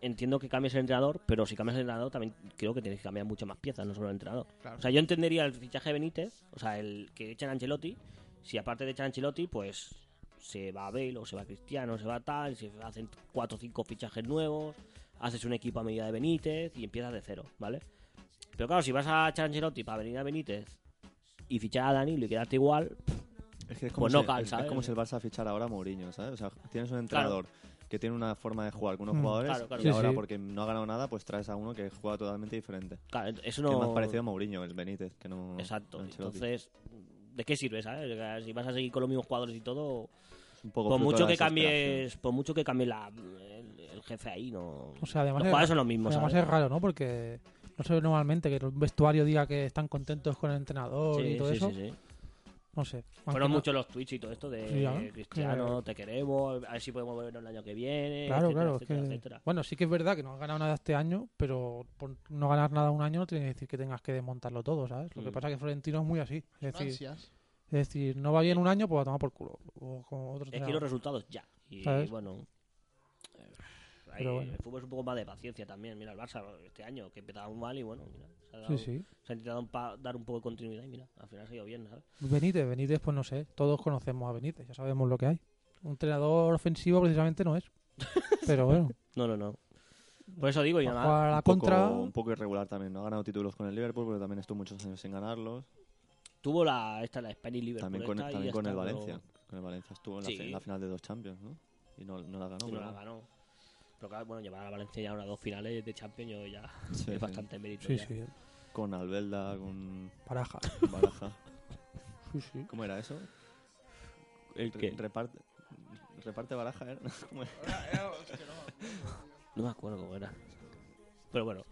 [SPEAKER 3] entiendo que cambies el entrenador, pero si cambias el entrenador también creo que tienes que cambiar muchas más piezas, no solo el entrenador.
[SPEAKER 1] Claro.
[SPEAKER 3] O sea, yo entendería el fichaje de Benítez, o sea, el que echan a Ancelotti, si aparte de echar a Ancelotti, pues se va a Bale o se va Cristiano, se va tal, se hacen cuatro o cinco fichajes nuevos, haces un equipo a medida de Benítez y empiezas de cero, ¿vale? Pero claro, si vas a echar a Ancelotti para venir a Benítez y fichar a Danilo y quedarte igual,
[SPEAKER 2] Es que es como,
[SPEAKER 3] Pues
[SPEAKER 2] si,
[SPEAKER 3] no cal,
[SPEAKER 2] es- es
[SPEAKER 3] ¿sabes?
[SPEAKER 2] como si el Barça fichara ahora a Mourinho, ¿sabes? O sea, tienes un entrenador que tiene una forma de jugar con unos
[SPEAKER 4] Mm.
[SPEAKER 2] jugadores
[SPEAKER 3] Claro, claro.
[SPEAKER 2] y
[SPEAKER 3] Sí,
[SPEAKER 2] ahora
[SPEAKER 4] sí.
[SPEAKER 2] porque no ha ganado nada, pues traes a uno que juega totalmente diferente.
[SPEAKER 3] Claro, ent- eso
[SPEAKER 2] Que
[SPEAKER 3] no.
[SPEAKER 2] es más parecido a Mourinho, el Benítez, que no.
[SPEAKER 3] Exacto.
[SPEAKER 2] no Ancelotti.
[SPEAKER 3] Entonces, ¿de qué sirve, sabes? O sea, Si vas a seguir con los mismos jugadores y todo,
[SPEAKER 2] Es un poco
[SPEAKER 3] por
[SPEAKER 2] fruto de
[SPEAKER 3] mucho
[SPEAKER 2] la
[SPEAKER 3] que
[SPEAKER 2] desesperación.
[SPEAKER 3] cambies, por mucho que cambie la, el, el jefe ahí, no.
[SPEAKER 4] O sea, además
[SPEAKER 3] los
[SPEAKER 4] es-
[SPEAKER 3] jugadores son los mismos,
[SPEAKER 4] Además
[SPEAKER 3] ¿sabes?
[SPEAKER 4] es raro, ¿no? Porque no sé normalmente que el vestuario diga que están contentos con el entrenador y
[SPEAKER 3] Sí,
[SPEAKER 4] todo
[SPEAKER 3] sí,
[SPEAKER 4] eso.
[SPEAKER 3] sí, sí.
[SPEAKER 4] No sé.
[SPEAKER 3] Fueron
[SPEAKER 4] Aunque no-
[SPEAKER 3] muchos los tweets y todo esto de
[SPEAKER 4] Sí, ya, ¿eh?
[SPEAKER 3] Cristiano, te queremos, a ver si podemos volver el año que viene,
[SPEAKER 4] Claro,
[SPEAKER 3] etcétera,
[SPEAKER 4] claro. es
[SPEAKER 3] etcétera,
[SPEAKER 4] que-
[SPEAKER 3] etcétera.
[SPEAKER 4] Bueno, sí que es verdad que no has ganado nada este año, pero por no ganar nada un año no tiene que decir que tengas que desmontarlo todo, ¿sabes? Lo que
[SPEAKER 3] Mm.
[SPEAKER 4] pasa es que Florentino es muy así. Es decir,
[SPEAKER 1] Ansias.
[SPEAKER 4] es decir, no va bien un año, pues a tomar por culo. O como otro
[SPEAKER 3] Es que los
[SPEAKER 4] entrenador.
[SPEAKER 3] resultados ya. Y
[SPEAKER 4] ¿Sabes?
[SPEAKER 3] bueno. eh, ahí
[SPEAKER 4] Pero bueno.
[SPEAKER 3] El fútbol es un poco más de paciencia también. Mira el Barça este año, que empezaba muy mal y bueno, mira, se ha, dado-
[SPEAKER 4] Sí, sí.
[SPEAKER 3] se ha intentado pa- dar un poco de continuidad y mira, al final se ha ido bien, ¿sabes?
[SPEAKER 4] Benítez, Benítez, pues no sé. Todos conocemos a Benítez, ya sabemos lo que hay. Un entrenador ofensivo precisamente no es. Pero bueno,
[SPEAKER 3] No, no, no. Por eso digo, y
[SPEAKER 4] para
[SPEAKER 3] nada.
[SPEAKER 4] jugar a la
[SPEAKER 2] Un poco-
[SPEAKER 4] contra.
[SPEAKER 2] un poco irregular también. No ha ganado títulos con el Liverpool, pero también estuvo muchos años sin ganarlos.
[SPEAKER 3] Tuvo la, esta, la Spanish Liverpool.
[SPEAKER 2] También con,
[SPEAKER 3] esta, y
[SPEAKER 2] también con
[SPEAKER 3] hasta
[SPEAKER 2] el
[SPEAKER 3] luego-
[SPEAKER 2] Valencia. Con el Valencia estuvo en la,
[SPEAKER 3] Sí.
[SPEAKER 2] fi- en la final de dos Champions, ¿no? Y no, no la ganó.
[SPEAKER 3] y no
[SPEAKER 2] pero
[SPEAKER 3] la ganó. Pero claro, bueno, llevar a Valencia ya a unas dos finales de Champions yo ya
[SPEAKER 2] Sí, sí.
[SPEAKER 3] es bastante mérito.
[SPEAKER 4] Sí,
[SPEAKER 3] ya.
[SPEAKER 4] sí.
[SPEAKER 2] Con Albelda, con
[SPEAKER 4] Paraja.
[SPEAKER 2] Baraja.
[SPEAKER 4] Sí, sí.
[SPEAKER 2] ¿Cómo era eso?
[SPEAKER 3] ¿El
[SPEAKER 2] Re-
[SPEAKER 3] qué?
[SPEAKER 2] Reparte, reparte Baraja, ¿era? ¿Cómo era?
[SPEAKER 3] No me acuerdo cómo era. Pero bueno,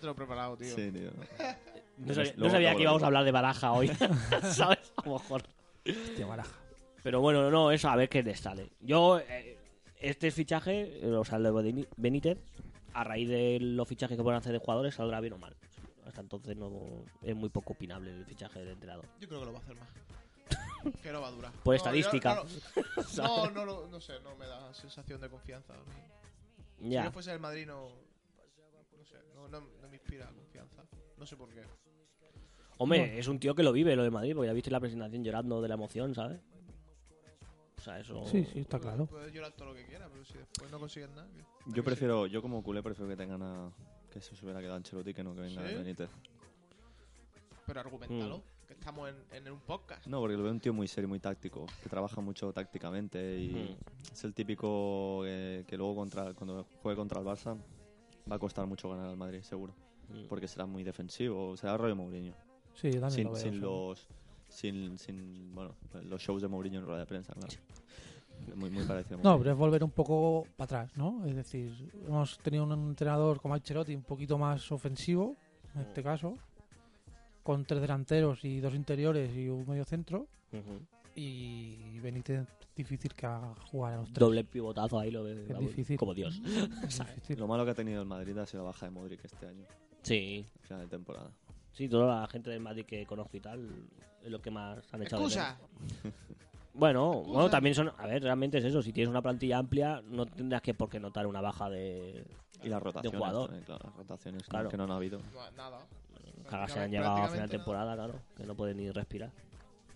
[SPEAKER 1] te lo he preparado, tío.
[SPEAKER 2] Sí, tío.
[SPEAKER 3] no
[SPEAKER 2] Pero
[SPEAKER 3] sabía,
[SPEAKER 2] es-
[SPEAKER 3] no
[SPEAKER 2] luego-
[SPEAKER 3] sabía
[SPEAKER 2] luego
[SPEAKER 3] que
[SPEAKER 2] lo
[SPEAKER 3] íbamos
[SPEAKER 2] digo.
[SPEAKER 3] a hablar de baraja hoy. ¿Sabes? A lo mejor.
[SPEAKER 4] Hostia, baraja.
[SPEAKER 3] Pero bueno, no, eso, a ver qué les sale. Yo, eh, este fichaje, eh, o sea, el de Beni- Benítez, a raíz de los fichajes que puedan hacer de jugadores, saldrá bien o mal. Hasta entonces no es muy poco opinable el fichaje del entrenador.
[SPEAKER 1] Yo creo que lo va a hacer más. que no va a durar.
[SPEAKER 3] Por
[SPEAKER 1] No,
[SPEAKER 3] estadística.
[SPEAKER 1] yo- No, no, no, lo- no sé, no me da sensación de confianza. a mí. Si
[SPEAKER 3] Ya,
[SPEAKER 1] yo fuese el Madrid, no. No sé, no, no- no me inspira confianza. No sé por qué.
[SPEAKER 3] hombre, es un tío que lo vive lo de Madrid, porque ya viste la presentación llorando de la emoción, ¿sabes? O sea, eso.
[SPEAKER 4] Sí, sí, está claro.
[SPEAKER 1] Puedes llorar todo lo que quieras, pero si después no consigues nada. ¿qué?
[SPEAKER 2] Yo prefiero, yo como culé prefiero que tengan a... Que se hubiera quedado Ancelotti que no que venga
[SPEAKER 1] ¿Sí?
[SPEAKER 2] Benítez.
[SPEAKER 1] Pero argumentalo, que estamos en, en un podcast.
[SPEAKER 2] No, porque lo veo un tío muy serio, muy táctico, que trabaja mucho tácticamente y es el típico que, que luego contra, cuando juegue contra el Barça va a costar mucho ganar al Madrid, seguro.
[SPEAKER 3] Mm.
[SPEAKER 2] Porque será muy defensivo, será rollo Mourinho.
[SPEAKER 4] Sí, yo también
[SPEAKER 2] Sin,
[SPEAKER 4] Ah, lo veo.
[SPEAKER 2] sin
[SPEAKER 4] sí.
[SPEAKER 2] los sin, sin, bueno, los shows de Mourinho en rueda de prensa, claro. Muy, muy parecido. a
[SPEAKER 4] No,
[SPEAKER 2] Mourinho.
[SPEAKER 4] pero es volver un poco para atrás, ¿no? Es decir, hemos tenido un entrenador como Ancelotti un poquito más ofensivo, en este caso, con tres delanteros y dos interiores y un medio centro,
[SPEAKER 3] Ujú.
[SPEAKER 4] y Benítez es difícil que haga jugar a los tres.
[SPEAKER 3] Doble pivotazo ahí lo veo.
[SPEAKER 4] Es difícil.
[SPEAKER 3] Como Dios.
[SPEAKER 4] Es difícil.
[SPEAKER 2] Lo malo que ha tenido el Madrid ha sido la baja de Modric este año,
[SPEAKER 3] Sí,
[SPEAKER 2] al final de temporada.
[SPEAKER 3] sí, toda la gente del Madrid que conozco y tal, es lo que más han echado. de menos.
[SPEAKER 1] ¡Excusa!
[SPEAKER 3] Bueno,
[SPEAKER 1] Excusa.
[SPEAKER 3] bueno, también son. A ver, realmente es eso. Si tienes una plantilla amplia, no tendrás que por qué notar una baja de.
[SPEAKER 2] Y las rotaciones
[SPEAKER 3] jugador.
[SPEAKER 2] también, claro, las rotaciones
[SPEAKER 3] Claro.
[SPEAKER 2] que no han habido.
[SPEAKER 1] No, nada.
[SPEAKER 3] Cagas se
[SPEAKER 1] Prácticamente-
[SPEAKER 3] han llegado a final
[SPEAKER 1] prácticamente
[SPEAKER 3] de
[SPEAKER 1] nada.
[SPEAKER 3] temporada, claro. Que no pueden ni respirar.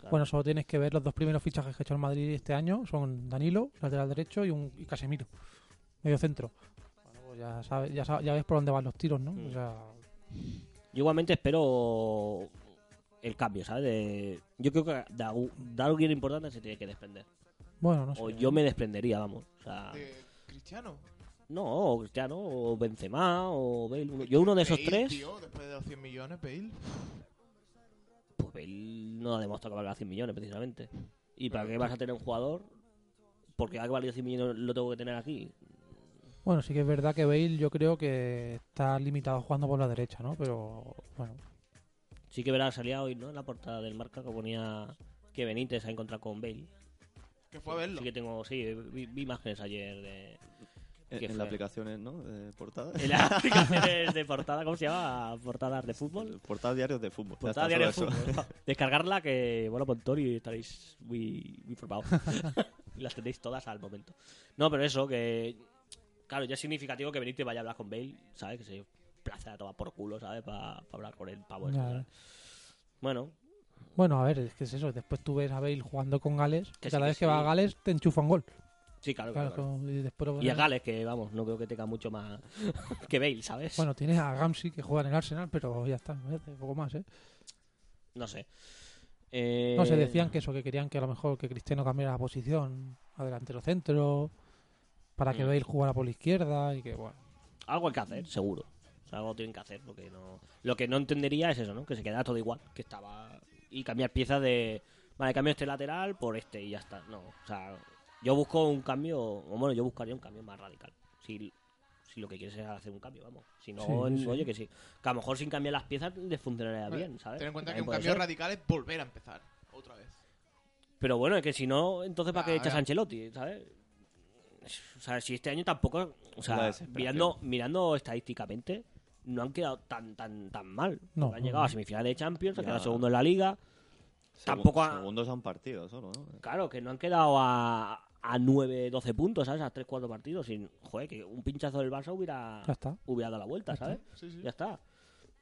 [SPEAKER 3] Claro.
[SPEAKER 4] Bueno, solo tienes que ver los dos primeros fichajes que ha hecho el Madrid este año, son Danilo, lateral derecho, y, un, y Casemiro, medio centro. Bueno, pues ya, sabes, ya, sabes- ya ves por dónde van los tiros, ¿no?
[SPEAKER 3] Mm.
[SPEAKER 4] O sea,
[SPEAKER 3] Yo igualmente espero el cambio, ¿sabes? De- yo creo que de, algu- de alguien importante se tiene que desprender.
[SPEAKER 4] bueno, no sé.
[SPEAKER 3] O yo me desprendería, vamos. O sea,
[SPEAKER 1] De Cristiano.
[SPEAKER 3] no, o Cristiano, o Benzema, o Bale. uno- Yo uno de esos
[SPEAKER 1] Bale,
[SPEAKER 3] tres,
[SPEAKER 1] tío, después de los 100 millones, Bale.
[SPEAKER 3] pues Bale no ha demostrado que valga 100 millones, precisamente. ¿Y para
[SPEAKER 1] Pero-
[SPEAKER 3] qué vas a tener un jugador? Porque ha valido 100 millones, lo tengo que tener aquí.
[SPEAKER 4] Bueno, sí que es verdad que Bale yo creo que está limitado jugando por la derecha, ¿no? Pero bueno,
[SPEAKER 3] Sí que verás, salía hoy, ¿no? En la portada del marca que ponía que Benítez se ha encontrado con Bale.
[SPEAKER 1] Que fue a verlo.
[SPEAKER 3] Sí que tengo, sí, vi, vi imágenes ayer de...
[SPEAKER 2] En,
[SPEAKER 3] Qué
[SPEAKER 2] en
[SPEAKER 3] feo.
[SPEAKER 2] las aplicaciones, ¿no? De portada.
[SPEAKER 3] En las aplicaciones de portada, ¿cómo se llama? Portadas de fútbol.
[SPEAKER 2] Portadas diarios de fútbol. Ya
[SPEAKER 3] Portada
[SPEAKER 2] está,
[SPEAKER 3] diaria de
[SPEAKER 2] solo eso.
[SPEAKER 3] fútbol. Descargarla que, bueno, por Tori estaréis muy muy informados. Y Las tendréis todas al momento. No, pero eso, que... Claro, ya es significativo que Benítez vaya a hablar con Bale, ¿sabes? Que se plaza a tomar por culo, ¿sabes? Para hablar con el pavo. este,
[SPEAKER 4] Ya.
[SPEAKER 3] ¿sabes? Bueno,
[SPEAKER 4] bueno, a ver, es que es eso. Después tú ves a Bale jugando con Gales,
[SPEAKER 3] Que
[SPEAKER 4] que
[SPEAKER 3] sí,
[SPEAKER 4] cada
[SPEAKER 3] que
[SPEAKER 4] vez que va
[SPEAKER 3] sí.
[SPEAKER 4] a Gales te enchufa un gol.
[SPEAKER 3] sí, claro,
[SPEAKER 4] Claro,
[SPEAKER 3] claro, claro.
[SPEAKER 4] como- y después lo-
[SPEAKER 3] Y a Gales, que vamos, no creo que tenga mucho más que Bale, ¿sabes?
[SPEAKER 4] Bueno, tienes a Gamsi que juega en el Arsenal, pero ya está, ¿eh? poco más, ¿eh?
[SPEAKER 3] no sé. Eh,
[SPEAKER 4] No sé, decían que eso, que querían que a lo mejor que Cristiano cambiara la posición a delantero centro, para que
[SPEAKER 3] Mm.
[SPEAKER 4] Bale jugara por la izquierda y que, bueno.
[SPEAKER 3] Algo hay que hacer, seguro. O sea, algo tienen que hacer, porque no... Lo que no entendería es eso, ¿no? Que se quedara todo igual, que estaba... Y cambiar piezas de... Vale, cambio este lateral por este y ya está. No, o sea, yo busco un cambio... O bueno, yo buscaría un cambio más radical. Si, si lo que quieres es hacer un cambio, vamos. Si no,
[SPEAKER 4] Sí, sí.
[SPEAKER 3] oye, que sí. Que a lo mejor sin cambiar las piezas les funcionaría
[SPEAKER 1] Vale,
[SPEAKER 3] bien, ¿sabes?
[SPEAKER 1] Ten en cuenta que
[SPEAKER 3] También
[SPEAKER 1] un
[SPEAKER 3] ¿eh? puede
[SPEAKER 1] cambio
[SPEAKER 3] ser.
[SPEAKER 1] radical es volver a empezar. Otra vez.
[SPEAKER 3] Pero bueno, es que si no, entonces ¿para qué
[SPEAKER 1] Ah,
[SPEAKER 3] echas
[SPEAKER 1] ya.
[SPEAKER 3] a Ancelotti? ¿Sabes? O sea, si este año tampoco. O
[SPEAKER 2] La
[SPEAKER 3] sea,
[SPEAKER 2] desesperación.
[SPEAKER 3] mirando, mirando estadísticamente, no han quedado tan tan tan mal.
[SPEAKER 4] No,
[SPEAKER 3] han
[SPEAKER 4] no,
[SPEAKER 3] llegado a
[SPEAKER 4] no.
[SPEAKER 3] semifinales de Champions, han
[SPEAKER 2] Ya.
[SPEAKER 3] quedado segundo en la liga. Tampoco ha-
[SPEAKER 2] Segundos a un partido solo, ¿no?
[SPEAKER 3] Claro, que no han quedado a, a 9, 12 puntos, ¿sabes? A 3, 4 partidos. Sin, joder, que un pinchazo del Barça hubiera,
[SPEAKER 4] Ya está.
[SPEAKER 3] hubiera dado la vuelta,
[SPEAKER 4] Ya
[SPEAKER 3] ¿sabes?
[SPEAKER 1] Sí, sí.
[SPEAKER 3] Ya está.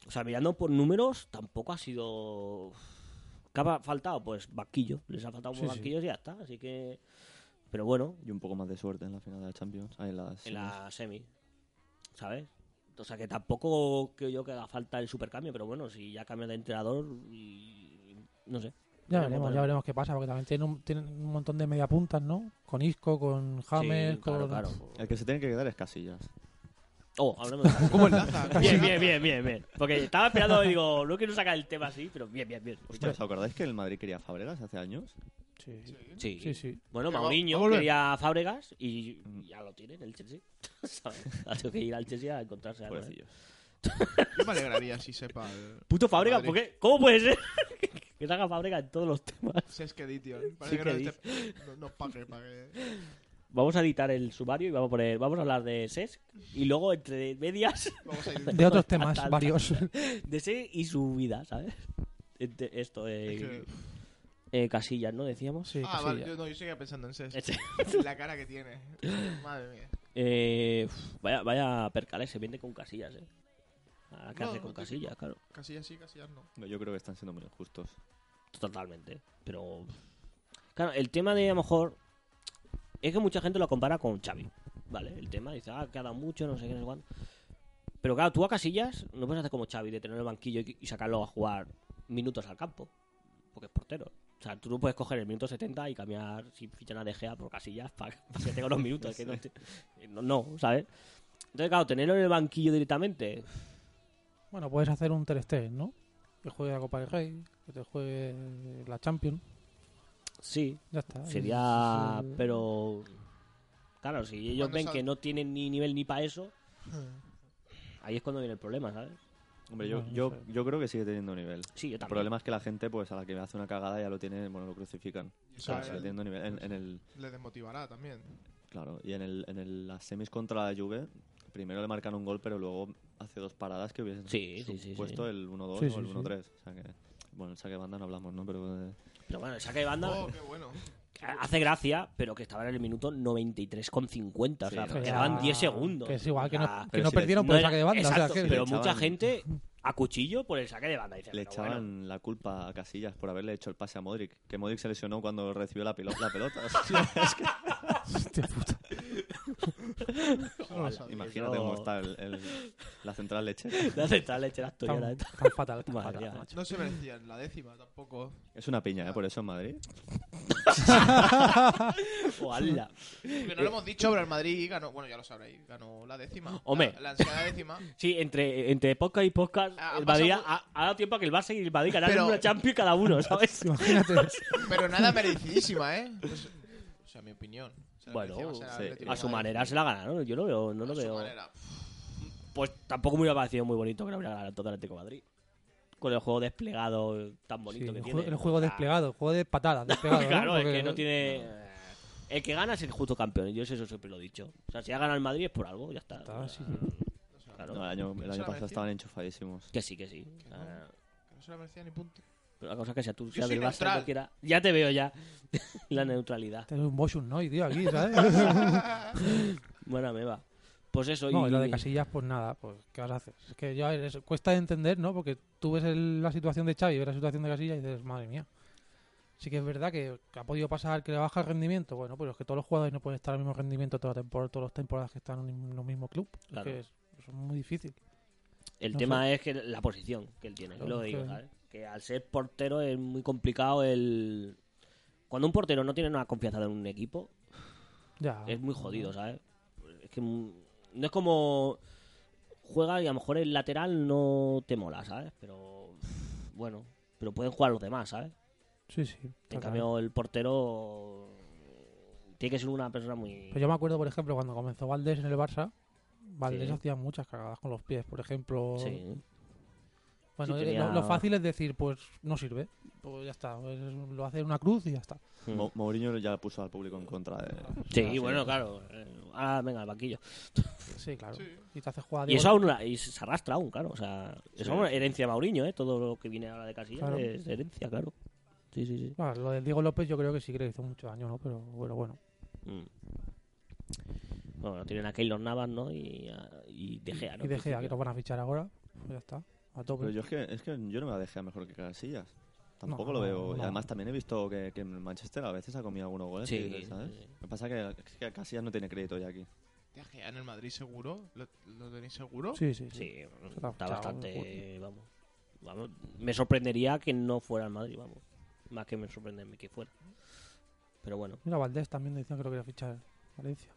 [SPEAKER 3] O sea, mirando por números, tampoco ha sido. ¿Qué ha faltado? Pues banquillo. Les ha faltado unos
[SPEAKER 4] Sí, sí.
[SPEAKER 3] banquillos y ya está. Así que. Pero bueno,
[SPEAKER 2] Y un poco más de suerte en la final de la Champions. Ah, en las,
[SPEAKER 3] en la semi, ¿sabes? O sea que tampoco creo yo que haga falta el supercambio, pero bueno, pues si ya cambias de entrenador y No sé.
[SPEAKER 4] Ya
[SPEAKER 3] Veremos,
[SPEAKER 4] veremos, ya
[SPEAKER 3] veremos.
[SPEAKER 4] veremos qué pasa, porque también tienen un, tienen un montón de media puntas, ¿no? Con Isco, con James,
[SPEAKER 3] Sí, claro,
[SPEAKER 4] con...
[SPEAKER 3] claro.
[SPEAKER 2] El que se tiene que quedar es Casillas.
[SPEAKER 3] Oh, hablemos de Casillas.
[SPEAKER 1] ¿Cómo el Daza? ¿Cómo el
[SPEAKER 3] Bien,
[SPEAKER 1] Daza?
[SPEAKER 3] bien, bien, bien, bien. Porque estaba esperando y digo, no quiero sacar el tema así, pero bien, bien, bien.
[SPEAKER 2] Hostia, ¿os acordáis que el Madrid quería a Fabregas hace años?
[SPEAKER 4] Sí, sí.
[SPEAKER 3] Sí.
[SPEAKER 4] sí, sí.
[SPEAKER 3] Bueno,
[SPEAKER 1] Que va-
[SPEAKER 3] Mourinho
[SPEAKER 1] va a volver.
[SPEAKER 3] quería a Fábregas y ya lo tienen el Chelsea. ¿Sabes? Ha tenido que ir al Chelsea a encontrarse a algo, ¿eh?
[SPEAKER 2] Pobrecillos.
[SPEAKER 1] Yo me alegraría si sepa. el-
[SPEAKER 3] Puto Fábregas,
[SPEAKER 1] Madrid.
[SPEAKER 3] ¿por qué? ¿Cómo puede ser que salga Fábregas en todos los temas?
[SPEAKER 1] Si es que edition. Parece
[SPEAKER 3] Sí
[SPEAKER 1] que,
[SPEAKER 3] que
[SPEAKER 1] no, este- no, no pague, pague.
[SPEAKER 3] Vamos a editar el sumario y vamos a poner, vamos a hablar de SES y luego entre medias
[SPEAKER 1] Vamos a ir.
[SPEAKER 4] De otros temas,
[SPEAKER 3] Fatal.
[SPEAKER 4] varios.
[SPEAKER 3] de SES y su vida, ¿sabes? Ente- Esto
[SPEAKER 1] Es
[SPEAKER 3] de
[SPEAKER 1] que-
[SPEAKER 3] eh, Casillas, ¿no? Decíamos.
[SPEAKER 4] Sí,
[SPEAKER 1] Ah,
[SPEAKER 4] casi
[SPEAKER 1] vale,
[SPEAKER 4] ya.
[SPEAKER 1] yo, no, yo seguía pensando en Cesc.
[SPEAKER 3] Este-
[SPEAKER 1] La cara que tiene. Madre mía.
[SPEAKER 3] Eh, uf, vaya, vaya percales, se viene con Casillas, ¿eh? Ahora que
[SPEAKER 1] No,
[SPEAKER 3] hace
[SPEAKER 1] no
[SPEAKER 3] con
[SPEAKER 1] te-
[SPEAKER 3] Casillas, claro.
[SPEAKER 1] Casi así, casi ya no.
[SPEAKER 2] No, yo creo que están siendo muy injustos.
[SPEAKER 3] Totalmente. Pero. Claro, el tema de a lo mejor. Es que mucha gente lo compara con Xavi. Vale, el tema dice, ah, que ha dado mucho, no sé qué, no sé cuánto. Pero claro, tú a casillas no puedes hacer como Xavi de tener el banquillo y, y sacarlo a jugar minutos al campo. Porque es portero. O sea, tú no puedes coger el minuto 70 y cambiar si fichan a De Gea por casillas para que tenga unos minutos. que no, te- no, no, ¿sabes? Entonces, claro, tenerlo en el banquillo directamente.
[SPEAKER 4] Bueno, puedes hacer un 3 ¿no? Que juegue la Copa del Rey, que te juegue la Champions,
[SPEAKER 3] Sí,
[SPEAKER 4] ya está.
[SPEAKER 3] Sería.
[SPEAKER 4] Sí.
[SPEAKER 3] Pero. Claro, si ellos
[SPEAKER 1] Cuando
[SPEAKER 3] ven
[SPEAKER 1] sal-
[SPEAKER 3] que no tienen ni nivel ni para eso,
[SPEAKER 4] Hmm.
[SPEAKER 3] ahí es cuando viene el problema, ¿sabes?
[SPEAKER 2] Hombre, yo,
[SPEAKER 4] Bueno, no
[SPEAKER 2] yo,
[SPEAKER 4] sé.
[SPEAKER 2] yo creo que sigue teniendo nivel.
[SPEAKER 3] Sí, yo
[SPEAKER 2] El
[SPEAKER 3] también.
[SPEAKER 2] problema es que la gente, pues a la que me hace una cagada ya lo tiene, bueno, lo crucifican.
[SPEAKER 1] Y
[SPEAKER 2] Claro,
[SPEAKER 1] eso
[SPEAKER 2] sigue
[SPEAKER 1] a él
[SPEAKER 2] teniendo nivel. En, en el,
[SPEAKER 1] le desmotivará también.
[SPEAKER 2] claro, y en, el, en el- las semis contra la Juve, primero le marcan un gol, pero luego hace dos paradas que hubiesen
[SPEAKER 3] Sí, sí, sí,
[SPEAKER 2] puesto
[SPEAKER 3] sí.
[SPEAKER 2] el 1-2
[SPEAKER 4] Sí,
[SPEAKER 2] o
[SPEAKER 4] sí,
[SPEAKER 2] el
[SPEAKER 4] sí.
[SPEAKER 2] 1-3. O sea que, bueno, el saque de banda no hablamos, ¿no? Pero eh,
[SPEAKER 3] Pero bueno, el saque de banda
[SPEAKER 1] Oh, qué bueno.
[SPEAKER 3] hace gracia, pero que estaba en el minuto 93,50.
[SPEAKER 2] Sí,
[SPEAKER 3] o sea,
[SPEAKER 2] no.
[SPEAKER 3] quedaban
[SPEAKER 4] Ah,
[SPEAKER 3] 10 segundos.
[SPEAKER 4] Que es igual, que no,
[SPEAKER 3] Ah,
[SPEAKER 4] que
[SPEAKER 2] pero
[SPEAKER 4] no
[SPEAKER 2] si le-
[SPEAKER 4] perdieron
[SPEAKER 3] no
[SPEAKER 4] por el
[SPEAKER 3] era-
[SPEAKER 4] saque de banda. o sea,
[SPEAKER 3] Exacto,
[SPEAKER 4] que-
[SPEAKER 3] pero
[SPEAKER 2] Le
[SPEAKER 3] mucha
[SPEAKER 2] echaban-
[SPEAKER 3] gente a cuchillo por el saque de banda. Dice,
[SPEAKER 2] le
[SPEAKER 3] "Pero bueno".
[SPEAKER 2] echaban la culpa a Casillas por haberle hecho el pase a Modric. Que Modric se lesionó cuando recibió la, pilo- la pelota. O sea, es que-
[SPEAKER 4] Hostia puta.
[SPEAKER 1] Eso no lo sabía.
[SPEAKER 2] imagínate cómo está el- el- la central lechera.
[SPEAKER 3] Dale, está la lechera
[SPEAKER 4] Tan,
[SPEAKER 3] asturiana, esta.
[SPEAKER 4] tan fatal, tan
[SPEAKER 3] Madre
[SPEAKER 4] fatal,
[SPEAKER 3] mía.
[SPEAKER 4] macho.
[SPEAKER 1] No se merecían la décima tampoco.
[SPEAKER 2] Es una piña, ¿eh? Por eso en Madrid.
[SPEAKER 3] Ojalá. Eh,
[SPEAKER 1] Porque no lo hemos dicho, pero el Madrid ganó. Bueno, ya lo sabréis. Ganó la décima.
[SPEAKER 3] Hombre.
[SPEAKER 1] La, la ansiada décima.
[SPEAKER 3] Sí, entre, entre podcast y podcast,
[SPEAKER 1] Ah,
[SPEAKER 3] el
[SPEAKER 1] pasa
[SPEAKER 3] Madrid
[SPEAKER 1] mu-
[SPEAKER 3] ha, ha dado tiempo a que el Barça y el Madrid ganaran
[SPEAKER 1] Pero-
[SPEAKER 3] una Champions cada uno, ¿sabes?
[SPEAKER 4] Imagínate.
[SPEAKER 1] Pero nada merecidísima, ¿eh? Pues, o sea, mi opinión. Se la
[SPEAKER 3] Bueno,
[SPEAKER 1] merecía más el
[SPEAKER 2] sí,
[SPEAKER 1] Atlético
[SPEAKER 3] A su
[SPEAKER 1] de Madrid.
[SPEAKER 3] manera se la ganaron, yo lo veo, no
[SPEAKER 1] A
[SPEAKER 3] lo
[SPEAKER 1] su
[SPEAKER 3] veo.
[SPEAKER 1] manera.
[SPEAKER 3] Pues tampoco me hubiera parecido muy bonito que lo hubiera ganado todo el Atlético de Madrid. Con el juego desplegado tan bonito
[SPEAKER 4] Sí,
[SPEAKER 3] que
[SPEAKER 4] el,
[SPEAKER 3] tiene.
[SPEAKER 4] juego, el juego
[SPEAKER 3] Ah,
[SPEAKER 4] desplegado, el juego de patadas. Desplegado, ¿no?
[SPEAKER 3] Claro, es
[SPEAKER 4] Porque-
[SPEAKER 3] que no tiene. El que gana es el justo campeón, yo eso siempre lo he dicho. O sea, si ha ganado el Madrid es por algo, ya está.
[SPEAKER 4] Está,
[SPEAKER 3] O
[SPEAKER 4] sí.
[SPEAKER 3] sea, Claro.
[SPEAKER 2] No, el año, el
[SPEAKER 1] se
[SPEAKER 2] año
[SPEAKER 1] la
[SPEAKER 2] pasado
[SPEAKER 1] merecía.
[SPEAKER 2] estaban enchufadísimos.
[SPEAKER 3] Que sí, que sí. O sea,
[SPEAKER 1] no. Que no se la merecía ni punto.
[SPEAKER 3] pero la cosa es que sea tú,
[SPEAKER 1] Yo
[SPEAKER 3] sea
[SPEAKER 1] soy
[SPEAKER 3] del Barça,
[SPEAKER 1] neutral.
[SPEAKER 3] cualquiera. Ya te veo ya. la neutralidad.
[SPEAKER 4] Este es un motion noise, tío, aquí, ¿sabes?
[SPEAKER 3] Bueno, me va. Pues eso.
[SPEAKER 4] no,
[SPEAKER 3] y...
[SPEAKER 4] y lo de Casillas, pues nada, pues, ¿qué vas a hacer? Es que ya es- cuesta de entender, ¿no? Porque tú ves el- la situación de Xavi, ves la situación de Casillas y dices, madre mía. Sí que es verdad que, que ha podido pasar que le baja el rendimiento. Bueno, pero es que todos los jugadores no pueden estar al mismo rendimiento toda la temporada, todas las temporadas que están en un- en un mismo club. Es
[SPEAKER 3] Claro.
[SPEAKER 4] que es, es muy difícil.
[SPEAKER 3] El
[SPEAKER 4] No
[SPEAKER 3] tema es que la posición que él tiene, yo
[SPEAKER 4] Claro,
[SPEAKER 3] lo digo,
[SPEAKER 4] que-
[SPEAKER 3] ¿sabes? Que al ser portero es muy complicado el... Cuando un portero no tiene una confianza en un equipo,
[SPEAKER 4] Ya.
[SPEAKER 3] es muy jodido, ¿sabes? Es que mm, no es como juega y a lo mejor el lateral no te mola, ¿sabes? Pero bueno, pero pueden jugar los demás, ¿sabes?
[SPEAKER 4] Sí, sí.
[SPEAKER 3] En
[SPEAKER 4] total.
[SPEAKER 3] cambio el portero tiene que ser una persona muy...
[SPEAKER 4] Pues yo me acuerdo, por ejemplo, cuando comenzó Valdés en el Barça, Valdés
[SPEAKER 3] Sí.
[SPEAKER 4] hacía muchas cagadas con los pies, por ejemplo.
[SPEAKER 3] Sí.
[SPEAKER 4] Bueno,
[SPEAKER 3] Sí,
[SPEAKER 4] eh,
[SPEAKER 3] tenía-
[SPEAKER 4] lo, lo fácil es decir, pues no sirve. Pues ya está, pues, lo hace en una cruz y ya está.
[SPEAKER 3] Mm.
[SPEAKER 2] Mo- Mourinho ya puso al público en contra de.
[SPEAKER 4] pues
[SPEAKER 3] Sí,
[SPEAKER 2] Ah, sí.
[SPEAKER 3] bueno, claro. Eh, Ah, venga, al banquillo.
[SPEAKER 4] Sí, claro.
[SPEAKER 1] Sí.
[SPEAKER 4] Y te hace jugar
[SPEAKER 3] Y eso aún la- y se arrastra aún, claro. O sea, eso
[SPEAKER 2] Sí.
[SPEAKER 3] es una herencia de Mauriño, ¿eh? Todo lo que viene ahora de Casillas
[SPEAKER 4] Claro.
[SPEAKER 3] es herencia, claro. Sí, sí, sí.
[SPEAKER 4] lo de Diego López yo creo que sí que le hizo mucho daño, ¿no? Pero, pero bueno.
[SPEAKER 3] Mm. Bueno, tienen a Keylor Navas, ¿no? Y, a- y De Gea, ¿no?
[SPEAKER 4] y De Gea, que
[SPEAKER 3] no.
[SPEAKER 4] nos van a fichar ahora, pues ya está. A tope.
[SPEAKER 2] Pero yo es que, es que yo no me la dejé mejor que Casillas. Tampoco
[SPEAKER 4] No,
[SPEAKER 2] lo veo. Y
[SPEAKER 4] no.
[SPEAKER 2] además también he visto que, que en Manchester a veces ha comido algunos goles.
[SPEAKER 3] Sí,
[SPEAKER 2] y dices, ¿sabes?
[SPEAKER 3] sí, sí.
[SPEAKER 2] Lo que pasa es que, es que Casillas no tiene crédito ya aquí.
[SPEAKER 1] Hostia, que ya en el Madrid seguro? ¿Lo, lo tenéis seguro?
[SPEAKER 4] Sí, sí, sí.
[SPEAKER 3] Sí, está
[SPEAKER 4] Chao,
[SPEAKER 3] bastante. Vamos. Vamos, Me sorprendería que no fuera al Madrid, vamos. Más que me sorprende que fuera. Pero bueno.
[SPEAKER 4] Mira, Valdés también decían que lo quería fichar Valencia.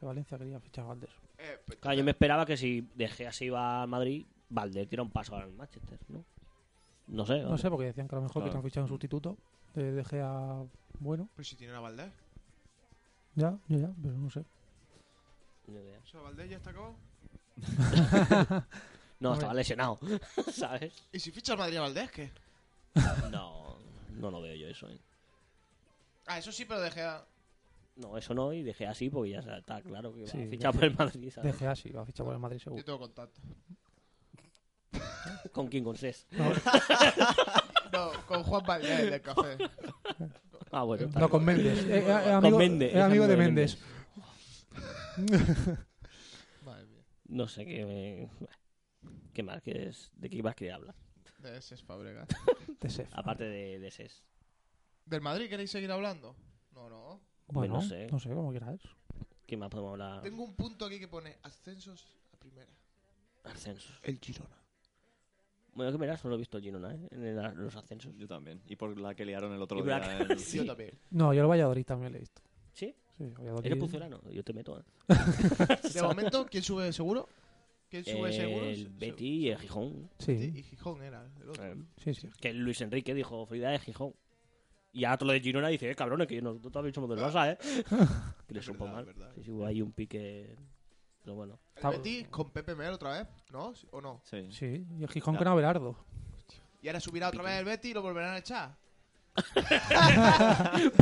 [SPEAKER 4] Que Valencia quería fichar a Valdés.
[SPEAKER 1] Eh, pues,
[SPEAKER 3] Claro, yo me esperaba que si De Gea se iba al Madrid, Valdés diera un paso al Manchester, ¿no? No sé.
[SPEAKER 4] No
[SPEAKER 3] vamos.
[SPEAKER 4] sé, porque decían que a lo mejor
[SPEAKER 2] Claro.
[SPEAKER 4] querían fichar un sustituto de De Gea bueno.
[SPEAKER 1] Pero si tiene a Valdés.
[SPEAKER 4] Ya, ya, ya, pero no sé.
[SPEAKER 3] Ni idea.
[SPEAKER 1] O sea, Valdés ya está acabado.
[SPEAKER 3] No,
[SPEAKER 4] Hombre.
[SPEAKER 3] estaba lesionado, ¿sabes?
[SPEAKER 1] ¿Y si ficha al Madrid a Valdés, qué?
[SPEAKER 3] No, no lo veo yo eso, ¿eh?
[SPEAKER 1] Ah, eso sí, pero dejé a...
[SPEAKER 3] No, eso no, y dejé así porque ya está- está claro que va
[SPEAKER 4] Sí,
[SPEAKER 3] a fichar por el Madrid,
[SPEAKER 4] De
[SPEAKER 3] ¿sabes?
[SPEAKER 4] Gea sí, va a fichar por el Madrid
[SPEAKER 1] Yo
[SPEAKER 4] seguro.
[SPEAKER 1] tengo contacto.
[SPEAKER 3] ¿Con quién? ¿Con Cés?
[SPEAKER 1] No, con Juan Valdés, el del café.
[SPEAKER 3] Ah, bueno. está
[SPEAKER 4] No,
[SPEAKER 3] bien.
[SPEAKER 4] con Méndez. Eh, eh,
[SPEAKER 3] Con
[SPEAKER 4] amigo,
[SPEAKER 3] Méndez,
[SPEAKER 4] es
[SPEAKER 3] es
[SPEAKER 4] amigo de
[SPEAKER 3] amigo de
[SPEAKER 4] Méndez.
[SPEAKER 1] Madre mía.
[SPEAKER 3] No sé qué... me- bueno. ¿Qué más quieres? ¿De qué más quieres hablar?
[SPEAKER 1] De ese es Fabregas.
[SPEAKER 4] De Sef.
[SPEAKER 3] Aparte de, de Cés.
[SPEAKER 1] ¿Del Madrid queréis seguir hablando? No, no.
[SPEAKER 4] Bueno,
[SPEAKER 3] no
[SPEAKER 4] no
[SPEAKER 3] sé.
[SPEAKER 4] sé. cómo quieras.
[SPEAKER 3] ¿Qué más podemos hablar?
[SPEAKER 1] Tengo un punto aquí que pone ascensos a primera.
[SPEAKER 3] Ascensos.
[SPEAKER 1] El Girona.
[SPEAKER 3] Bueno, que verás, solo he visto el Girona, ¿eh? En el- los ascensos.
[SPEAKER 2] Yo también. Y por la que liaron el otro
[SPEAKER 3] Y por
[SPEAKER 2] día.
[SPEAKER 3] la
[SPEAKER 2] en-
[SPEAKER 3] Sí.
[SPEAKER 1] Yo también.
[SPEAKER 4] No, yo el Valladolid también le he visto.
[SPEAKER 3] ¿Sí?
[SPEAKER 4] Sí, el Valladolid.
[SPEAKER 3] ¿Eres pucelano? Yo te meto, ¿eh?
[SPEAKER 1] De momento, ¿quién sube seguro? ¿Quién sube seguro? Se-
[SPEAKER 3] El
[SPEAKER 1] se- Pues
[SPEAKER 3] Betty y el Gijón.
[SPEAKER 4] Sí,
[SPEAKER 1] Y Gijón era el otro.
[SPEAKER 3] Eh,
[SPEAKER 4] sí, sí.
[SPEAKER 3] Que Luis Enrique dijo, felicidades, Gijón. Y ahora otro de Girona dice, eh, cabrones, que nosotros también somos del Barça, ¿eh? que le
[SPEAKER 1] Es
[SPEAKER 3] supo
[SPEAKER 1] verdad,
[SPEAKER 3] mal.
[SPEAKER 1] es verdad.
[SPEAKER 3] Sí, sí, hubo ahí un pique... Pero bueno.
[SPEAKER 1] El Betis con Pepe Mel otra vez, ¿no? ¿O no?
[SPEAKER 2] Sí.
[SPEAKER 4] Sí, y el Gijón con Abelardo.
[SPEAKER 1] Y ahora subirá otra vez el Betis y lo volverán a echar.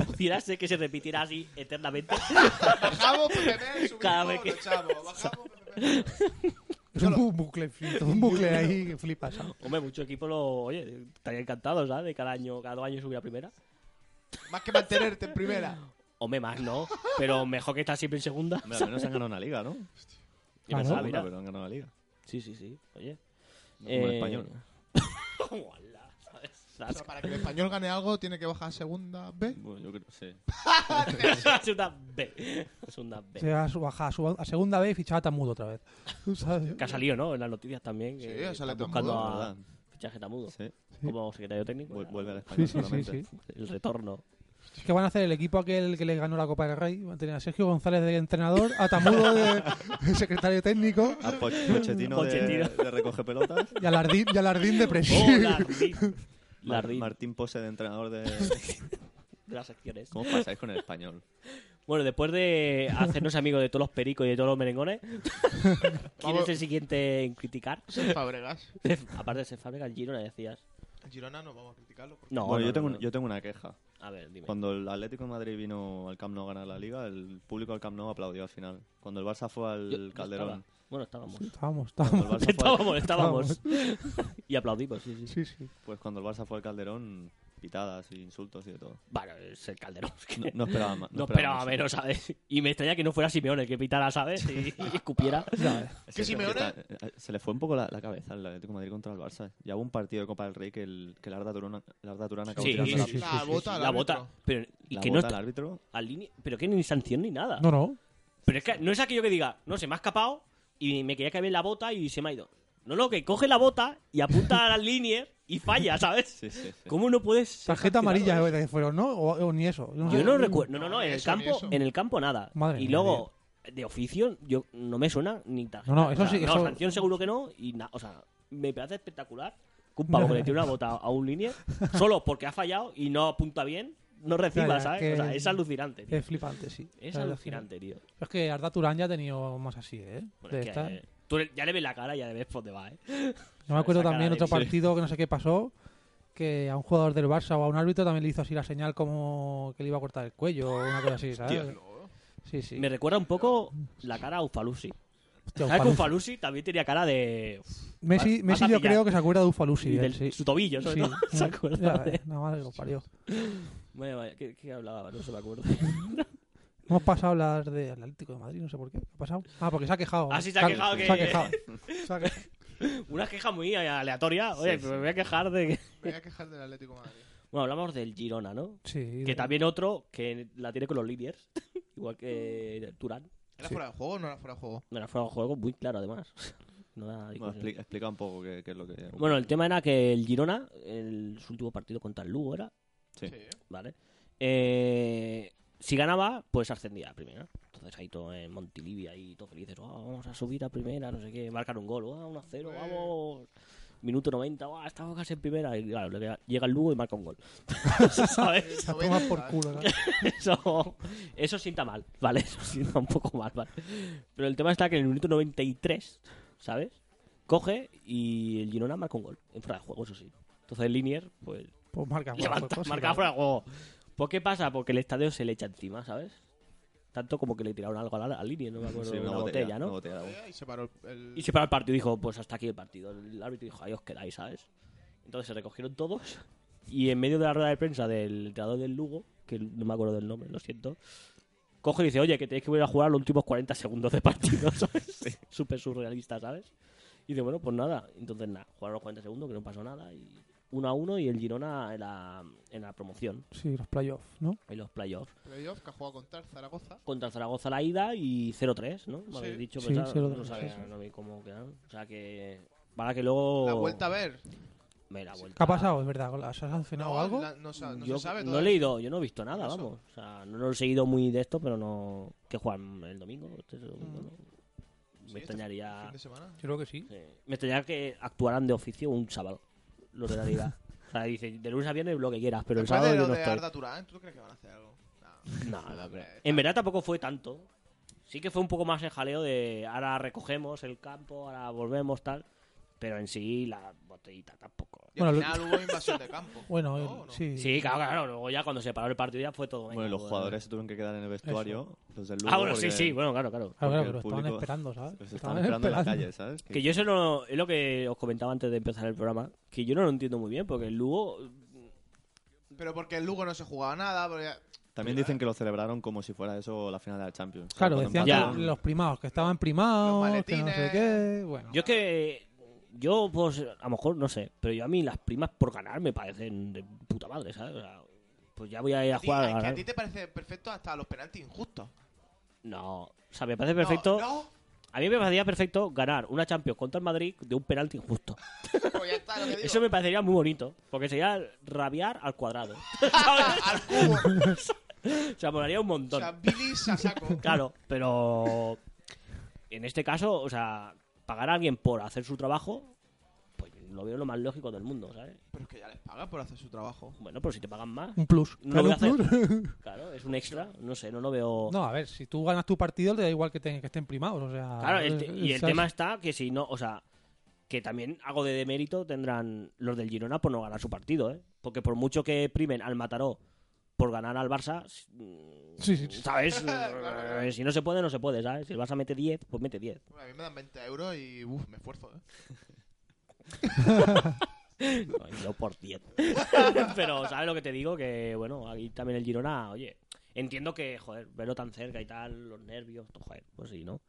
[SPEAKER 3] Pudiera ser que se repitirá así eternamente.
[SPEAKER 1] Bajamos Pepe Mel, subimos,
[SPEAKER 3] Cada vez que-
[SPEAKER 1] lo echamos. Bajamos Pepe Mel.
[SPEAKER 4] Es un bu- bucle, frito, un bucle ahí que flipas.
[SPEAKER 3] Hombre, mucho equipo lo... Oye, estaría encantado, ¿sabes? De cada año, cada dos años subir a primera.
[SPEAKER 1] Más que mantenerte en primera.
[SPEAKER 3] Hombre, más no. Pero mejor que estar siempre en segunda.
[SPEAKER 1] Ah,
[SPEAKER 2] Hombre, al menos han ganado una liga, ¿no?
[SPEAKER 3] Yo
[SPEAKER 4] Ah,
[SPEAKER 3] no
[SPEAKER 4] ¿no?
[SPEAKER 2] Segunda,
[SPEAKER 3] sabía.
[SPEAKER 2] pero han ganado la liga.
[SPEAKER 3] Sí, sí, sí. Oye.
[SPEAKER 2] No como el
[SPEAKER 3] Eh,
[SPEAKER 2] español.
[SPEAKER 3] Ojalá, ¿sabes?
[SPEAKER 1] O sea, para que el español gane algo, tiene que bajar a segunda B.
[SPEAKER 2] Bueno, yo creo, sí.
[SPEAKER 3] Es una B. Es una B.
[SPEAKER 4] Se ha bajado a, su- a segunda vez y fichaba a Tamudo otra vez. ¿Sabes?
[SPEAKER 3] Que ha salido, ¿no? En las noticias también.
[SPEAKER 1] Sí,
[SPEAKER 3] que
[SPEAKER 1] sale
[SPEAKER 3] están
[SPEAKER 1] Tamudo,
[SPEAKER 3] buscando
[SPEAKER 2] La
[SPEAKER 3] a
[SPEAKER 2] verdad,
[SPEAKER 3] fichaje Tamudo.
[SPEAKER 2] sí.
[SPEAKER 3] Como secretario técnico.
[SPEAKER 2] Vu-
[SPEAKER 3] era
[SPEAKER 2] Vuelve al
[SPEAKER 4] Sí,
[SPEAKER 2] español
[SPEAKER 4] sí, sí,
[SPEAKER 2] solamente.
[SPEAKER 4] sí.
[SPEAKER 3] El retorno.
[SPEAKER 4] ¿Qué van a hacer el equipo aquel que le ganó la Copa del Rey? Van a tener a Sergio González de entrenador, a Tamudo de de secretario técnico
[SPEAKER 2] A Poch- Ah, Pochettino,
[SPEAKER 3] Pochettino.
[SPEAKER 2] De, de recoge pelotas.
[SPEAKER 4] y a Lardín, y a Lardín de
[SPEAKER 3] ¡Oh,
[SPEAKER 4] presión.
[SPEAKER 3] Larry!
[SPEAKER 2] Mar-
[SPEAKER 3] Larry
[SPEAKER 2] Martín Pose de entrenador de...
[SPEAKER 3] de las secciones.
[SPEAKER 2] ¿Cómo pasáis con el español?
[SPEAKER 3] Bueno, después de hacernos amigos de todos los pericos y de todos los merengones, ¿quién es el siguiente en criticar?
[SPEAKER 1] Son Fabregas.
[SPEAKER 3] Aparte de ser fábrica, el Girona decías.
[SPEAKER 1] En Girona no vamos a criticarlo. porque-
[SPEAKER 3] No,
[SPEAKER 2] bueno,
[SPEAKER 3] no,
[SPEAKER 2] yo, tengo
[SPEAKER 3] no,
[SPEAKER 2] un-
[SPEAKER 3] no.
[SPEAKER 2] yo tengo una queja.
[SPEAKER 3] A ver, dime.
[SPEAKER 2] Cuando el Atlético de Madrid vino al Camp Nou a ganar la Liga, el público al Camp Nou aplaudió al final. Cuando el Barça fue al
[SPEAKER 3] Yo- yo
[SPEAKER 2] Calderón.
[SPEAKER 3] estaba. Bueno, estábamos.
[SPEAKER 4] Estábamos,
[SPEAKER 2] Cuando
[SPEAKER 4] estábamos.
[SPEAKER 2] el Barça fue al-
[SPEAKER 3] Estábamos, estábamos. y aplaudimos, sí, sí.
[SPEAKER 4] Sí, sí.
[SPEAKER 2] pues cuando el Barça fue al Calderón, pitadas y insultos y de todo.
[SPEAKER 3] Bueno, es el Calderón. es que-
[SPEAKER 2] No, no esperaba más.
[SPEAKER 3] No esperaba menos, ¿sabes? Y me extraña que no fuera Simeone el que pitara, ¿sabes? Y, y escupiera.
[SPEAKER 1] Que Simeone-
[SPEAKER 2] eh, se le fue un poco la, la cabeza al Atlético de Madrid contra el Barça. Ya hubo un partido de Copa del Rey que el, que el Arda Turán, el Arda Turán acabó
[SPEAKER 3] Sí,
[SPEAKER 2] tirando
[SPEAKER 3] sí,
[SPEAKER 2] la,
[SPEAKER 4] sí,
[SPEAKER 1] La
[SPEAKER 4] sí,
[SPEAKER 1] bota, al
[SPEAKER 3] la bota.
[SPEAKER 1] árbitro.
[SPEAKER 3] Pero, y
[SPEAKER 2] la
[SPEAKER 3] que
[SPEAKER 2] bota
[SPEAKER 3] no
[SPEAKER 2] al
[SPEAKER 3] está
[SPEAKER 2] árbitro.
[SPEAKER 3] al línea- Pero que ni sanción ni nada.
[SPEAKER 4] No, no.
[SPEAKER 3] Pero es que no es aquello que diga, no, se me ha escapado y me quería caer en la bota y se me ha ido. No, no, que coge la bota y apunta a las líneas y falla, ¿sabes?
[SPEAKER 2] Sí, sí, sí.
[SPEAKER 3] ¿Cómo no puedes...? ser
[SPEAKER 4] Tarjeta
[SPEAKER 3] sancionado?
[SPEAKER 4] amarilla eh, fueron, ¿no? O, o ni eso.
[SPEAKER 3] Yo no
[SPEAKER 4] sé.
[SPEAKER 3] recuerdo... No, no, no,
[SPEAKER 1] No, ni
[SPEAKER 3] en
[SPEAKER 1] Ah,
[SPEAKER 3] el
[SPEAKER 1] eso, ni
[SPEAKER 3] campo,
[SPEAKER 1] eso.
[SPEAKER 3] en el campo nada.
[SPEAKER 4] Madre
[SPEAKER 3] y
[SPEAKER 4] mía,
[SPEAKER 3] luego, de oficio, yo no me suena ni tarjeta.
[SPEAKER 4] No, no, eso
[SPEAKER 3] O sea,
[SPEAKER 4] sí,
[SPEAKER 3] No,
[SPEAKER 4] eso-
[SPEAKER 3] sanción seguro que no y nada, o sea, me parece espectacular que un pavo que le tire una bota a un línea solo porque ha fallado y no apunta bien, no reciba,
[SPEAKER 4] Ya, ya,
[SPEAKER 3] ¿sabes?
[SPEAKER 4] que-
[SPEAKER 3] O sea, es alucinante, tío.
[SPEAKER 4] Es flipante, sí.
[SPEAKER 3] Es
[SPEAKER 4] La verdad
[SPEAKER 3] alucinante, tío.
[SPEAKER 4] que- Es que Arda Turán ya ha tenido más así, ¿eh?
[SPEAKER 3] Bueno,
[SPEAKER 4] De
[SPEAKER 3] es que,
[SPEAKER 4] estar.
[SPEAKER 3] eh, tú le- ya le ves la cara, ya le ves por dónde va, ¿eh?
[SPEAKER 4] No me acuerdo
[SPEAKER 3] esa cara
[SPEAKER 4] también
[SPEAKER 3] de
[SPEAKER 4] otro
[SPEAKER 3] Vinicius.
[SPEAKER 4] partido que no sé qué pasó, que a un jugador del Barça o a un árbitro también le hizo así la señal como que le iba a cortar el cuello o una cosa así, ¿sabes?
[SPEAKER 1] Diablo.
[SPEAKER 4] Sí, sí.
[SPEAKER 3] Me recuerda un poco la cara a Ufalusi.
[SPEAKER 4] Hostia,
[SPEAKER 3] ¿Sabes que
[SPEAKER 4] Ufalusi.
[SPEAKER 3] Ufalusi también tenía cara de.
[SPEAKER 4] Messi,
[SPEAKER 3] Vas-
[SPEAKER 4] Messi
[SPEAKER 3] vas a
[SPEAKER 4] yo
[SPEAKER 3] pillar.
[SPEAKER 4] creo que se acuerda de Ufalusi.
[SPEAKER 3] del-
[SPEAKER 4] él, sí.
[SPEAKER 3] su tobillo, sobre
[SPEAKER 4] Sí.
[SPEAKER 3] todo. ¿Se acuerda?
[SPEAKER 4] Ya,
[SPEAKER 3] de-
[SPEAKER 4] Nada más que lo parió.
[SPEAKER 3] Vaya, vaya, ¿qué, qué hablaba? No se me acuerdo.
[SPEAKER 4] Hemos pasado las de Atlético de Madrid, no sé por qué. ¿Qué ha pasado? Ah, porque se ha quejado.
[SPEAKER 3] Ah, sí, se ha quejado que-
[SPEAKER 4] Se ha quejado. Se ha quejado.
[SPEAKER 3] Una queja muy aleatoria. Oye,
[SPEAKER 2] Sí,
[SPEAKER 3] pero me voy a quejar de que.
[SPEAKER 1] Me voy a quejar del Atlético de Madrid.
[SPEAKER 3] Bueno, hablamos del Girona, ¿no?
[SPEAKER 4] Sí.
[SPEAKER 3] Que también otro que la tiene con los líderes. Igual que Turán.
[SPEAKER 1] ¿Era fuera de juego o no era fuera de juego?
[SPEAKER 3] No era fuera de juego, muy claro, además. No da
[SPEAKER 2] Bueno,
[SPEAKER 3] discusión.
[SPEAKER 2] explica, explica un poco qué, qué es lo que...
[SPEAKER 3] Bueno, el tema era que el Girona, el, su último partido contra el Lugo era,
[SPEAKER 2] Sí.
[SPEAKER 3] ¿vale? Eh, si ganaba, pues ascendía a primera. Entonces ahí todo en Montilivia ahí todos felices, "Oh, vamos a subir a primera, no sé qué, marcar un gol, oh, 1-0, vamos. Minuto 90, "Oh, estamos casi en primera. Y claro, le llega- llega el Lugo y marca un gol.
[SPEAKER 1] Eh,
[SPEAKER 3] ¿Sabes?
[SPEAKER 4] A tomar por culo. ¿no?
[SPEAKER 3] Eso, eso sienta mal, ¿vale? Eso sienta un poco mal, ¿vale? Pero el tema está que en el minuto 93, ¿sabes? Coge y el Girona marca un gol. En fuera de juego, eso sí. Entonces Linier, pues
[SPEAKER 4] Pues marca fuera
[SPEAKER 3] Levanta,
[SPEAKER 4] cosas,
[SPEAKER 3] marca
[SPEAKER 4] ¿no?
[SPEAKER 3] fuera de juego. Pues qué pasa, porque el estadio se le echa encima, ¿sabes? Tanto como que le tiraron algo a la, al línea, no me acuerdo,
[SPEAKER 2] Sí,
[SPEAKER 3] una, botella, ¿no?
[SPEAKER 2] una botella de agua.
[SPEAKER 1] Y se paró el.
[SPEAKER 3] Y se paró el partido y dijo, pues hasta aquí el partido. El árbitro dijo, ahí os quedáis, ¿sabes? Entonces se recogieron todos y en medio de la rueda de prensa del entrenador del Lugo, que no me acuerdo del nombre, lo siento, coge y dice, oye, que tenéis que volver a jugar los últimos 40 segundos de partido, ¿sabes? Súper surrealista, ¿sabes? Y dice, bueno, pues nada. Entonces, nada, jugaron los 40 segundos, que no pasó nada. Y uno a uno y el Girona en la, en la promoción,
[SPEAKER 4] Sí, los playoffs, ¿no?
[SPEAKER 3] en los playoffs.
[SPEAKER 1] playoff que ha jugado contra el Zaragoza.
[SPEAKER 3] Contra el Zaragoza la ida y 0-3, ¿no? Me
[SPEAKER 1] Sí.
[SPEAKER 3] habéis dicho,
[SPEAKER 4] Sí,
[SPEAKER 3] pero claro,
[SPEAKER 4] 0-3,
[SPEAKER 3] no sabía,
[SPEAKER 4] sí, sí.
[SPEAKER 3] no vi cómo quedaron. O sea que... Para que luego...
[SPEAKER 1] La vuelta a ver.
[SPEAKER 3] Me la vuelta.
[SPEAKER 4] ¿Qué ha pasado? Es verdad, ¿se ha sancionado
[SPEAKER 1] No,
[SPEAKER 4] algo?
[SPEAKER 1] la- no, sa- no
[SPEAKER 3] yo
[SPEAKER 1] se sabe
[SPEAKER 3] no he
[SPEAKER 1] todavía.
[SPEAKER 3] leído, yo no he visto nada,
[SPEAKER 1] Eso.
[SPEAKER 3] vamos. O sea, no lo he seguido muy de esto, pero no. ¿Qué juegan el domingo? Este domingo, ¿no?
[SPEAKER 1] Mm. Sí,
[SPEAKER 3] Me
[SPEAKER 1] este
[SPEAKER 3] extrañaría.
[SPEAKER 1] fin de semana.
[SPEAKER 4] Yo creo que sí.
[SPEAKER 3] sí. Me extrañaría que actuaran de oficio un sábado. Los de la liga. o sea, dice, de lunes a viernes lo que quieras, pero el
[SPEAKER 1] Después
[SPEAKER 3] sábado
[SPEAKER 1] de
[SPEAKER 3] yo
[SPEAKER 1] lo
[SPEAKER 3] no
[SPEAKER 1] de
[SPEAKER 3] estoy.
[SPEAKER 1] Arda Turán, ¿tú crees que van a hacer algo?
[SPEAKER 3] No, no creo. En verdad tampoco fue tanto. Sí que fue un poco más el jaleo de ahora recogemos el campo, ahora volvemos, tal. Pero en sí la botellita tampoco.
[SPEAKER 1] Y al
[SPEAKER 4] Bueno,
[SPEAKER 1] final hubo invasión de campo. ¿no?
[SPEAKER 4] Bueno,
[SPEAKER 1] ¿O
[SPEAKER 4] el-
[SPEAKER 1] no?
[SPEAKER 4] sí.
[SPEAKER 3] Sí, claro, claro. Luego ya cuando se paró el partido ya fue todo. venga,
[SPEAKER 2] Bueno, y los
[SPEAKER 3] pues,
[SPEAKER 2] jugadores se tuvieron que quedar en el vestuario. Los del Lugo,
[SPEAKER 3] Ah, bueno, sí,
[SPEAKER 2] porque
[SPEAKER 3] sí, bueno, claro, claro.
[SPEAKER 4] Claro, claro,
[SPEAKER 2] porque el
[SPEAKER 4] pero estaban
[SPEAKER 2] público-
[SPEAKER 4] esperando, ¿sabes?
[SPEAKER 2] Los Pues estaban esperando en la calle, ¿sabes?
[SPEAKER 3] Que yo eso no. Es lo que os comentaba antes de empezar el programa. Que yo no lo entiendo muy bien, porque el Lugo.
[SPEAKER 1] Pero porque el Lugo no se jugaba nada. Porque...
[SPEAKER 2] También dicen que lo celebraron como si fuera eso la final de la Champions.
[SPEAKER 4] Claro,
[SPEAKER 2] Cuando
[SPEAKER 4] decían
[SPEAKER 3] Ya.
[SPEAKER 4] que los primados, que estaban primados,
[SPEAKER 1] Los
[SPEAKER 4] que no sé
[SPEAKER 1] maletines.
[SPEAKER 4] qué. Bueno,
[SPEAKER 3] Yo es que. Yo, pues, a lo mejor, no sé. Pero yo a mí las primas por ganar me parecen de puta madre, ¿sabes? O sea, pues ya voy a ir a
[SPEAKER 1] A ti- es
[SPEAKER 3] jugar. a
[SPEAKER 1] que a
[SPEAKER 3] ganar.
[SPEAKER 1] ti te parece perfecto hasta los penaltis injustos.
[SPEAKER 3] No. O sea, me parece perfecto.
[SPEAKER 1] No,
[SPEAKER 3] A mí me parecería perfecto ganar una Champions contra el Madrid de un penalti injusto.
[SPEAKER 1] no, pues ya está, lo que digo.
[SPEAKER 3] Eso me parecería muy bonito. Porque sería rabiar al cuadrado.
[SPEAKER 1] Al cubo.
[SPEAKER 3] o sea, molaría un
[SPEAKER 1] O
[SPEAKER 3] montón.
[SPEAKER 1] sea, Billy se saco.
[SPEAKER 3] Claro, pero en este caso, o sea, pagar a alguien por hacer su trabajo, pues lo veo lo más lógico del mundo, ¿sabes?
[SPEAKER 1] Pero es que ya les pagan por hacer su trabajo.
[SPEAKER 3] Bueno, pero si te pagan más,
[SPEAKER 4] un plus.
[SPEAKER 3] no lo voy a
[SPEAKER 4] Claro, un plus.
[SPEAKER 3] hacer. Claro, es un extra, no sé, no lo veo.
[SPEAKER 4] No, a ver, si tú ganas tu partido, te da igual que, te- que estén primados, o sea...
[SPEAKER 3] Claro, el te-
[SPEAKER 4] eh,
[SPEAKER 3] y el
[SPEAKER 4] ¿sabes?
[SPEAKER 3] tema está que si no, o sea, que también algo de demérito tendrán los del Girona por no ganar su partido, ¿eh? Porque por mucho que primen al Mataró por ganar al Barça, s- mm,
[SPEAKER 4] Sí, sí, sí.
[SPEAKER 3] ¿sabes? Eh, si no se puede, no se puede, ¿sabes? Si el Barça mete 10, pues mete 10.
[SPEAKER 1] Bueno, a mí me dan 20 euros y uf, me esfuerzo. ¿eh?
[SPEAKER 3] No, yo por 10. Pero, ¿sabes lo que te digo? Que, bueno, ahí también el Girona, oye, entiendo que, joder, verlo tan cerca y tal, los nervios, to- joder, pues sí, ¿no?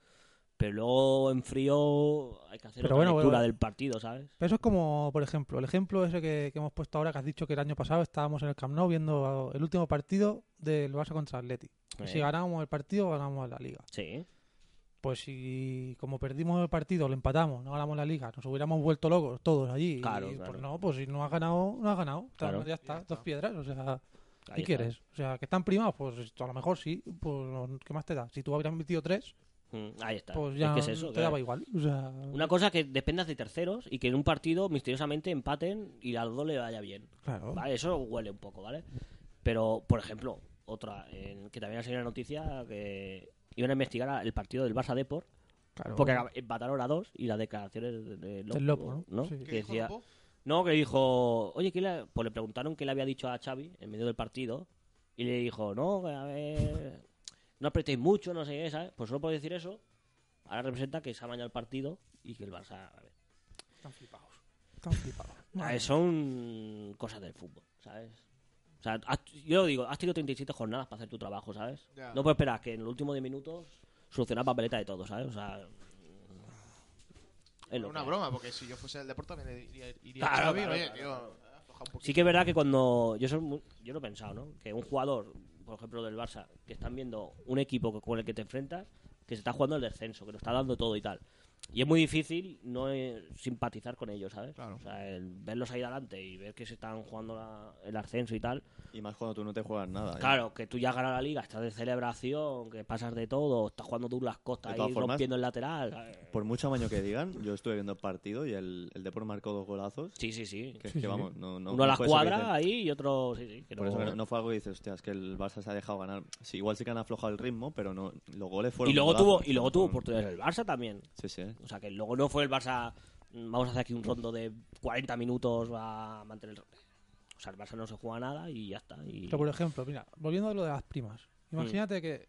[SPEAKER 3] Pero luego en frío hay que hacer otra
[SPEAKER 4] Pero bueno,
[SPEAKER 3] lectura
[SPEAKER 4] bueno.
[SPEAKER 3] del partido, ¿sabes?
[SPEAKER 4] Pero eso es como, por ejemplo, el ejemplo ese que, que hemos puesto ahora, que has dicho que el año pasado estábamos en el Camp Nou viendo el último partido del Barça contra Atleti. Y
[SPEAKER 3] Eh,
[SPEAKER 4] si ganábamos el partido, ganábamos la Liga.
[SPEAKER 3] sí.
[SPEAKER 4] Pues si como perdimos el partido, lo empatamos, no ganamos la Liga, nos hubiéramos vuelto locos todos allí.
[SPEAKER 3] Claro,
[SPEAKER 4] y,
[SPEAKER 3] claro.
[SPEAKER 4] Pues no, pues si no has ganado, no has ganado. Tal-
[SPEAKER 3] Claro.
[SPEAKER 4] Ya está,
[SPEAKER 1] Ya está.
[SPEAKER 4] dos piedras, o sea...
[SPEAKER 3] ahí
[SPEAKER 4] ¿Qué
[SPEAKER 3] está.
[SPEAKER 4] quieres? O sea, que están primados, pues a lo mejor sí, pues ¿qué más te da? Si tú hubieras metido tres,
[SPEAKER 3] Mm, Ahí está.
[SPEAKER 4] pues
[SPEAKER 3] Es
[SPEAKER 4] ya
[SPEAKER 3] que es eso.
[SPEAKER 4] te
[SPEAKER 3] que-
[SPEAKER 4] daba igual. O sea,
[SPEAKER 3] Una cosa que dependas de terceros y que en un partido misteriosamente empaten y al dos le vaya bien.
[SPEAKER 4] claro.
[SPEAKER 3] Vale, eso huele un poco, ¿vale? Pero, por ejemplo, otra, en- que también ha salido la noticia que iban a investigar a- el partido del Barça Deport
[SPEAKER 4] claro.
[SPEAKER 3] Porque acab- empataron a dos y las declaraciones de, de Lopo,
[SPEAKER 4] Ah, Del Lopo, ¿no? Sí.
[SPEAKER 3] Que
[SPEAKER 1] ¿Qué dijo
[SPEAKER 3] decía-
[SPEAKER 1] Lopo?
[SPEAKER 3] no, que dijo, oye, ¿qué le... pues le preguntaron qué le había dicho a Xavi en medio del partido y le dijo, no, que a ver, no apretéis mucho, no sé qué, ¿sabes? Pues solo por decir eso, ahora representa que se ha mañado el partido y que el Barça... A ver,
[SPEAKER 4] Están flipados. Están flipados.
[SPEAKER 3] a ver, son cosas del fútbol, ¿sabes? O sea, has- yo lo digo, has tenido 37 jornadas para hacer tu trabajo, ¿sabes?
[SPEAKER 1] Ya.
[SPEAKER 3] No puedes esperar que en los últimos 10 minutos solucionar papeleta de todo, ¿sabes? O sea... es lo
[SPEAKER 1] Una
[SPEAKER 3] que hay.
[SPEAKER 1] broma, porque si yo fuese el deporte también iría, iría
[SPEAKER 3] Claro,
[SPEAKER 1] a Xavi,
[SPEAKER 3] claro,
[SPEAKER 1] oye,
[SPEAKER 3] claro,
[SPEAKER 1] tío, afloja un poquito.
[SPEAKER 3] Sí que es verdad que cuando. Yo, soy muy- yo lo he pensado, ¿no? Que un jugador, por ejemplo, del Barça, que están viendo un equipo que- con el que te enfrentas, que se está jugando el descenso, que lo está dando todo y tal. Y es muy difícil no eh, simpatizar con ellos, ¿sabes?
[SPEAKER 1] Claro.
[SPEAKER 3] O sea, el verlos ahí adelante y ver que se están jugando la- el ascenso y tal.
[SPEAKER 2] Y más cuando tú no te juegas nada. ¿eh?
[SPEAKER 3] Claro, que tú ya has ganado la liga, estás de celebración, que pasas de todo, estás jugando tú las costas
[SPEAKER 2] De
[SPEAKER 3] ahí
[SPEAKER 2] todas formas-
[SPEAKER 3] rompiendo el lateral. ¿sabes?
[SPEAKER 2] Por mucho amaño que digan, yo estuve viendo el partido y el, el Depor marcó dos golazos.
[SPEAKER 3] Sí, sí, sí.
[SPEAKER 2] Que,
[SPEAKER 4] Sí,
[SPEAKER 2] que
[SPEAKER 4] sí.
[SPEAKER 2] vamos, no, no,
[SPEAKER 3] Uno a
[SPEAKER 2] no
[SPEAKER 3] la
[SPEAKER 2] fue eso que
[SPEAKER 3] cuadra
[SPEAKER 2] dicen.
[SPEAKER 3] ahí y otro. Sí, sí. que
[SPEAKER 2] Por
[SPEAKER 3] no-
[SPEAKER 2] eso que no, no fue algo que dices, hostia, es que el Barça se ha dejado ganar. Sí, igual sí que han aflojado el ritmo, pero no los goles fueron.
[SPEAKER 3] y luego tuvo
[SPEAKER 2] golazos,
[SPEAKER 3] y luego tuvo
[SPEAKER 2] fueron-
[SPEAKER 3] oportunidades el Barça también.
[SPEAKER 2] Sí, sí.
[SPEAKER 3] O sea, que luego no fue el Barça. mm, Vamos a hacer aquí un rondo de 40 minutos a mantener. el- O sea, el Barça no se juega nada y ya está. Y...
[SPEAKER 4] Pero por ejemplo, mira, volviendo a lo de las primas.
[SPEAKER 3] Mm.
[SPEAKER 4] Imagínate que,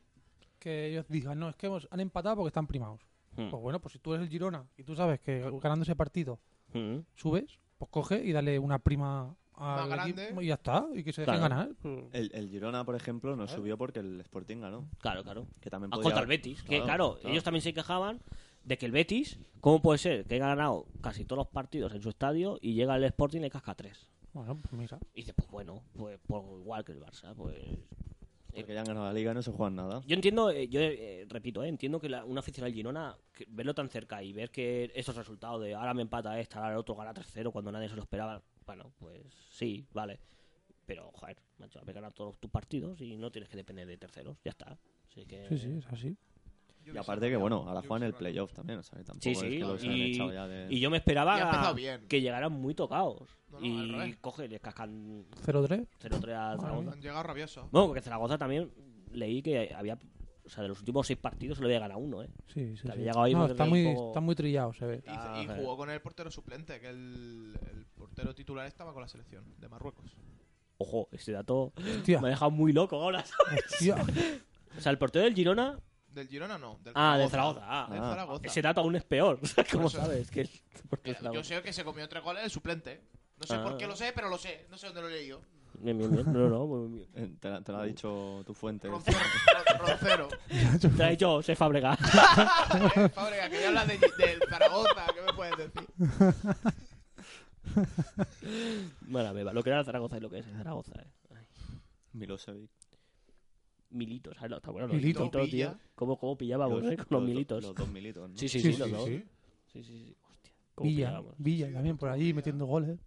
[SPEAKER 4] que ellos digan, no, es que hemos- han empatado porque están primados.
[SPEAKER 3] Mm,
[SPEAKER 4] Pues bueno, pues si tú eres el Girona y tú sabes que ganando ese partido
[SPEAKER 3] mm.
[SPEAKER 4] subes, pues coge y dale una prima
[SPEAKER 1] Más
[SPEAKER 4] al
[SPEAKER 1] grande.
[SPEAKER 4] equipo y ya está, y que se dejen
[SPEAKER 3] Claro.
[SPEAKER 4] ganar. Pues,
[SPEAKER 2] El, el Girona, por ejemplo, no subió porque el Sporting ganó.
[SPEAKER 3] Claro, claro.
[SPEAKER 2] Que también
[SPEAKER 3] Ah,
[SPEAKER 2] podía-
[SPEAKER 3] contra el Betis. que claro,
[SPEAKER 2] claro.
[SPEAKER 3] ellos también se quejaban de que el Betis, ¿cómo puede ser que haya ganado casi todos los partidos en su estadio y llega el Sporting y le casca tres?
[SPEAKER 4] Bueno, pues mira.
[SPEAKER 3] Y dices, pues bueno, pues por igual que el Barça, pues.
[SPEAKER 2] Porque ya han ganado la liga y no se juegan nada.
[SPEAKER 3] Yo entiendo, eh, yo eh, repito, eh, entiendo que la- una afición al Girona, que verlo tan cerca y ver que esos resultados de ahora me empata esta, ahora el otro gana 3-0 cuando nadie se lo esperaba, bueno, pues sí, vale. Pero, joder, macho, has ganado todos tus partidos y no tienes que depender de terceros, ya está. Así que...
[SPEAKER 4] Sí, sí, es así.
[SPEAKER 1] Yo
[SPEAKER 2] Y
[SPEAKER 1] que
[SPEAKER 2] aparte
[SPEAKER 1] sé,
[SPEAKER 2] que,
[SPEAKER 1] tío.
[SPEAKER 2] bueno, ahora
[SPEAKER 1] Yo
[SPEAKER 2] juegan
[SPEAKER 1] que
[SPEAKER 2] el
[SPEAKER 1] sé,
[SPEAKER 2] playoff también. O sea, que tampoco
[SPEAKER 3] Sí, sí,
[SPEAKER 2] es que los han
[SPEAKER 3] y-
[SPEAKER 2] echado ya de...
[SPEAKER 3] Y yo me
[SPEAKER 1] Y ha empezado
[SPEAKER 3] esperaba
[SPEAKER 1] bien.
[SPEAKER 3] que llegaran muy tocados.
[SPEAKER 1] No, no, al
[SPEAKER 3] y
[SPEAKER 1] revés.
[SPEAKER 3] coge, les cascan
[SPEAKER 4] 0-3.
[SPEAKER 3] 0-3 a Zaragoza.
[SPEAKER 1] Han llegado rabiosos.
[SPEAKER 3] Bueno, porque Zaragoza también leí que había. O sea, de los últimos seis partidos solo había ganado uno, ¿eh?
[SPEAKER 4] Sí, sí,
[SPEAKER 3] Que había
[SPEAKER 4] sí.
[SPEAKER 3] llegado ahí
[SPEAKER 4] no,
[SPEAKER 3] porque
[SPEAKER 4] está
[SPEAKER 3] era
[SPEAKER 4] muy,
[SPEAKER 3] un poco-
[SPEAKER 4] está muy trillado, se ve.
[SPEAKER 1] Y,
[SPEAKER 3] Ah,
[SPEAKER 1] y
[SPEAKER 3] joder.
[SPEAKER 1] jugó con el portero suplente, que el, el portero titular estaba con la selección de Marruecos.
[SPEAKER 3] Ojo, ese dato
[SPEAKER 4] Hostia,
[SPEAKER 3] me ha dejado muy loco ahora.
[SPEAKER 4] hostia.
[SPEAKER 3] O sea, el portero del Girona.
[SPEAKER 1] Del Girona no, del
[SPEAKER 3] Ah, del
[SPEAKER 1] Zaragoza.
[SPEAKER 3] Zaragoza. Ah,
[SPEAKER 1] Del
[SPEAKER 2] Ah.
[SPEAKER 1] Zaragoza.
[SPEAKER 3] ese dato aún es peor. O sea, ¿Cómo
[SPEAKER 1] Por eso-
[SPEAKER 3] sabes? Que el portero del
[SPEAKER 1] Eh, Yo
[SPEAKER 3] Zaragoza.
[SPEAKER 1] sé que se comió tres goles el suplente. No sé
[SPEAKER 3] Ah.
[SPEAKER 1] por qué lo sé, pero lo sé. No sé dónde lo he leído.
[SPEAKER 3] Bien, bien, bien. No, no, muy bien.
[SPEAKER 2] Eh, Te, la- te
[SPEAKER 3] uh.
[SPEAKER 2] lo ha dicho tu fuente.
[SPEAKER 1] Roncero. Roncero.
[SPEAKER 3] Te la he dicho José Fabregas.
[SPEAKER 1] Eh, Fábrega, que ya hablas de- del Zaragoza. ¿Qué me puedes decir?
[SPEAKER 3] Bueno, beba, lo que era el Zaragoza y lo que es el Zaragoza, ¿eh? Ay.
[SPEAKER 2] Milosevic.
[SPEAKER 3] Milito, ¿sabes? Lo- ¿Te acuerdas?
[SPEAKER 4] Milito,
[SPEAKER 3] Milito, tío.
[SPEAKER 1] Villa.
[SPEAKER 3] ¿Cómo, cómo pillábamos, eh? Con los,
[SPEAKER 2] do-
[SPEAKER 3] militos.
[SPEAKER 2] Los dos militos, ¿no?
[SPEAKER 3] Sí, sí, sí,
[SPEAKER 4] Sí,
[SPEAKER 3] los
[SPEAKER 4] sí,
[SPEAKER 3] dos.
[SPEAKER 4] sí.
[SPEAKER 3] Sí, sí, sí. Hostia. ¿Cómo
[SPEAKER 4] Villa,
[SPEAKER 3] pillábamos?
[SPEAKER 4] Villa también por ahí metiendo goles.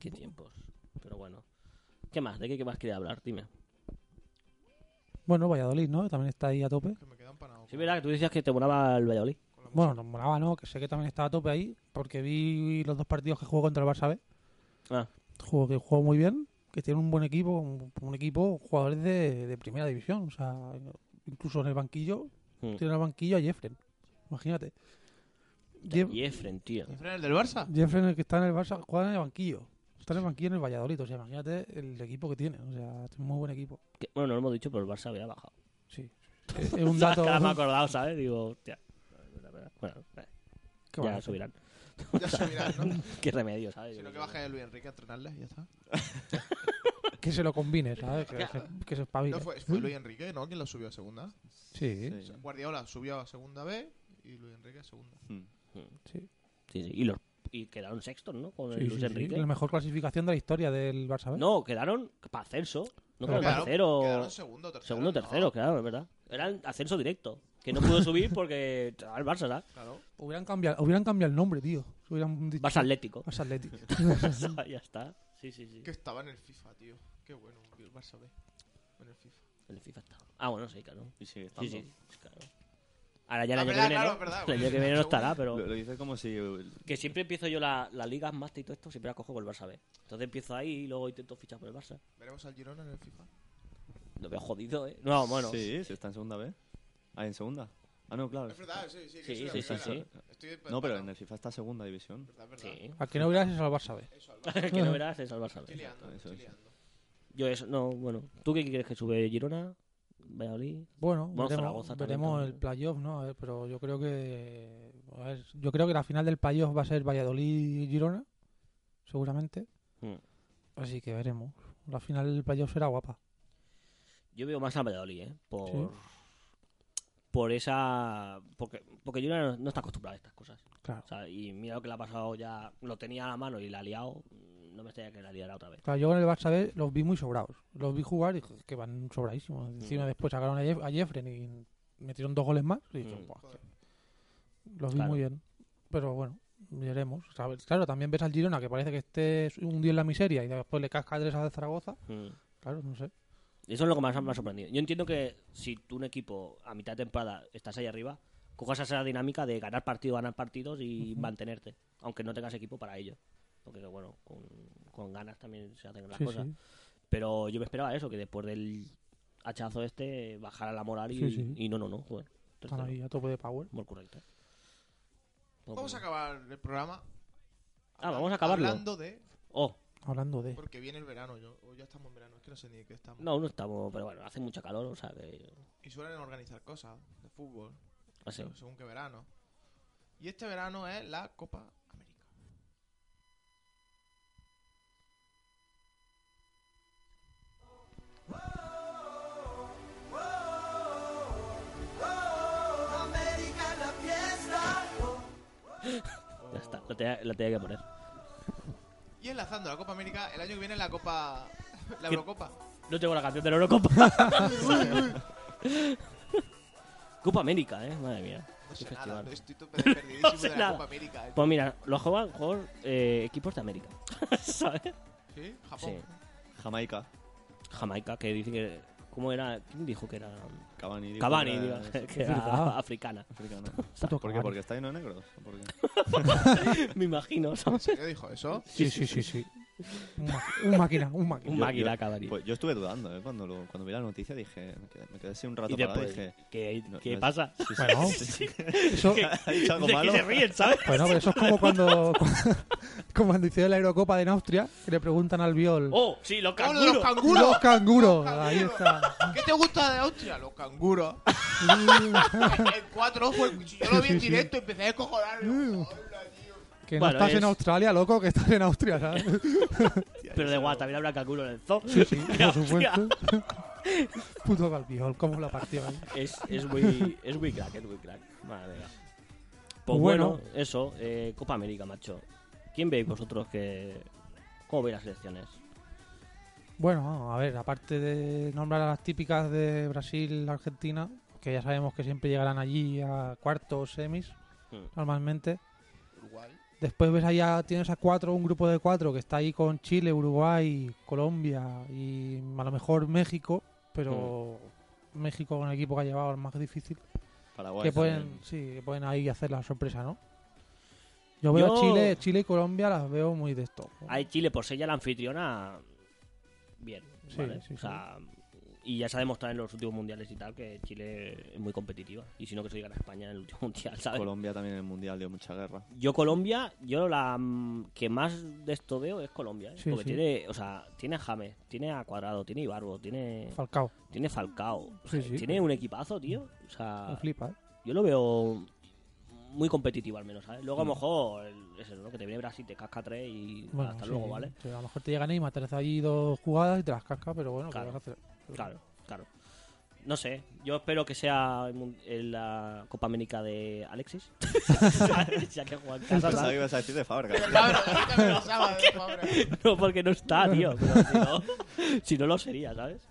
[SPEAKER 3] Qué tiempos. Pero bueno. ¿Qué más? ¿De qué, qué más quería hablar? Dime.
[SPEAKER 4] Bueno, Valladolid, ¿no? También está ahí a tope.
[SPEAKER 1] Que me queda empanado.
[SPEAKER 3] Sí, verdad que tú decías que te molaba el Valladolid.
[SPEAKER 4] Bueno, no molaba, ¿no? Que sé que también estaba a tope ahí, porque vi los dos partidos que jugó contra el Barça B.
[SPEAKER 3] Ah.
[SPEAKER 4] Jugó, que jugó muy bien, que tiene un buen equipo, un, un equipo, jugadores de, de primera división. O sea, incluso en el banquillo,
[SPEAKER 3] Mm.
[SPEAKER 4] tiene en el banquillo a Jeffren. Imagínate. Jeff-
[SPEAKER 3] Jeffren, tío.
[SPEAKER 1] ¿El del Barça?
[SPEAKER 4] Jeffren, el que está en el Barça, juega en el banquillo. Está en el banquillo en el Valladolid. O sea, imagínate el equipo que tiene. O sea, es un muy buen equipo.
[SPEAKER 3] Que- bueno, no lo hemos dicho, pero el Barça había bajado.
[SPEAKER 4] Sí. Es es un
[SPEAKER 3] O sea,
[SPEAKER 4] dato.
[SPEAKER 3] que ahora me he acordado, ¿sabes? Digo, hostia. Bueno, eh,
[SPEAKER 4] Qué
[SPEAKER 3] ya
[SPEAKER 4] barato.
[SPEAKER 3] subirán.
[SPEAKER 1] Ya subirás, ¿no?
[SPEAKER 3] Qué remedio, ¿sabes?
[SPEAKER 1] Si no, que baje Luis Enrique a entrenarles y ya está.
[SPEAKER 4] que se lo combine, ¿sabes? Que, se, que se espabile.
[SPEAKER 1] No, fue, fue Luis Enrique, ¿no? ¿Quién lo subió a segunda?
[SPEAKER 4] Sí.
[SPEAKER 1] O sea, Guardiola subió a segunda B y Luis Enrique a segunda.
[SPEAKER 2] Hmm.
[SPEAKER 3] Mm.
[SPEAKER 4] Sí,
[SPEAKER 3] Sí, sí. Y, los, y quedaron sextos, ¿no? Con el
[SPEAKER 4] sí,
[SPEAKER 3] Luis
[SPEAKER 4] sí, sí.
[SPEAKER 3] Enrique.
[SPEAKER 4] La mejor clasificación de la historia del Barça B.
[SPEAKER 3] No, quedaron para ascenso. No quedaron para
[SPEAKER 1] Quedaron-
[SPEAKER 3] tercero.
[SPEAKER 1] Quedaron segundo, tercero.
[SPEAKER 3] Segundo,
[SPEAKER 1] ¿no?
[SPEAKER 3] tercero, claro, es verdad. Eran ascenso directo. Que no pudo subir porque al Barça, ¿sabes?
[SPEAKER 1] Claro.
[SPEAKER 4] Hubieran, cambiado, hubieran cambiado el nombre, tío. Hubieran dicho
[SPEAKER 3] Barça Atlético.
[SPEAKER 4] Barça Atlético.
[SPEAKER 3] ya está. Sí, sí, sí.
[SPEAKER 1] Que estaba en el FIFA, tío. Qué bueno, el Barça B. En el FIFA.
[SPEAKER 3] El FIFA está. Ah, bueno, sí, claro.
[SPEAKER 2] Y sigue
[SPEAKER 3] Sí,
[SPEAKER 2] estando.
[SPEAKER 3] sí, claro. Ahora ya el
[SPEAKER 1] Ah,
[SPEAKER 3] año que
[SPEAKER 1] verdad,
[SPEAKER 3] viene,
[SPEAKER 1] claro,
[SPEAKER 3] ¿no?
[SPEAKER 1] verdad,
[SPEAKER 3] El año
[SPEAKER 1] bueno,
[SPEAKER 3] que viene no
[SPEAKER 1] seguro.
[SPEAKER 3] estará, pero...
[SPEAKER 2] Lo, lo dices como si... el-
[SPEAKER 3] Que siempre empiezo yo la, la Liga Master y todo esto, siempre la cojo con el Barça B. Entonces empiezo ahí y luego intento fichar por el Barça.
[SPEAKER 1] Veremos al Girona en el FIFA.
[SPEAKER 3] Lo veo jodido, ¿eh? No, bueno.
[SPEAKER 2] Sí, sí, está en segunda B. Ah, en segunda. Ah, no, claro.
[SPEAKER 1] Es verdad, sí, sí. Que
[SPEAKER 3] Sí,
[SPEAKER 1] soy la
[SPEAKER 3] sí, sí,
[SPEAKER 1] primera. Estoy
[SPEAKER 2] No, pero en
[SPEAKER 1] verdad,
[SPEAKER 2] el FIFA está segunda división.
[SPEAKER 1] verdad.
[SPEAKER 3] Sí.
[SPEAKER 4] Al que no hubieras es al Barça B.
[SPEAKER 1] Eso, al Barça.
[SPEAKER 3] que no verás es al Barça
[SPEAKER 1] Estoy
[SPEAKER 3] B.
[SPEAKER 1] liando,
[SPEAKER 2] Eso,
[SPEAKER 1] estoy
[SPEAKER 2] eso.
[SPEAKER 1] liando.
[SPEAKER 3] Yo eso, no, bueno. ¿Tú qué quieres que sube Girona? Valladolid.
[SPEAKER 4] Bueno,
[SPEAKER 3] Bueno,
[SPEAKER 4] veremos,
[SPEAKER 3] Zaragoza también,
[SPEAKER 4] veremos
[SPEAKER 3] también.
[SPEAKER 4] el playoff, ¿no? A ver, pero yo creo que. a ver, yo creo que la final del playoff va a ser Valladolid-Girona, seguramente.
[SPEAKER 3] Hmm.
[SPEAKER 4] Así que veremos. La final del playoff será guapa.
[SPEAKER 3] Yo veo más a Valladolid, ¿eh? Por...
[SPEAKER 4] Sí.
[SPEAKER 3] Por esa... Porque, porque Girona no, no está acostumbrada a estas cosas.
[SPEAKER 4] Claro.
[SPEAKER 3] O sea, y mira lo que le ha pasado ya... Lo tenía a la mano y la ha liado. No me extraña que la liara otra vez.
[SPEAKER 4] Claro, yo con el Barça B los vi muy sobrados. Los vi jugar y dije, que van
[SPEAKER 3] Mm.
[SPEAKER 4] sobradísimos. Encima después sacaron a, Jeff- a Jeffren y metieron dos goles más. Y dije,
[SPEAKER 3] Mm.
[SPEAKER 4] "Buah, qué- Los vi
[SPEAKER 3] Claro.
[SPEAKER 4] muy bien. Pero bueno, veremos. ¿sabes? Claro, también ves al Girona que parece que esté hundido en la miseria y después le casca tres a Zaragoza.
[SPEAKER 3] Mm.
[SPEAKER 4] Claro, no sé.
[SPEAKER 3] Eso es lo que más me ha sorprendido. Yo entiendo que si tú un equipo a mitad de temporada estás ahí arriba, cojas esa dinámica de ganar partido, ganar partidos y mantenerte, aunque no tengas equipo para ello. Porque bueno, con, con ganas también se hacen las
[SPEAKER 4] Sí,
[SPEAKER 3] cosas.
[SPEAKER 4] sí.
[SPEAKER 3] Pero yo me esperaba eso, que después del hachazo este bajara la moral y,
[SPEAKER 4] Sí, sí.
[SPEAKER 3] y no, no, no. Bueno,
[SPEAKER 4] Están ahí a tope de power.
[SPEAKER 3] Muy correcto. Pues
[SPEAKER 1] Vamos a
[SPEAKER 3] bueno.
[SPEAKER 1] acabar el programa.
[SPEAKER 3] Ah, vamos a acabarlo.
[SPEAKER 1] Hablando de.
[SPEAKER 3] Oh,
[SPEAKER 4] Hablando de.
[SPEAKER 1] Porque viene el verano, yo, o ya estamos en verano, es que no sé ni de qué estamos.
[SPEAKER 3] no, no estamos, pero bueno, hace mucha calor, o sea que.
[SPEAKER 1] Y suelen organizar cosas de fútbol,
[SPEAKER 3] no sé.
[SPEAKER 1] según qué verano. Y este verano es la Copa América.
[SPEAKER 3] Ya está, lo tenía, lo tenía que poner.
[SPEAKER 1] Y enlazando la Copa América, el año que viene la Copa. La
[SPEAKER 3] ¿Qué?
[SPEAKER 1] Eurocopa.
[SPEAKER 3] No tengo la canción de la Eurocopa. Copa América, eh, madre mía.
[SPEAKER 1] No sé
[SPEAKER 3] Qué
[SPEAKER 1] nada,
[SPEAKER 3] festival.
[SPEAKER 1] pero estoy todo perdidísimo
[SPEAKER 3] No
[SPEAKER 1] de
[SPEAKER 3] sé
[SPEAKER 1] la
[SPEAKER 3] nada.
[SPEAKER 1] Copa América.
[SPEAKER 3] Pues mira, los juegan juegos, eh, equipos de América. ¿Sabes?
[SPEAKER 1] ¿Sí? Japón.
[SPEAKER 3] Sí.
[SPEAKER 2] Jamaica.
[SPEAKER 3] Jamaica, que dice que. ¿Cómo era? ¿Quién dijo que era?
[SPEAKER 2] Cavani. dijo
[SPEAKER 3] Cavani,
[SPEAKER 2] que
[SPEAKER 3] digo,
[SPEAKER 2] era-
[SPEAKER 3] que era
[SPEAKER 4] verdad.
[SPEAKER 3] africana.
[SPEAKER 2] africano.
[SPEAKER 4] Puto
[SPEAKER 2] ¿Por qué?
[SPEAKER 4] Cavani.
[SPEAKER 2] ¿Porque está lleno de negros? ¿O por qué?
[SPEAKER 3] Me imagino,
[SPEAKER 1] ¿En
[SPEAKER 3] ¿sabes?
[SPEAKER 1] serio dijo eso?
[SPEAKER 4] Sí, sí, sí, sí. un, ma- un máquina, un máquina.
[SPEAKER 3] Un
[SPEAKER 2] Yo-
[SPEAKER 3] máquina
[SPEAKER 2] yo-
[SPEAKER 3] Cavani.
[SPEAKER 2] Pues yo estuve dudando, ¿eh? Cuando, lo, cuando vi la noticia dije... Me quedé, me quedé así un rato
[SPEAKER 3] Y
[SPEAKER 2] parado y
[SPEAKER 3] después,
[SPEAKER 2] dije...
[SPEAKER 3] ¿qué,
[SPEAKER 2] no-
[SPEAKER 3] qué
[SPEAKER 2] no es-
[SPEAKER 3] pasa?
[SPEAKER 2] Sí, sí,
[SPEAKER 4] Bueno,
[SPEAKER 2] sí, sí.
[SPEAKER 4] Eso,
[SPEAKER 2] ¿Ha dicho algo
[SPEAKER 3] De que
[SPEAKER 2] malo?
[SPEAKER 3] se ríen, ¿sabes?
[SPEAKER 4] bueno, pero eso es como cuando, como cuando hicieron la Eurocopa en Austria, que le preguntan al viol.
[SPEAKER 3] Oh, sí, los
[SPEAKER 1] ¡Oh, lo de los
[SPEAKER 3] canguros.
[SPEAKER 1] canguros!
[SPEAKER 4] ¡Los canguros!
[SPEAKER 1] Los
[SPEAKER 4] Ahí
[SPEAKER 1] canguros.
[SPEAKER 4] está.
[SPEAKER 1] ¿Qué te gusta de Austria? Los canguros. el cuatro ojos, el cuchillo. Yo lo vi en
[SPEAKER 4] Sí, sí.
[SPEAKER 1] directo, empecé a descojonar.
[SPEAKER 4] Mm.
[SPEAKER 1] Digo, "Hola, tío".
[SPEAKER 4] Que
[SPEAKER 3] Bueno,
[SPEAKER 4] no estás
[SPEAKER 3] es-
[SPEAKER 4] en Australia, loco, que estás en Austria, ¿sabes?
[SPEAKER 3] Pero de igual, también habrá canguros en el zoo.
[SPEAKER 4] Sí, sí,
[SPEAKER 3] Hostia.
[SPEAKER 4] por supuesto. Puto Calviol, cómo la partió ahí.
[SPEAKER 3] Es, es muy es muy crack, es muy crack. Madre mía. Pues bueno,
[SPEAKER 4] Bueno.
[SPEAKER 3] eso, eh, Copa América, macho. ¿Quién veis vosotros que... ¿Cómo veis las elecciones?
[SPEAKER 4] Bueno, a ver, aparte de nombrar a las típicas de Brasil, Argentina, que ya sabemos que siempre llegarán allí a cuartos, semis,
[SPEAKER 3] Hmm.
[SPEAKER 4] normalmente.
[SPEAKER 1] Uruguay.
[SPEAKER 4] Después ves allá, tienes a cuatro, un grupo de cuatro que está ahí con Chile, Uruguay, Colombia y a lo mejor México, pero
[SPEAKER 3] Hmm.
[SPEAKER 4] México con el equipo que ha llevado el más difícil.
[SPEAKER 2] Paraguay.
[SPEAKER 4] que pueden,
[SPEAKER 2] también.
[SPEAKER 4] sí, que pueden ahí hacer la sorpresa, ¿no? Yo veo
[SPEAKER 3] Yo-
[SPEAKER 4] Chile, Chile y Colombia las veo muy de esto.
[SPEAKER 3] Ahí Chile, por ser ya la anfitriona, bien.
[SPEAKER 4] Sí,
[SPEAKER 3] ¿vale?
[SPEAKER 4] sí,
[SPEAKER 3] o sea, Y ya se ha demostrado en los últimos mundiales y tal que Chile es muy competitiva. Y si no, que se llegara a España en el último mundial, ¿sabes?
[SPEAKER 2] Colombia también en el Mundial dio mucha guerra.
[SPEAKER 3] Yo Colombia, yo la mm, que más de esto veo es Colombia, ¿eh?
[SPEAKER 4] Sí,
[SPEAKER 3] porque
[SPEAKER 4] sí.
[SPEAKER 3] tiene, o sea, tiene a James, tiene a Cuadrado, tiene a Ibarbo, tiene
[SPEAKER 4] Falcao,
[SPEAKER 3] tiene Falcao, o sea,
[SPEAKER 4] Sí, sí.
[SPEAKER 3] tiene un equipazo, tío. O
[SPEAKER 4] me
[SPEAKER 3] sea,
[SPEAKER 4] flipa. ¿eh?
[SPEAKER 3] yo lo veo muy competitivo al menos, ¿sabes? Luego a lo mejor el- es eso, ¿no? que te viene Brasil, te casca tres y
[SPEAKER 4] Mm. Bueno,
[SPEAKER 3] hasta
[SPEAKER 4] sí,
[SPEAKER 3] luego, ¿vale?
[SPEAKER 4] sí, a lo mejor te llegan ahí, matas allí dos jugadas y te las cascas, pero bueno, ¿qué
[SPEAKER 3] Claro.
[SPEAKER 4] vas a hacer?
[SPEAKER 3] Claro, claro. No sé, yo espero que sea el mun- el, la Copa América de Alexis. ¿Sabes? ya que juega en casa,
[SPEAKER 2] Pensaba que
[SPEAKER 3] ¿sabes?
[SPEAKER 2] ibas a decir de Fábrica.
[SPEAKER 1] Cabrón, ahorita me lo sabe, pobre.
[SPEAKER 3] No, porque no está, tío. pero si, no, si no lo sería, ¿sabes?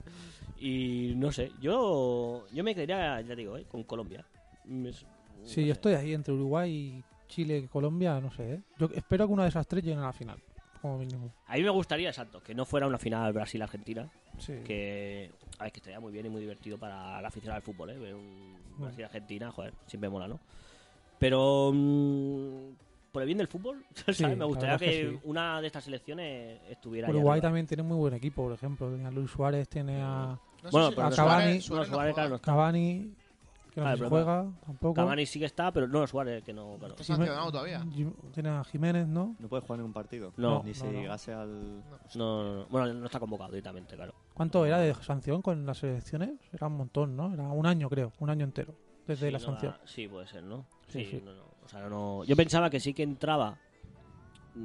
[SPEAKER 3] Y no sé, yo, yo me quedaría, ya digo, ¿eh? con Colombia. Me-
[SPEAKER 4] Sí,
[SPEAKER 3] no
[SPEAKER 4] yo
[SPEAKER 3] sé.
[SPEAKER 4] estoy ahí entre Uruguay, Chile, Colombia, no sé. ¿eh? Yo espero que una de esas tres lleguen a la final, como mínimo.
[SPEAKER 3] A mí me gustaría, exacto, que no fuera una final Brasil-Argentina.
[SPEAKER 4] Sí.
[SPEAKER 3] Que, a ver, que estaría muy bien y muy divertido para la afición al fútbol, ¿eh? Ver un Brasil-Argentina, joder, siempre mola, ¿no? Pero, mm, por el bien del fútbol, ¿sabes?
[SPEAKER 4] Sí,
[SPEAKER 3] me
[SPEAKER 4] la
[SPEAKER 3] gustaría
[SPEAKER 4] verdad
[SPEAKER 3] que,
[SPEAKER 4] es que sí.
[SPEAKER 3] una de estas selecciones estuviera ahí
[SPEAKER 4] Uruguay
[SPEAKER 3] arriba.
[SPEAKER 4] también tiene muy buen equipo, por ejemplo. Tiene a Luis Suárez, tiene a
[SPEAKER 1] No sé
[SPEAKER 3] Bueno,
[SPEAKER 1] si
[SPEAKER 3] pero
[SPEAKER 1] Suárez-
[SPEAKER 4] Cavani-
[SPEAKER 1] Suárez no
[SPEAKER 3] No, Suárez,
[SPEAKER 1] juega.
[SPEAKER 3] claro, no está.
[SPEAKER 4] Cavani, que no
[SPEAKER 3] Ah,
[SPEAKER 4] sé
[SPEAKER 3] el problema.
[SPEAKER 4] si juega tampoco.
[SPEAKER 3] Cavani sí que está, pero no Suárez, que no... claro.
[SPEAKER 1] Está sancionado todavía.
[SPEAKER 4] Jim- Tiene a Jiménez, ¿no?
[SPEAKER 2] No puede jugar en un partido.
[SPEAKER 3] No.
[SPEAKER 2] Ni
[SPEAKER 4] No,
[SPEAKER 2] si
[SPEAKER 4] no.
[SPEAKER 2] llegase al...
[SPEAKER 3] No, no, no. Bueno, no está convocado directamente, claro.
[SPEAKER 4] ¿Cuánto era de sanción con las selecciones? Era un montón, ¿no? Era un año, creo, un año entero, desde
[SPEAKER 3] Sí,
[SPEAKER 4] la
[SPEAKER 3] no
[SPEAKER 4] sanción.
[SPEAKER 3] da- sí, puede ser, ¿no? Sí,
[SPEAKER 4] Sí, sí.
[SPEAKER 3] No, no. O sea, no- Yo pensaba que sí que entraba.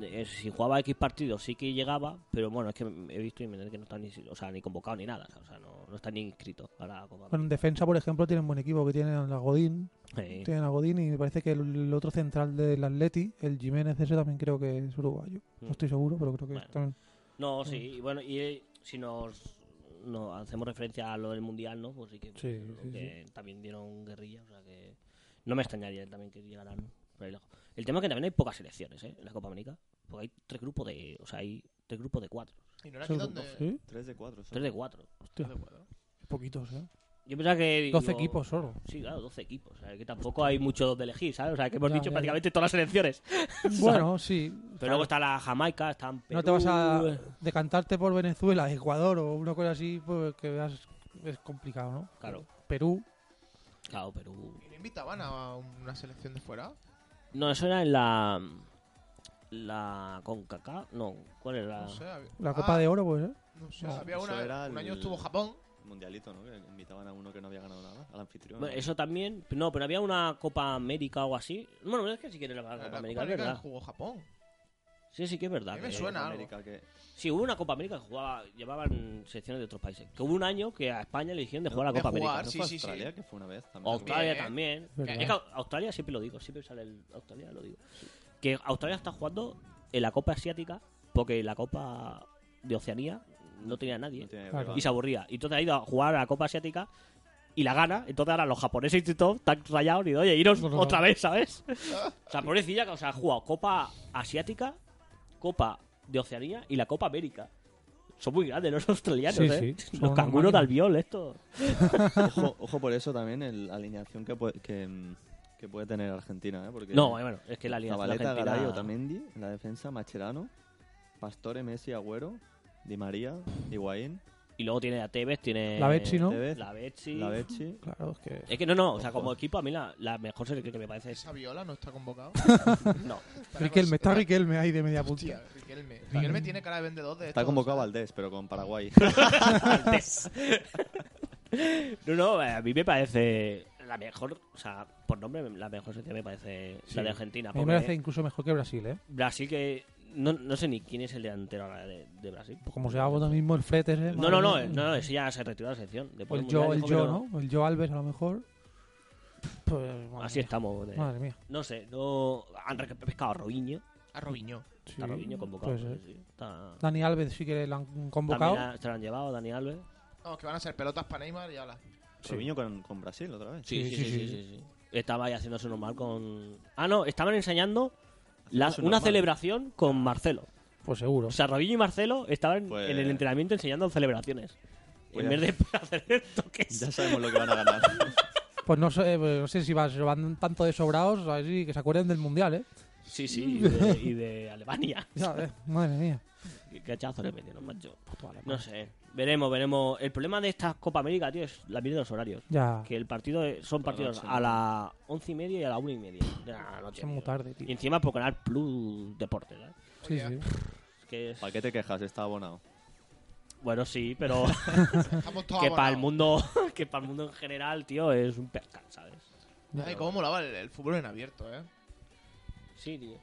[SPEAKER 3] eh, si jugaba X partidos sí que llegaba, pero bueno, es que he visto y me que no está ni, o sea, ni convocado ni nada. O sea, no, no está ni inscrito a la Copa.
[SPEAKER 4] Bueno, en defensa, por ejemplo, tienen buen equipo, que tienen a Godín,
[SPEAKER 3] Sí.
[SPEAKER 4] tienen a Godín y me parece que el, el otro central del Atleti, el Jiménez ese también creo que es uruguayo.
[SPEAKER 3] Mm.
[SPEAKER 4] No estoy seguro, pero creo que
[SPEAKER 3] Bueno.
[SPEAKER 4] también.
[SPEAKER 3] No, sí. Y bueno, y eh, si nos, nos hacemos referencia a lo del Mundial, ¿no? Pues sí que,
[SPEAKER 4] Sí,
[SPEAKER 3] lo
[SPEAKER 4] sí,
[SPEAKER 3] que también dieron guerrilla. O sea que... No me extrañaría también que llegaran por ahí lejos. El tema es que también hay pocas selecciones ¿eh? en la Copa América. Porque hay tres grupos de. O sea, hay tres grupos de cuatro.
[SPEAKER 1] Y no era aquí donde.
[SPEAKER 4] Sí,
[SPEAKER 2] 3 de 4.
[SPEAKER 3] Tres de cuatro.
[SPEAKER 4] hostia. Poquitos, ¿eh?
[SPEAKER 3] Yo pensaba que. digo-
[SPEAKER 4] 12 equipos solo.
[SPEAKER 3] Sí, claro, 12 equipos. O sea, que tampoco hay mucho de elegir, ¿sabes? O sea, que hemos
[SPEAKER 4] Ya,
[SPEAKER 3] dicho
[SPEAKER 4] ya, ya.
[SPEAKER 3] prácticamente todas las selecciones.
[SPEAKER 4] Bueno, sí.
[SPEAKER 3] Pero luego está la Jamaica, está Perú. eh.
[SPEAKER 4] No te vas a decantarte por Venezuela, Ecuador o una cosa así, pues que veas es complicado, ¿no?
[SPEAKER 3] Claro,
[SPEAKER 4] Perú,
[SPEAKER 3] claro, Perú.
[SPEAKER 1] ¿Y no invitaban a una selección de fuera?
[SPEAKER 3] No, eso era en la. La Concacá. No, ¿cuál era?
[SPEAKER 1] No sé, había-
[SPEAKER 4] la Copa
[SPEAKER 1] Ah,
[SPEAKER 4] de Oro, pues, ¿eh?
[SPEAKER 1] No sé,
[SPEAKER 4] No,
[SPEAKER 1] había
[SPEAKER 2] eso
[SPEAKER 1] una.
[SPEAKER 2] era
[SPEAKER 1] Un año
[SPEAKER 2] el-
[SPEAKER 1] estuvo Japón.
[SPEAKER 2] Mundialito, ¿no? Que invitaban a uno que no había ganado nada, al anfitrión.
[SPEAKER 3] Bueno,
[SPEAKER 2] ¿no?
[SPEAKER 3] eso también. No, pero había una Copa América o así. Bueno, es que sí que era la,
[SPEAKER 1] La
[SPEAKER 3] Copa
[SPEAKER 1] Copa
[SPEAKER 3] América, es
[SPEAKER 1] América
[SPEAKER 3] verdad.
[SPEAKER 1] jugó Japón.
[SPEAKER 3] Sí, sí que es
[SPEAKER 1] A
[SPEAKER 3] verdad.
[SPEAKER 1] mí me
[SPEAKER 3] que-
[SPEAKER 1] suena algo.
[SPEAKER 2] Eh, América, que
[SPEAKER 3] Sí, hubo una Copa América que jugaba, llevaban selecciones de otros países. Que hubo un año que a España le dijeron de
[SPEAKER 2] No,
[SPEAKER 3] jugar a la
[SPEAKER 1] de
[SPEAKER 3] Copa
[SPEAKER 1] jugar,
[SPEAKER 3] América.
[SPEAKER 2] ¿no
[SPEAKER 1] Ah, sí,
[SPEAKER 2] fue
[SPEAKER 1] sí, sí.
[SPEAKER 2] Australia que fue una vez también.
[SPEAKER 3] Australia
[SPEAKER 1] También,
[SPEAKER 3] también.
[SPEAKER 4] Es verdad.
[SPEAKER 3] Es que Australia siempre lo digo, siempre sale el Australia, lo digo. Que Australia está jugando en la Copa Asiática porque la Copa de Oceanía no tenía nadie
[SPEAKER 2] No tiene
[SPEAKER 4] Claro.
[SPEAKER 2] rival.
[SPEAKER 3] y se aburría. Y entonces ha ido a jugar a la Copa Asiática y la gana. Entonces ahora los japoneses y todo están rayados y de, oye, iros
[SPEAKER 4] No, no, no.
[SPEAKER 3] otra vez, ¿sabes? o sea, pobrecilla, que, o sea, ha jugado Copa Asiática, Copa de Oceanía y la Copa América. Son muy grandes los australianos,
[SPEAKER 4] Sí,
[SPEAKER 3] ¿eh?
[SPEAKER 4] sí, son
[SPEAKER 3] Los
[SPEAKER 4] unas
[SPEAKER 3] canguros de
[SPEAKER 4] máquinas.
[SPEAKER 3] albiol, esto.
[SPEAKER 2] Ojo, ojo por eso también el- la alineación que, puede- que, mm, que puede tener Argentina, ¿eh? Porque
[SPEAKER 3] No, bueno, es que la alianza
[SPEAKER 2] Zabaleta,
[SPEAKER 3] argentina...
[SPEAKER 2] Garay, Otamendi, en la defensa, Macherano, Pastore, Messi, Agüero, Di María, Higuaín,
[SPEAKER 3] Y luego tiene a Tevez, tiene.
[SPEAKER 4] La Betsy, ¿no?
[SPEAKER 2] Tevez,
[SPEAKER 3] La Betsy.
[SPEAKER 2] La Becci.
[SPEAKER 4] Claro, es que.
[SPEAKER 3] Es que no, no, o sea,
[SPEAKER 2] Ojo.
[SPEAKER 3] como equipo a mí la, la mejor selección que me parece es.
[SPEAKER 1] Esa viola no está convocado.
[SPEAKER 3] No.
[SPEAKER 1] Para
[SPEAKER 4] Riquelme, está
[SPEAKER 1] cons-
[SPEAKER 4] Riquelme ahí de media punta.
[SPEAKER 1] Hostia, Riquelme. Riquelme tiene cara de vendedor de
[SPEAKER 2] Está
[SPEAKER 1] estos,
[SPEAKER 2] convocado
[SPEAKER 1] ¿sabes?
[SPEAKER 2] Valdés, pero con Paraguay.
[SPEAKER 3] Antes. no, no, a mí me parece. La mejor, o sea, por nombre, la mejor selección me parece la de Argentina.
[SPEAKER 4] A mí
[SPEAKER 3] Porque
[SPEAKER 4] me parece incluso mejor que Brasil, ¿eh?
[SPEAKER 3] Brasil que. No, no sé ni quién es el delantero ahora de, de Brasil.
[SPEAKER 4] Pues Como se hago ahora mismo el Fletes, ¿eh?
[SPEAKER 3] No, no, no,
[SPEAKER 4] Madre
[SPEAKER 3] no,
[SPEAKER 4] mía.
[SPEAKER 3] no, ese ya se retiró de la selección.
[SPEAKER 4] O
[SPEAKER 3] Después
[SPEAKER 4] el
[SPEAKER 3] del Mundial
[SPEAKER 4] Joe, el
[SPEAKER 3] dijo que
[SPEAKER 4] Joe, ¿no? El Joe Alves, a lo mejor. Pues, madre
[SPEAKER 3] Así eh.
[SPEAKER 4] mía.
[SPEAKER 3] estamos. de-
[SPEAKER 4] Madre mía.
[SPEAKER 3] No sé, no. Han pescado a Robinho.
[SPEAKER 1] A Robinho.
[SPEAKER 4] Sí.
[SPEAKER 3] Está Robinho convocado.
[SPEAKER 4] Puede ser.
[SPEAKER 3] sí, sí, está-
[SPEAKER 4] Dani Alves sí que le han convocado.
[SPEAKER 3] También la- se lo han llevado Dani Alves.
[SPEAKER 1] Vamos, que van a ser pelotas para Neymar y ala.
[SPEAKER 4] Sí.
[SPEAKER 2] Robinho con, con Brasil otra vez.
[SPEAKER 3] Sí, sí, sí,
[SPEAKER 4] Sí, sí,
[SPEAKER 3] sí,
[SPEAKER 4] sí.
[SPEAKER 3] sí. Estaba ahí haciéndose normal con. Ah, no, estaban enseñando la-
[SPEAKER 2] Haciéndose
[SPEAKER 3] una
[SPEAKER 2] normal.
[SPEAKER 3] celebración con Marcelo.
[SPEAKER 4] Pues seguro.
[SPEAKER 3] O sea, Robinho y Marcelo estaban
[SPEAKER 2] Pues-
[SPEAKER 3] en el entrenamiento enseñando celebraciones.
[SPEAKER 2] Pues
[SPEAKER 3] en
[SPEAKER 2] ya-
[SPEAKER 3] vez de hacer toques.
[SPEAKER 2] Ya sabemos lo que van a ganar.
[SPEAKER 4] Pues no sé, pues no sé si vas- van tanto de sobrados, a ver si que se acuerden del mundial, ¿eh?
[SPEAKER 3] Sí, sí, y de, y de Alemania.
[SPEAKER 4] Ya ves, madre mía.
[SPEAKER 3] Qué cachazo le metieron, macho. No sé, veremos, veremos. El problema de esta Copa América, tío, es la mierda de los horarios.
[SPEAKER 4] Ya,
[SPEAKER 3] Que el partido es- son
[SPEAKER 2] Por la
[SPEAKER 3] partidos
[SPEAKER 2] noche,
[SPEAKER 3] a
[SPEAKER 2] ¿no?
[SPEAKER 3] las once y media y a las una y media de la noche.
[SPEAKER 4] es muy
[SPEAKER 3] tío.
[SPEAKER 4] tarde, tío.
[SPEAKER 3] Y encima por Canal Plus Deportes, ¿eh?
[SPEAKER 4] Sí,
[SPEAKER 1] Oye,
[SPEAKER 4] sí.
[SPEAKER 3] Que es-
[SPEAKER 2] ¿Para qué te quejas? Está abonado.
[SPEAKER 3] Bueno, sí, pero
[SPEAKER 1] Ah, Estamos todos
[SPEAKER 3] que para el
[SPEAKER 1] abonados.
[SPEAKER 3] mundo, que para el mundo en general, tío, es un pescar, ¿sabes?
[SPEAKER 1] Ay, cómo molaba el, el fútbol en abierto, eh.
[SPEAKER 3] Sí, tío.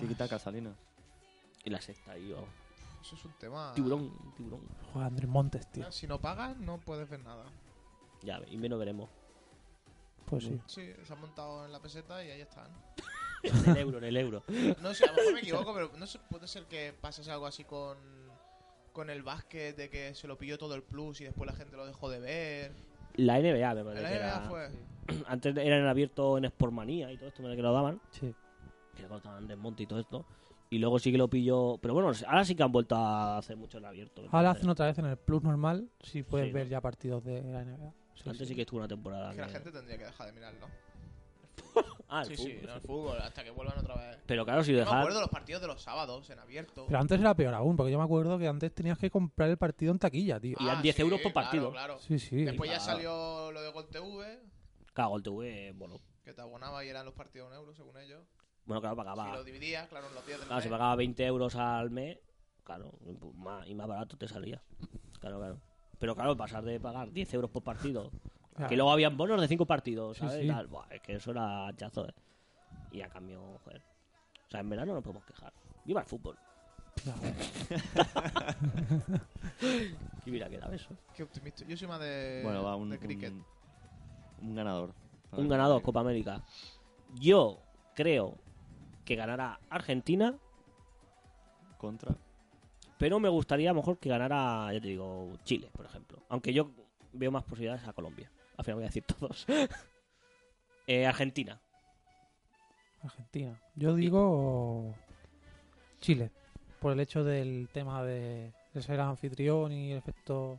[SPEAKER 2] Tiquita Casalina.
[SPEAKER 3] Y la sexta, tío.
[SPEAKER 1] Eso es un tema.
[SPEAKER 3] Tiburón, tiburón.
[SPEAKER 4] Joder, Andrés Montes, tío.
[SPEAKER 1] Si no pagas, no puedes ver nada.
[SPEAKER 3] Ya, y menos veremos.
[SPEAKER 4] Pues sí.
[SPEAKER 1] Sí, se han montado en la peseta y ahí están.
[SPEAKER 3] En el euro, en el euro.
[SPEAKER 1] No sé, a lo mejor me equivoco, pero no sé, puede ser que pasase algo así con, con el básquet, de que se lo pilló todo el plus y después la gente lo dejó de ver.
[SPEAKER 3] La NBA, me
[SPEAKER 1] La
[SPEAKER 3] parece. que
[SPEAKER 1] NBA
[SPEAKER 3] era-
[SPEAKER 1] fue.
[SPEAKER 3] Antes eran abiertos en Sportmanía y todo esto, me que lo daban.
[SPEAKER 4] sí.
[SPEAKER 3] Que lo cortaban de monte y todo esto. Y luego sí que lo pilló. Pero bueno, ahora sí que han vuelto a hacer mucho en abierto. me
[SPEAKER 4] Ahora
[SPEAKER 3] parece.
[SPEAKER 4] hacen otra vez en el Plus normal, si puedes
[SPEAKER 3] Sí,
[SPEAKER 4] ver
[SPEAKER 3] ¿no?
[SPEAKER 4] ya partidos de la NBA.
[SPEAKER 3] Antes sí que estuvo una temporada.
[SPEAKER 1] Es que la
[SPEAKER 3] que-
[SPEAKER 1] gente tendría que dejar de mirarlo.
[SPEAKER 3] Ah, el
[SPEAKER 1] sí,
[SPEAKER 3] fútbol,
[SPEAKER 1] sí,
[SPEAKER 3] sí.
[SPEAKER 1] no, el fútbol, hasta que vuelvan otra vez.
[SPEAKER 3] Pero claro, si
[SPEAKER 1] Yo me
[SPEAKER 3] dejar.
[SPEAKER 1] acuerdo los partidos de los sábados en abierto.
[SPEAKER 4] Pero antes era peor aún, porque yo me acuerdo que antes tenías que comprar el partido en taquilla, tío.
[SPEAKER 3] y eran 10 euros por
[SPEAKER 1] Ah, claro,
[SPEAKER 3] partido. Ah.
[SPEAKER 1] claro.
[SPEAKER 4] Sí, sí.
[SPEAKER 1] Después ya
[SPEAKER 3] claro.
[SPEAKER 1] salió lo de Gol TV,
[SPEAKER 3] Cago el TV, bueno.
[SPEAKER 1] que te abonaba y eran los partidos un euro, según ellos.
[SPEAKER 3] Bueno, claro,
[SPEAKER 2] Ah,
[SPEAKER 1] Si
[SPEAKER 3] pagaba.
[SPEAKER 1] lo dividías, claro, en los días del
[SPEAKER 3] Claro, si
[SPEAKER 1] mes.
[SPEAKER 3] pagaba 20 euros al mes, claro, pues más- y más barato te salía. Claro, claro. Pero claro, pasar de pagar 10 euros por partido,
[SPEAKER 4] Claro.
[SPEAKER 3] que luego habían bonos de 5 partidos,
[SPEAKER 4] Sí,
[SPEAKER 3] ¿sabes?
[SPEAKER 4] sí.
[SPEAKER 3] Tal, buah, es que eso era hachazo, ¿eh? Y a cambio, joder. O sea, en verano no nos podemos quejar. Viva el fútbol.
[SPEAKER 4] Ya,
[SPEAKER 3] Y mira que daba eso.
[SPEAKER 1] Qué optimista. Yo soy más de,
[SPEAKER 2] Bueno, va un,
[SPEAKER 1] de cricket.
[SPEAKER 2] un, un ganador.
[SPEAKER 3] Eh, Un ganador, Copa América. Yo creo que ganará Argentina,
[SPEAKER 2] eh, Contra.
[SPEAKER 3] pero me gustaría a lo mejor que ganara, ya te digo, Chile, por ejemplo. Aunque yo veo más posibilidades a Colombia. Al final voy a decir todos. Eh, Argentina.
[SPEAKER 4] Argentina. Yo digo Chile, por el hecho del tema de, de ser anfitrión y el efecto...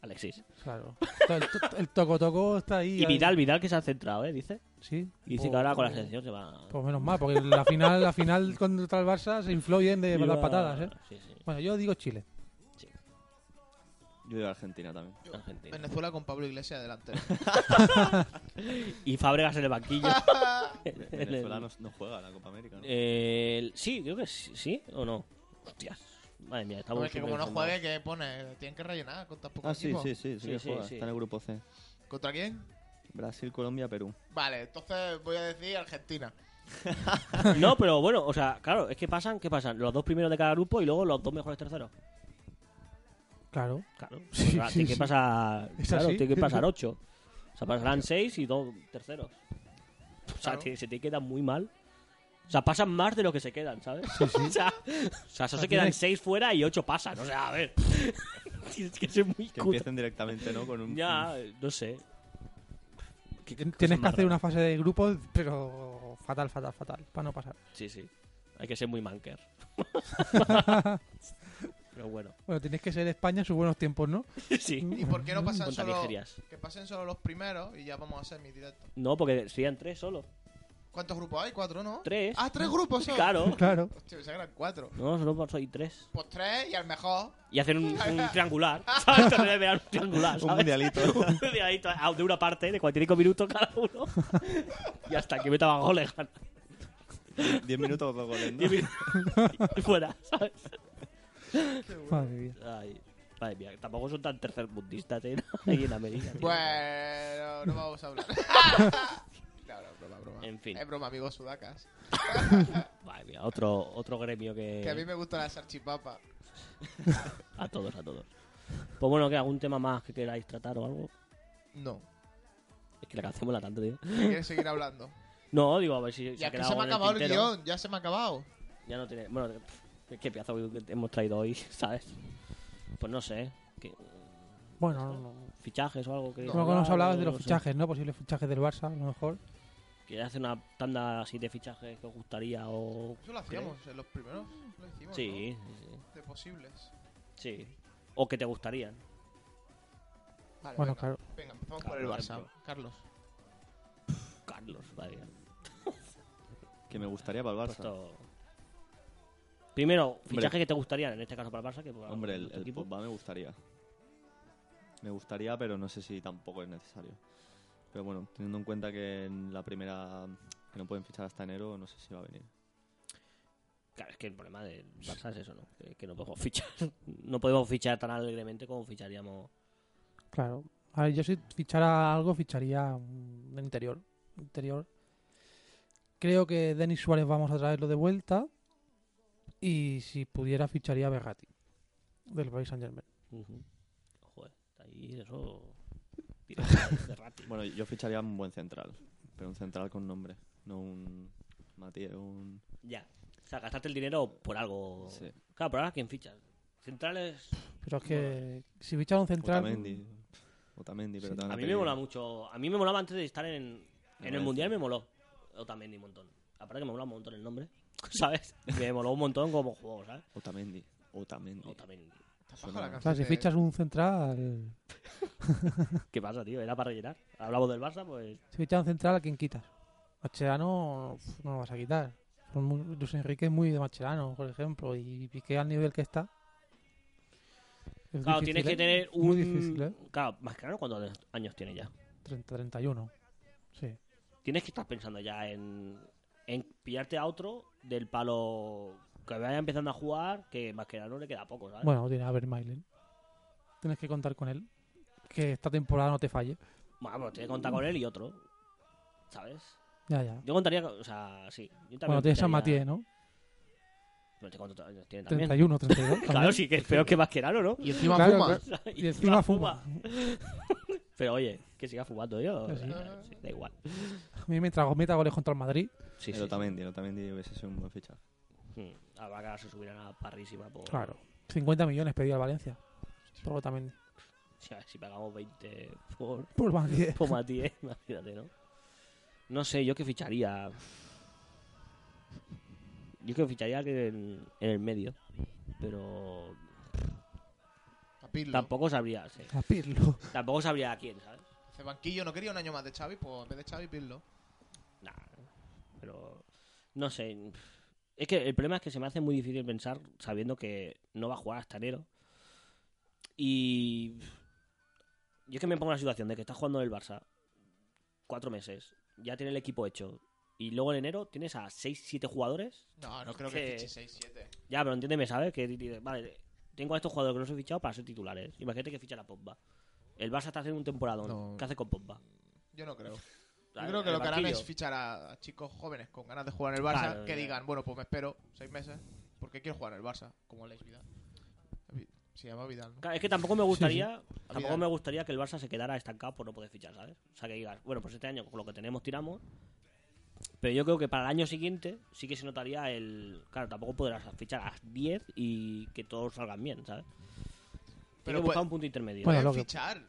[SPEAKER 3] Alexis.
[SPEAKER 4] Claro. El, to- el toco-toco está ahí.
[SPEAKER 3] Y Vidal, Vidal que se ha centrado, ¿eh? Dice.
[SPEAKER 4] Sí.
[SPEAKER 3] Dice que
[SPEAKER 4] Pues-
[SPEAKER 3] ahora con la selección se va.
[SPEAKER 4] Pues menos mal, porque la final, la final contra el Barça se influyen de
[SPEAKER 3] Iba-
[SPEAKER 4] las patadas, ¿eh?
[SPEAKER 3] Sí, sí.
[SPEAKER 4] Bueno, yo digo Chile.
[SPEAKER 2] Yo digo Argentina también.
[SPEAKER 3] Argentina.
[SPEAKER 1] Venezuela con Pablo Iglesias delante.
[SPEAKER 3] Y Fábregas en el banquillo.
[SPEAKER 2] Venezuela no, no juega a la Copa América, ¿no?
[SPEAKER 3] Eh, sí, creo que sí, ¿sí? o no. Hostias. Madre mía, estamos.
[SPEAKER 1] Hombre, que como no
[SPEAKER 3] superinformados.
[SPEAKER 1] juegue, que pone? Tienen que rellenar contra poco
[SPEAKER 2] ah, sí,
[SPEAKER 1] equipo.
[SPEAKER 2] sí, sí, sí,
[SPEAKER 3] Sí,
[SPEAKER 2] que
[SPEAKER 3] sí,
[SPEAKER 2] juega.
[SPEAKER 3] sí.
[SPEAKER 2] Está en el grupo C.
[SPEAKER 1] ¿Contra quién?
[SPEAKER 2] Brasil, Colombia, Perú.
[SPEAKER 1] Vale, entonces voy a decir Argentina.
[SPEAKER 3] No, pero bueno, o sea, claro, es que pasan, ¿qué pasan? Los dos primeros de cada grupo y luego los dos mejores terceros.
[SPEAKER 4] Claro.
[SPEAKER 3] Claro. O sea,
[SPEAKER 4] Sí, sí,
[SPEAKER 3] Pues, tiene que
[SPEAKER 4] sí.
[SPEAKER 3] pasar.
[SPEAKER 4] Es
[SPEAKER 3] Claro,
[SPEAKER 4] así.
[SPEAKER 3] tiene que pasar ocho. O sea, pasarán seis y dos terceros. O sea,
[SPEAKER 1] Claro.
[SPEAKER 3] te- se te quedan muy mal. O sea, pasan más de lo que se quedan, ¿sabes? o sea, o sea, solo se quedan
[SPEAKER 4] tienes-
[SPEAKER 3] seis fuera y ocho pasan. O sea, a ver. Tienes que ser muy
[SPEAKER 2] Que
[SPEAKER 3] cutre.
[SPEAKER 2] empiecen directamente, ¿no? Con un.
[SPEAKER 3] Ya, no sé. Qué
[SPEAKER 4] Tien-
[SPEAKER 3] cosa
[SPEAKER 4] Tienes que
[SPEAKER 3] más
[SPEAKER 4] hacer
[SPEAKER 3] rara.
[SPEAKER 4] una fase de grupos, pero fatal, fatal, fatal, para no pasar.
[SPEAKER 3] Sí, sí. Hay que ser muy manker. Pero bueno.
[SPEAKER 4] Bueno, tienes que ser España en sus buenos tiempos, ¿no?
[SPEAKER 3] Sí.
[SPEAKER 1] ¿Y por qué no pasan
[SPEAKER 3] Contra
[SPEAKER 1] solo
[SPEAKER 3] Nigerias.
[SPEAKER 1] que pasen solo los primeros y ya vamos a hacer mi directo?
[SPEAKER 3] No, porque serían tres solo.
[SPEAKER 1] ¿Cuántos grupos hay? ¿Cuatro, no?
[SPEAKER 3] Tres.
[SPEAKER 1] Ah, tres grupos son.
[SPEAKER 3] Claro.
[SPEAKER 4] Claro.
[SPEAKER 1] Hostia, pensaba que eran cuatro.
[SPEAKER 3] No, solo soy tres.
[SPEAKER 1] Pues tres y al mejor.
[SPEAKER 3] Y hacer un, un triangular. ¿Sabes? Te debe dar un triangular.
[SPEAKER 2] Un
[SPEAKER 3] ¿sabes?
[SPEAKER 2] mundialito.
[SPEAKER 3] un mundialito ah, de una parte, de 45 minutos cada uno. y hasta que meta más goles. gana.
[SPEAKER 2] 10 minutos dos goles, ¿no?
[SPEAKER 3] eh. Diez minutos. Y fuera, ¿sabes?
[SPEAKER 4] Madre mía.
[SPEAKER 3] Ay, madre mía, tampoco son tan tercermundistas, ¿eh? Ahí en América. tío.
[SPEAKER 1] Bueno, no vamos a hablar. no, no, broma, broma.
[SPEAKER 3] En fin.
[SPEAKER 1] Es broma, amigos sudacas.
[SPEAKER 3] Madre mía, otro, otro gremio que.
[SPEAKER 1] Que a mí me gusta la salchipapa.
[SPEAKER 3] A todos, a todos. Pues bueno, que algún tema más que queráis tratar o algo.
[SPEAKER 1] No.
[SPEAKER 3] Es que la canción mola tanto, tío.
[SPEAKER 1] ¿Quieres seguir hablando?
[SPEAKER 3] No, digo, a ver si
[SPEAKER 1] ya
[SPEAKER 3] ha
[SPEAKER 1] que
[SPEAKER 3] quedado
[SPEAKER 1] se me ha
[SPEAKER 3] algo en
[SPEAKER 1] acabado el,
[SPEAKER 3] tintero.
[SPEAKER 1] guión, ya se me ha acabado.
[SPEAKER 3] Ya no tiene. Bueno, es que piazo que hemos traído hoy, ¿sabes? Pues no sé. que-
[SPEAKER 4] Bueno, no, no.
[SPEAKER 3] fichajes o algo que.
[SPEAKER 4] Como que nos hablabas de los fichajes, ¿no? Posibles fichajes del Barça, a lo mejor.
[SPEAKER 3] ¿Quieres hacer una tanda así de fichajes que os gustaría o.?
[SPEAKER 1] Eso lo hacíamos en los primeros. Lo hicimos,
[SPEAKER 3] Sí, sí, sí,
[SPEAKER 1] ¿no? De posibles.
[SPEAKER 3] sí. O que te gustarían.
[SPEAKER 1] Vale,
[SPEAKER 4] Bueno,
[SPEAKER 1] venga.
[SPEAKER 4] claro.
[SPEAKER 1] Venga, empezamos
[SPEAKER 3] Claro,
[SPEAKER 1] por el
[SPEAKER 3] por
[SPEAKER 1] Barça.
[SPEAKER 3] ejemplo.
[SPEAKER 1] Carlos.
[SPEAKER 3] Carlos, vaya.
[SPEAKER 2] Que me gustaría para el Barça.
[SPEAKER 3] Puesto- Primero, fichajes que te gustarían, en este caso para el Barça. Que para
[SPEAKER 2] Hombre, el,
[SPEAKER 3] otro
[SPEAKER 2] el
[SPEAKER 3] equipo.
[SPEAKER 2] Pogba me gustaría. Me gustaría, pero no sé si tampoco es necesario. Pero bueno, teniendo en cuenta que en la primera que no pueden fichar hasta enero, no sé si va a venir.
[SPEAKER 3] Claro, es que el problema del Barça es eso, ¿no? Que, que no podemos fichar. No podemos fichar tan alegremente como ficharíamos.
[SPEAKER 4] Claro. A ver, yo si fichara algo, ficharía un interior. Interior. Creo que Denis Suárez vamos a traerlo de vuelta. Y si pudiera, ficharía a Bergati. Del Paris Saint Germain.
[SPEAKER 3] Joder, ahí eso. tira de- de rati.
[SPEAKER 2] Bueno, yo ficharía un buen central, pero un central con nombre, no un Matías, un...
[SPEAKER 3] Ya. O sea, gastarte el dinero por algo.
[SPEAKER 2] Sí.
[SPEAKER 3] Claro, pero ahora quién ficha. Centrales.
[SPEAKER 4] Pero es que si fichara un central.
[SPEAKER 2] Otamendi. Otamendi, pero te van
[SPEAKER 3] A mí me
[SPEAKER 2] pedir-
[SPEAKER 3] mola mucho. A mí me molaba antes de estar en,
[SPEAKER 2] Me
[SPEAKER 3] en el
[SPEAKER 2] parece.
[SPEAKER 3] mundial, me moló. Otamendi un montón. Aparte que me mola un montón el nombre, ¿sabes? Me moló un montón como juego, ¿sabes?
[SPEAKER 2] Otamendi. Otamendi.
[SPEAKER 3] Otamendi.
[SPEAKER 1] Está
[SPEAKER 2] Suena-
[SPEAKER 1] baja la
[SPEAKER 4] O sea, si
[SPEAKER 1] canción de-
[SPEAKER 4] fichas un central.
[SPEAKER 3] ¿Qué pasa, tío? Era para rellenar. Hablamos del Barça, pues.
[SPEAKER 4] Si fichas un central, ¿a quién quitas? Mascherano pf, no lo vas a quitar. Por muy- Luis Enrique es muy de Mascherano, por ejemplo, y Piqué al nivel que está. es
[SPEAKER 3] Claro,
[SPEAKER 4] difícil,
[SPEAKER 3] tienes que
[SPEAKER 4] ¿eh?
[SPEAKER 3] tener un.
[SPEAKER 4] Muy difícil, ¿eh?
[SPEAKER 3] Claro, más claro, ¿cuántos años tiene ya?
[SPEAKER 4] 30, 31. Sí.
[SPEAKER 3] Tienes que estar pensando ya en, en pillarte a otro del palo que vaya empezando a jugar, que más que no le queda poco, ¿sabes?
[SPEAKER 4] Bueno, tiene a Vermaelen. Tienes que contar con él. Que esta temporada no te falle.
[SPEAKER 3] Bueno, pues tienes que contar con él y otro, ¿sabes?
[SPEAKER 4] Ya, ya.
[SPEAKER 3] Yo contaría, con- o sea, sí. Yo también
[SPEAKER 4] Bueno, tienes a
[SPEAKER 3] ficharía-
[SPEAKER 4] Matié, ¿no?
[SPEAKER 3] Pero te cuántos años tiene también.
[SPEAKER 4] 31, 32.
[SPEAKER 3] Claro,
[SPEAKER 4] también.
[SPEAKER 3] sí, que es peor que más que Nano, ¿no?
[SPEAKER 1] Y encima
[SPEAKER 4] Claro,
[SPEAKER 1] fuma.
[SPEAKER 4] claro. Y encima fuma.
[SPEAKER 3] Pero oye, que siga fumando yo.
[SPEAKER 4] Sí, sí.
[SPEAKER 3] eh, sí, da igual.
[SPEAKER 4] A mí mientras meta goles contra el Madrid.
[SPEAKER 3] Sí,
[SPEAKER 2] el
[SPEAKER 3] sí.
[SPEAKER 2] Otamendi, el Otamendi hubiese sido un buen fichaje.
[SPEAKER 3] Hmm, Habrá que ahora se subirán a parrísima por...
[SPEAKER 4] Claro. 50 millones pedí al Valencia. Por también.
[SPEAKER 3] Si, si pagamos 20 por,
[SPEAKER 4] Por Matié.
[SPEAKER 3] por Mati, eh, imagínate, ¿no? No sé, yo que ficharía. Yo que ficharía que en, en el medio. Pero
[SPEAKER 1] A Pirlo.
[SPEAKER 3] tampoco sabría, sí.
[SPEAKER 4] A Pirlo.
[SPEAKER 3] Tampoco sabría a quién, ¿sabes?
[SPEAKER 1] Ese banquillo no quería un año más de Xavi, pues en vez de Xavi, Pirlo.
[SPEAKER 3] Nah, pero no sé. Es que el problema es que se me hace muy difícil pensar sabiendo que no va a jugar hasta enero. Y yo es que me pongo en la situación de que estás jugando en el Barça cuatro meses, ya tiene el equipo hecho y luego en enero tienes a 6-7 jugadores.
[SPEAKER 1] No, no creo
[SPEAKER 3] que-
[SPEAKER 1] que fiche 6-7.
[SPEAKER 3] Ya, pero entiéndeme, ¿sabes? Que dices, vale, tengo a estos jugadores que los he fichado para ser titulares. Imagínate que ficha la Pogba. El Barça está haciendo un temporadón.
[SPEAKER 1] No.
[SPEAKER 3] ¿Qué hace con Pogba?
[SPEAKER 1] Yo no creo. Yo
[SPEAKER 3] El-
[SPEAKER 1] creo que
[SPEAKER 3] el
[SPEAKER 1] lo que harán
[SPEAKER 3] banquillo.
[SPEAKER 1] es fichar a, a chicos jóvenes con ganas de jugar en el Barça
[SPEAKER 3] Claro,
[SPEAKER 1] que
[SPEAKER 3] ya.
[SPEAKER 1] digan, bueno, pues me espero seis meses porque quiero jugar en el Barça, como Leis Vidal. Vi- Se llama Vidal, ¿no?
[SPEAKER 3] Claro, Es que tampoco me gustaría, tampoco
[SPEAKER 1] Vidal.
[SPEAKER 3] me gustaría que el Barça se quedara estancado por no poder fichar, ¿sabes? O sea que digas, bueno, pues este año con lo que tenemos tiramos. Pero yo creo que para el año siguiente sí que se notaría el. Claro, tampoco podrás fichar a 10 y que todos salgan bien, ¿sabes? Pero
[SPEAKER 1] Pero pues
[SPEAKER 3] que buscar
[SPEAKER 1] puede-
[SPEAKER 3] un punto intermedio.
[SPEAKER 4] Bueno,
[SPEAKER 1] Pueden
[SPEAKER 4] lo que-
[SPEAKER 1] fichar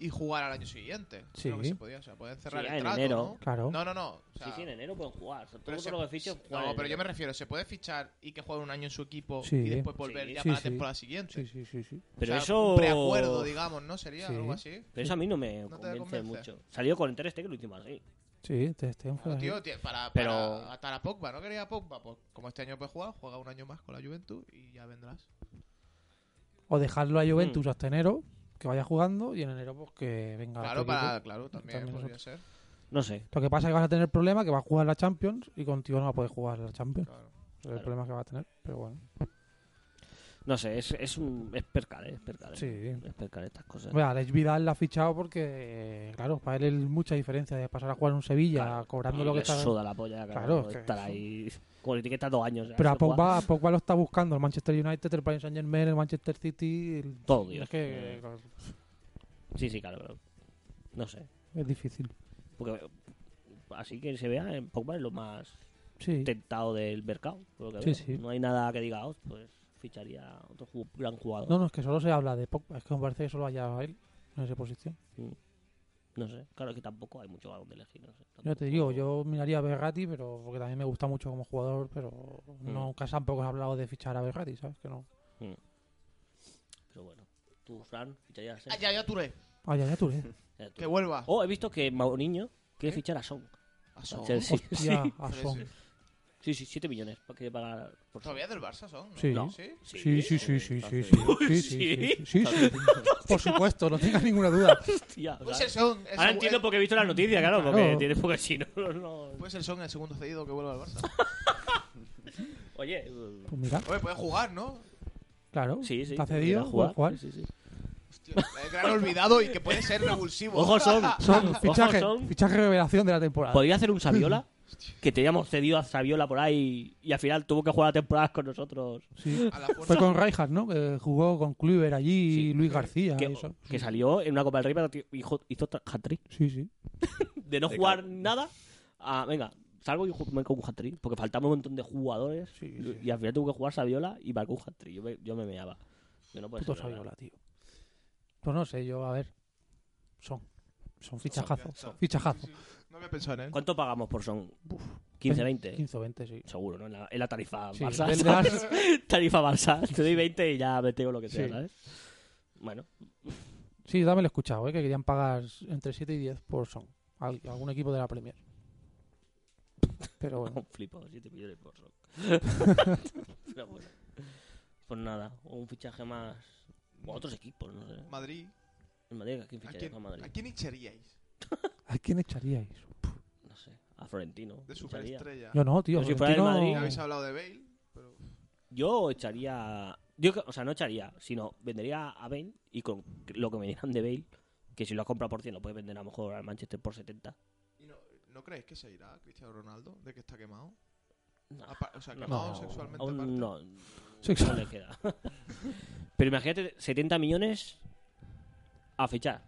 [SPEAKER 1] y jugar al año siguiente.
[SPEAKER 4] Sí.
[SPEAKER 1] Creo que se podía, o sea, pueden cerrar
[SPEAKER 3] Sí,
[SPEAKER 1] el
[SPEAKER 3] en
[SPEAKER 1] trato,
[SPEAKER 3] enero.
[SPEAKER 4] Claro.
[SPEAKER 1] ¿no? No, no, no. o sea,
[SPEAKER 3] Sí, sí, en enero pueden jugar. O sea, todo
[SPEAKER 1] pero se-
[SPEAKER 3] lo que fiches, jugar
[SPEAKER 1] no,
[SPEAKER 3] en
[SPEAKER 1] pero yo me
[SPEAKER 3] enero.
[SPEAKER 1] refiero, se puede fichar y que juegue un año en su equipo
[SPEAKER 4] Sí.
[SPEAKER 1] y después volver
[SPEAKER 3] Sí.
[SPEAKER 1] ya
[SPEAKER 4] Sí,
[SPEAKER 1] para la
[SPEAKER 4] sí.
[SPEAKER 1] temporada siguiente.
[SPEAKER 4] Sí, sí, sí, sí.
[SPEAKER 1] O
[SPEAKER 3] Pero
[SPEAKER 1] sea,
[SPEAKER 3] eso.
[SPEAKER 1] Un preacuerdo, digamos, ¿no? Sería
[SPEAKER 4] Sí.
[SPEAKER 1] algo así.
[SPEAKER 3] Pero eso a mí no me
[SPEAKER 1] No te
[SPEAKER 3] convence,
[SPEAKER 1] convence.
[SPEAKER 3] mucho. Salió con el Ter Stegen lo hicimos así.
[SPEAKER 4] Sí, te, te
[SPEAKER 1] Claro, tío, tío, para,
[SPEAKER 3] Pero-
[SPEAKER 1] para atar a Pogba, ¿no quería a Pogba? Pues como este año puedes jugar, juega un año más con la Juventus y ya vendrás.
[SPEAKER 4] O dejarlo a Juventus hasta enero, que vaya jugando, y en enero pues que venga.
[SPEAKER 1] Claro,
[SPEAKER 4] otro
[SPEAKER 1] para,
[SPEAKER 4] equipo.
[SPEAKER 1] claro, también,
[SPEAKER 4] También
[SPEAKER 1] podría
[SPEAKER 4] es
[SPEAKER 1] ser.
[SPEAKER 3] No sé.
[SPEAKER 4] Lo que pasa es que vas a tener problema que va a jugar la Champions y contigo no va a poder jugar la Champions.
[SPEAKER 1] Claro.
[SPEAKER 4] Es El
[SPEAKER 3] Claro.
[SPEAKER 4] problema que va a tener, pero bueno.
[SPEAKER 3] No sé, es, es un. Es percal, ¿eh? es percal. ¿eh?
[SPEAKER 4] Sí.
[SPEAKER 3] Es percal estas cosas.
[SPEAKER 4] Bueno, Alex Vidal la ha fichado porque, claro, para él es mucha diferencia de pasar a jugar en un Sevilla
[SPEAKER 3] Claro.
[SPEAKER 4] cobrando lo que está.
[SPEAKER 3] Soda la polla,
[SPEAKER 4] Claro,
[SPEAKER 3] claro.
[SPEAKER 4] es que
[SPEAKER 3] estar
[SPEAKER 4] eso.
[SPEAKER 3] ahí. Con la etiqueta dos años. ya,
[SPEAKER 4] Pero a
[SPEAKER 3] eso juega
[SPEAKER 4] Pogba, a Pogba lo está buscando el Manchester United, el Paris Saint Germain, el Manchester City. el-
[SPEAKER 3] Todo,
[SPEAKER 4] y
[SPEAKER 3] Dios.
[SPEAKER 4] Es que
[SPEAKER 3] Sí, sí, claro, pero. No sé.
[SPEAKER 4] es difícil.
[SPEAKER 3] Porque. Así que se vea, eh, Pogba es lo más
[SPEAKER 4] Sí.
[SPEAKER 3] tentado del mercado. por lo que
[SPEAKER 4] Sí,
[SPEAKER 3] veo.
[SPEAKER 4] sí.
[SPEAKER 3] No hay nada que diga, "Oh, pues ficharía a otro ju- gran jugador.
[SPEAKER 4] No,
[SPEAKER 3] No.
[SPEAKER 4] no, es que solo se habla de Pogba. Es que me parece que solo haya él en esa posición.
[SPEAKER 3] sé. Claro, es que tampoco hay mucho a donde elegir. No sé.
[SPEAKER 4] Yo te
[SPEAKER 3] Tampoco-
[SPEAKER 4] digo, yo miraría a Berratti, pero porque también me gusta mucho como jugador, pero
[SPEAKER 3] Mm.
[SPEAKER 4] nunca tampoco he hablado de fichar a Berratti, ¿sabes? Que no.
[SPEAKER 3] Pero bueno. Tú, Fran, ficharías a
[SPEAKER 1] Ah, ya, ya Touré,
[SPEAKER 4] Ah, ya, ya tú, ¿eh?
[SPEAKER 3] Sergio.
[SPEAKER 1] que vuelva.
[SPEAKER 3] Oh, he visto que Mauriño quiere
[SPEAKER 1] ¿Eh?
[SPEAKER 3] fichar a Song.
[SPEAKER 1] Ah, son. Ah,
[SPEAKER 3] Chelsea. Sí,
[SPEAKER 4] Hostia, a
[SPEAKER 1] Sí,
[SPEAKER 4] Son.
[SPEAKER 1] sí.
[SPEAKER 3] Sí, sí, 7 millones. ¿Para que pagar por Song.
[SPEAKER 1] Todavía es del Barça son, ¿no?
[SPEAKER 4] Sí.
[SPEAKER 1] ¿No?
[SPEAKER 4] No. Sí,
[SPEAKER 3] Sí.
[SPEAKER 4] sí, sí, sí, sí, sí.
[SPEAKER 2] Está
[SPEAKER 4] Sí, sí, sí, sí, sí, sí. Por supuesto, no tengas ninguna duda.
[SPEAKER 3] Hostia, o sea,
[SPEAKER 1] Pues el son. el
[SPEAKER 3] Ahora
[SPEAKER 1] segu-
[SPEAKER 3] entiendo
[SPEAKER 1] el-
[SPEAKER 3] por qué he visto la noticia, claro,
[SPEAKER 4] Claro.
[SPEAKER 3] porque tienes porque si no, no, no.
[SPEAKER 1] Pues el son el segundo cedido que vuelve al Barça.
[SPEAKER 3] Oye, eh,
[SPEAKER 4] Pues mira,
[SPEAKER 1] Oye, puede jugar, ¿no?
[SPEAKER 4] claro.
[SPEAKER 3] sí, sí.
[SPEAKER 4] Está
[SPEAKER 3] pudiera
[SPEAKER 4] cedido, Pues
[SPEAKER 3] jugar,
[SPEAKER 4] jugar.
[SPEAKER 3] sí, sí, sí.
[SPEAKER 1] Hostia, me han olvidado y que puede ser revulsivo.
[SPEAKER 3] Ojo, son.
[SPEAKER 4] Son,
[SPEAKER 3] Ojo,
[SPEAKER 4] fichaje,
[SPEAKER 3] son.
[SPEAKER 4] fichaje revelación de la temporada.
[SPEAKER 3] Podría hacer un Saviola. Que teníamos cedido a Saviola por ahí y al final tuvo que jugar temporadas con nosotros.
[SPEAKER 4] Sí.
[SPEAKER 1] A la
[SPEAKER 4] Fue
[SPEAKER 1] fuerza.
[SPEAKER 4] con Rijkaard, ¿no? Que jugó con Kluivert allí
[SPEAKER 3] Sí.
[SPEAKER 4] y Luis García
[SPEAKER 3] Que,
[SPEAKER 4] y eso.
[SPEAKER 3] que salió en una Copa del Rey, pero tío, hijo- hizo hat-trick.
[SPEAKER 4] Sí, sí.
[SPEAKER 3] De no
[SPEAKER 2] De
[SPEAKER 3] jugar
[SPEAKER 2] cal-
[SPEAKER 3] nada a, venga, salgo y ju- marco un hat-trick. Porque faltaba un montón de jugadores
[SPEAKER 4] Sí,
[SPEAKER 3] y-
[SPEAKER 4] sí.
[SPEAKER 3] y al final tuvo que jugar Saviola y marcó un hat-trick. Yo me, yo me meaba. Yo no puede
[SPEAKER 4] Puto
[SPEAKER 3] ser, ¿verdad?
[SPEAKER 4] Saviola, tío. Pues no sé, yo, a ver. Son. Son fichajazos.
[SPEAKER 1] Son.
[SPEAKER 4] Fichajazos.
[SPEAKER 1] Sí, sí. No había pensado en él.
[SPEAKER 3] ¿Cuánto pagamos por son?
[SPEAKER 4] Buf.
[SPEAKER 3] 15, 20.
[SPEAKER 4] 15 o 20, sí.
[SPEAKER 3] Seguro, ¿no? En la, en la tarifa
[SPEAKER 4] Sí,
[SPEAKER 3] Barça.
[SPEAKER 4] del Barça.
[SPEAKER 3] ¿sabes? tarifa Barça. Te doy 20 y ya me tengo lo que sea,
[SPEAKER 4] Sí.
[SPEAKER 3] ¿sabes? Bueno,
[SPEAKER 4] Sí, dame lo he escuchado, ¿eh? que querían pagar entre 7 y 10 por Son. Al- algún equipo de la Premier. Pero bueno.
[SPEAKER 3] un flipo, 7 millones por rock. Pero bueno. Pues nada, o un fichaje más. O otros equipos, no sé.
[SPEAKER 1] Madrid.
[SPEAKER 3] En Madrid, ¿a quién
[SPEAKER 1] ¿A
[SPEAKER 3] ficharía
[SPEAKER 1] quién,
[SPEAKER 3] con Madrid?
[SPEAKER 1] ¿A quién hincharíais?
[SPEAKER 4] ¿A quién echaríais?
[SPEAKER 3] No sé. A Florentino.
[SPEAKER 1] De
[SPEAKER 3] ficharía.
[SPEAKER 1] superestrella.
[SPEAKER 4] Yo no, tío.
[SPEAKER 3] Yo si fuera del
[SPEAKER 4] Florentino-
[SPEAKER 3] Madrid-
[SPEAKER 1] Ya habéis hablado de Bale, pero...
[SPEAKER 3] Yo echaría. Yo, o sea, no echaría, sino vendería a Bale y con lo que me dirán de Bale, que si lo has comprado por 100, lo puedes vender a lo mejor al Manchester por 70.
[SPEAKER 1] ¿Y no, ¿No creéis que se irá Cristiano Ronaldo? ¿De que está quemado?
[SPEAKER 3] No.
[SPEAKER 1] Apa- o sea,
[SPEAKER 3] No.
[SPEAKER 1] quemado
[SPEAKER 4] No.
[SPEAKER 1] sexualmente
[SPEAKER 3] Aún
[SPEAKER 1] aparte.
[SPEAKER 3] no,
[SPEAKER 4] Sexual.
[SPEAKER 3] no le queda. Pero imagínate, 70 millones a fichar.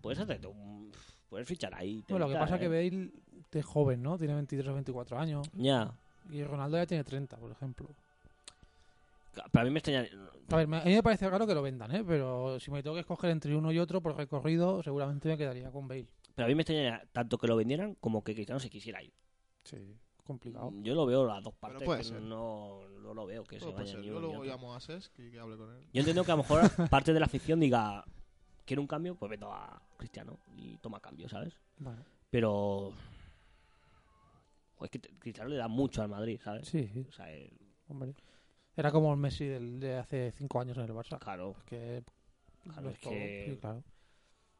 [SPEAKER 3] Puedes hacerte un. Puedes fichar ahí.
[SPEAKER 4] Bueno, lo que
[SPEAKER 3] tentar,
[SPEAKER 4] pasa
[SPEAKER 3] ¿eh?
[SPEAKER 4] es que Bale es joven, ¿no? Tiene 23 o 24 años.
[SPEAKER 3] Ya.
[SPEAKER 4] Y Ronaldo ya tiene 30, por ejemplo.
[SPEAKER 3] Para mí me extraña.
[SPEAKER 4] A ver, me- a mí me parece raro que lo vendan, ¿eh? Pero si me tengo que escoger entre uno y otro por recorrido, seguramente me quedaría con Bale.
[SPEAKER 3] Pero a mí me extraña tanto que lo vendieran como que Cristiano se quisiera ir.
[SPEAKER 4] Sí, complicado.
[SPEAKER 3] Yo lo veo las dos partes.
[SPEAKER 1] puede
[SPEAKER 3] que
[SPEAKER 1] ser.
[SPEAKER 3] No, no lo veo que se
[SPEAKER 1] Todo Pues puede
[SPEAKER 3] vaya
[SPEAKER 1] ser.
[SPEAKER 3] ni
[SPEAKER 1] Yo
[SPEAKER 3] uno ni
[SPEAKER 1] luego
[SPEAKER 3] otro.
[SPEAKER 1] llamo a Ses que, que hable con él.
[SPEAKER 3] Yo entiendo que a lo mejor parte de la afición diga, quiero un cambio, pues vendo a Cristiano y toma cambio, ¿sabes?
[SPEAKER 4] Bueno,
[SPEAKER 3] Pero... jo, Es que te- Cristiano le da mucho al Madrid, ¿sabes?
[SPEAKER 4] sí, sí,
[SPEAKER 3] O sea, eh,
[SPEAKER 4] hombre. Era como el Messi del, de hace cinco años en el Barça.
[SPEAKER 3] claro.
[SPEAKER 4] Es que.
[SPEAKER 3] Claro,
[SPEAKER 4] no
[SPEAKER 3] es
[SPEAKER 4] todo,
[SPEAKER 3] que-
[SPEAKER 4] sí, claro.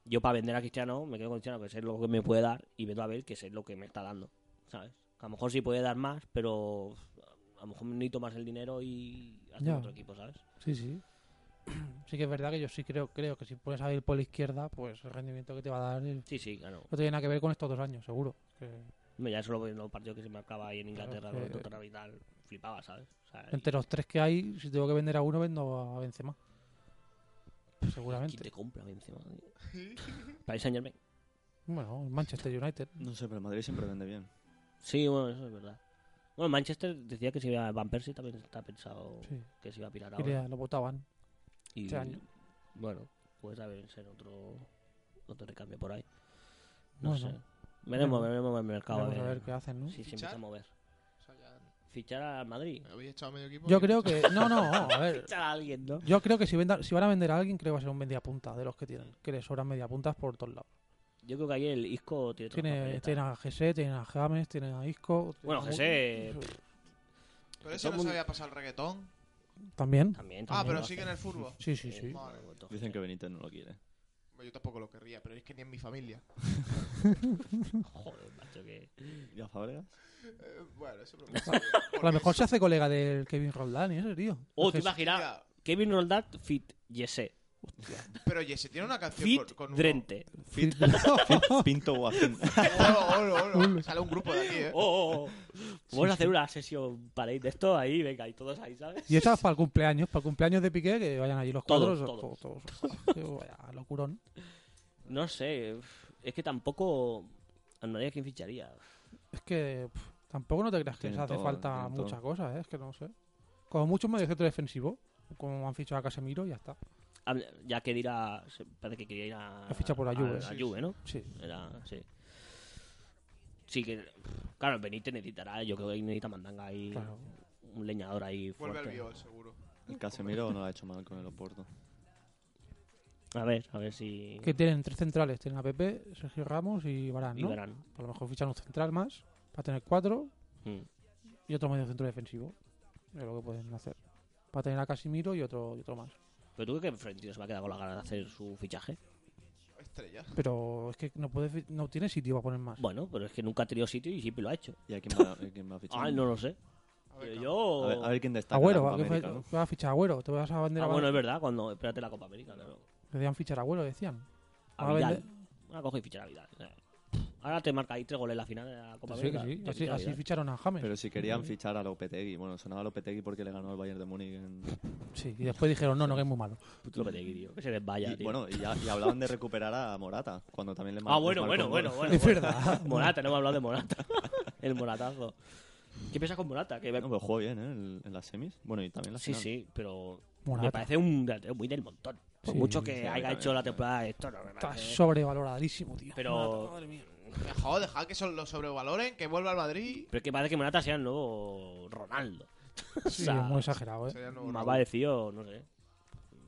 [SPEAKER 3] Yo para vender a Cristiano me quedo con Cristiano, que es lo que me puede dar, y vendo a Bale, que es lo que me está dando, ¿sabes? Que a lo mejor sí puede dar más, pero a lo mejor necesito más el dinero y hacer
[SPEAKER 4] Ya.
[SPEAKER 3] otro equipo, ¿sabes?
[SPEAKER 4] Sí, sí. Sí que es verdad que yo sí creo, creo que si puedes abrir por la izquierda, pues el rendimiento que te va a dar eh,
[SPEAKER 3] Sí, sí, claro.
[SPEAKER 4] no tiene nada que ver con estos dos años, seguro. Que
[SPEAKER 3] Hombre, Ya solo en los partidos que se me acaba ahí en Inglaterra
[SPEAKER 4] Claro,
[SPEAKER 3] con
[SPEAKER 4] que-
[SPEAKER 3] el Tottenham y tal, flipaba, ¿sabes? O sea, y-
[SPEAKER 4] entre los tres que hay, si tengo que vender a uno, vendo a Benzema.
[SPEAKER 3] ¿Quién
[SPEAKER 4] Seguramente.
[SPEAKER 3] Pues te compra Benzema? tío? Paris Saint Germain.
[SPEAKER 4] Bueno, el Manchester United.
[SPEAKER 2] No sé, pero el Madrid siempre vende bien.
[SPEAKER 3] Sí, bueno, eso es verdad. Bueno, Manchester decía que si iba a Van Persie también está pensado
[SPEAKER 4] Sí.
[SPEAKER 3] que se iba a pirar
[SPEAKER 4] Y
[SPEAKER 3] ahora.
[SPEAKER 4] le- lo votaban.
[SPEAKER 3] Y,
[SPEAKER 4] este año.
[SPEAKER 3] Bueno, pues a ver, ser otro, otro recambio por ahí. No
[SPEAKER 4] Bueno.
[SPEAKER 3] sé. Veremos,
[SPEAKER 4] Bueno.
[SPEAKER 3] veremos el mercado.
[SPEAKER 4] Vamos
[SPEAKER 3] a
[SPEAKER 4] a
[SPEAKER 3] ver,
[SPEAKER 4] ver qué hacen, ¿no?
[SPEAKER 3] si se empieza a mover.
[SPEAKER 1] O sea, ya
[SPEAKER 3] Fichar al Madrid.
[SPEAKER 1] habéis echado medio equipo.
[SPEAKER 4] Yo
[SPEAKER 1] y-
[SPEAKER 4] creo que. No, no, a ver.
[SPEAKER 3] Fichar a alguien, ¿no?
[SPEAKER 4] Yo creo que si, venda- si van a vender a alguien, creo que va a ser un media punta de los que tienen. Que les sobran media puntas por todos lados.
[SPEAKER 3] Yo creo que ahí el Isco tiene, todas las
[SPEAKER 4] Tiene,
[SPEAKER 3] papeletas.
[SPEAKER 4] tienen a Gese, tienen a James, tienen a Isco. tienen
[SPEAKER 3] Bueno, eh,
[SPEAKER 4] a-
[SPEAKER 3] José
[SPEAKER 1] Pero eso
[SPEAKER 3] Todo
[SPEAKER 1] no
[SPEAKER 3] mundo-
[SPEAKER 1] sabía pasar el reggaetón.
[SPEAKER 4] También.
[SPEAKER 3] también, Eh,
[SPEAKER 1] Ah, pero
[SPEAKER 3] sí
[SPEAKER 1] sigue en el fútbol.
[SPEAKER 4] Sí, sí, sí.
[SPEAKER 2] Dicen que Benítez no lo quiere.
[SPEAKER 1] Yo tampoco lo querría, pero es que ni en mi familia.
[SPEAKER 3] Joder, macho, que...
[SPEAKER 2] ¿Y a Fábregas?
[SPEAKER 1] Eh, bueno, eso
[SPEAKER 4] A lo mejor se hace colega del Kevin Roldán y ese tío.
[SPEAKER 3] Oh, te
[SPEAKER 4] Porque es-
[SPEAKER 3] imaginas. Kevin Roldán fit Yese.
[SPEAKER 1] Pero Jesse tiene una canción
[SPEAKER 3] Fit
[SPEAKER 1] con, con un-
[SPEAKER 3] Drente.
[SPEAKER 2] Fit- Pinto Guacín.
[SPEAKER 1] Olo, olo, olo. Sale un grupo de aquí, eh.
[SPEAKER 3] Oh, oh, oh. Vamos a hacer una sesión para ir de esto ahí, venga, y todos ahí, ¿sabes?
[SPEAKER 4] Y esta es para el cumpleaños, para el cumpleaños de Piqué, que vayan allí los
[SPEAKER 3] Todos, todos.
[SPEAKER 4] cuadros. todos, todos. Digo, Vaya, locurón.
[SPEAKER 3] No sé, uf, es que tampoco. Andaría quién ficharía.
[SPEAKER 4] Es que pf, tampoco no te creas que les
[SPEAKER 2] Tienen
[SPEAKER 4] hace
[SPEAKER 2] todo,
[SPEAKER 4] falta
[SPEAKER 2] tienen todo.
[SPEAKER 4] muchas cosas, ¿eh? es que no sé. Como mucho un medio centro defensivo, como han fichado a Casemiro y ya está.
[SPEAKER 3] Habla- Ya que dirá. se- Parece que quería ir a.
[SPEAKER 4] Ha fichado por la Juve.
[SPEAKER 3] a
[SPEAKER 1] Sí,
[SPEAKER 3] Juve, ¿no?
[SPEAKER 4] Sí.
[SPEAKER 3] Era, sí. Sí, que. Claro, Benítez necesitará. Yo creo que necesita mandanga ahí.
[SPEAKER 4] Claro.
[SPEAKER 3] Un leñador ahí
[SPEAKER 1] Vuelve al
[SPEAKER 3] fuerte.
[SPEAKER 1] viol, seguro.
[SPEAKER 2] El Casemiro no lo ha hecho mal con el Oporto.
[SPEAKER 3] a ver, a ver si.
[SPEAKER 4] Que tienen tres centrales, tienen a Pepe, Sergio Ramos y Barán,
[SPEAKER 3] y
[SPEAKER 4] ¿no?
[SPEAKER 3] verán.
[SPEAKER 4] A lo mejor fichan un central más, para tener cuatro,
[SPEAKER 3] Mm.
[SPEAKER 4] y otro medio centro defensivo. Es lo que pueden hacer. Para tener a Casemiro y otro, y otro más.
[SPEAKER 3] Pero tú crees que Florentino se va a quedar con la gana de hacer su fichaje.
[SPEAKER 1] Estrella.
[SPEAKER 4] Pero es que no puede fi- no tiene sitio para poner más.
[SPEAKER 3] Bueno, pero es que nunca ha tenido sitio y siempre lo ha hecho.
[SPEAKER 2] ¿Y a quién va, a quién va a fichar?
[SPEAKER 3] Ay, no lo sé.
[SPEAKER 1] A ver,
[SPEAKER 3] Pero
[SPEAKER 1] cabrón.
[SPEAKER 3] yo.
[SPEAKER 2] A ver, a ver quién destaca. en la
[SPEAKER 4] Agüero,
[SPEAKER 2] Copa
[SPEAKER 4] Ah, ¿a qué
[SPEAKER 2] América,
[SPEAKER 4] fa-
[SPEAKER 2] ¿no?
[SPEAKER 4] ¿qué vas a fichar a Agüero? ¿Te vas a vender
[SPEAKER 3] Ah,
[SPEAKER 4] a
[SPEAKER 3] bueno, es verdad, cuando. Espérate la Copa América, claro.
[SPEAKER 4] Decían fichar a Agüero, decían.
[SPEAKER 3] A
[SPEAKER 4] A
[SPEAKER 3] Vidal.
[SPEAKER 4] vender-
[SPEAKER 3] Ahora coge y fichar a Vidal. O sea, Ahora te marca ahí tres goles en la final de la Copa
[SPEAKER 4] Sí, que
[SPEAKER 3] América.
[SPEAKER 4] sí.
[SPEAKER 3] Te
[SPEAKER 4] Así,
[SPEAKER 3] ficha a
[SPEAKER 4] así
[SPEAKER 3] Vidal.
[SPEAKER 4] ficharon a James.
[SPEAKER 2] Pero si querían fichar a Lopetegui. Bueno, sonaba Lopetegui porque le ganó el Bayern de Múnich. en-
[SPEAKER 4] Sí, y después dijeron, no, no, que es muy malo.
[SPEAKER 3] Puto Lopetegui, tío. Que se desvaya,
[SPEAKER 2] y,
[SPEAKER 3] Ah, tío.
[SPEAKER 2] bueno, y, ya- y hablaban de recuperar a Morata. Cuando también le mar-
[SPEAKER 3] ah,
[SPEAKER 2] les
[SPEAKER 3] bueno,
[SPEAKER 2] marcó
[SPEAKER 3] bueno,
[SPEAKER 2] un
[SPEAKER 3] bueno,
[SPEAKER 2] gol.
[SPEAKER 3] bueno.
[SPEAKER 4] Es
[SPEAKER 3] bueno.
[SPEAKER 4] verdad.
[SPEAKER 3] Morata, no hemos hablado de Morata. El Moratazo. ¿Qué piensas con Morata? Que me-
[SPEAKER 2] No, pero jugó bien, ¿eh? En, en las semis. Bueno, y también en la
[SPEAKER 3] Sí,
[SPEAKER 2] final.
[SPEAKER 3] sí, pero me
[SPEAKER 4] Morata.
[SPEAKER 3] parece un delantero muy del montón. Por
[SPEAKER 4] Sí,
[SPEAKER 3] mucho
[SPEAKER 2] sí,
[SPEAKER 3] que
[SPEAKER 2] a mí
[SPEAKER 3] haya
[SPEAKER 2] también,
[SPEAKER 3] hecho la
[SPEAKER 2] también.
[SPEAKER 3] temporada de esto, no me
[SPEAKER 4] Está
[SPEAKER 3] parece.
[SPEAKER 4] sobrevaloradísimo, tío.
[SPEAKER 3] Pero.
[SPEAKER 1] Dejad, dejad que son- lo sobrevaloren, que vuelva al Madrid.
[SPEAKER 3] Pero es que parece que Morata sea el nuevo Ronaldo.
[SPEAKER 4] Sí,
[SPEAKER 3] O sea,
[SPEAKER 4] es muy exagerado, ¿eh?
[SPEAKER 1] Sería el nuevo
[SPEAKER 3] Más
[SPEAKER 1] Raúl.
[SPEAKER 3] vale, tío, no sé.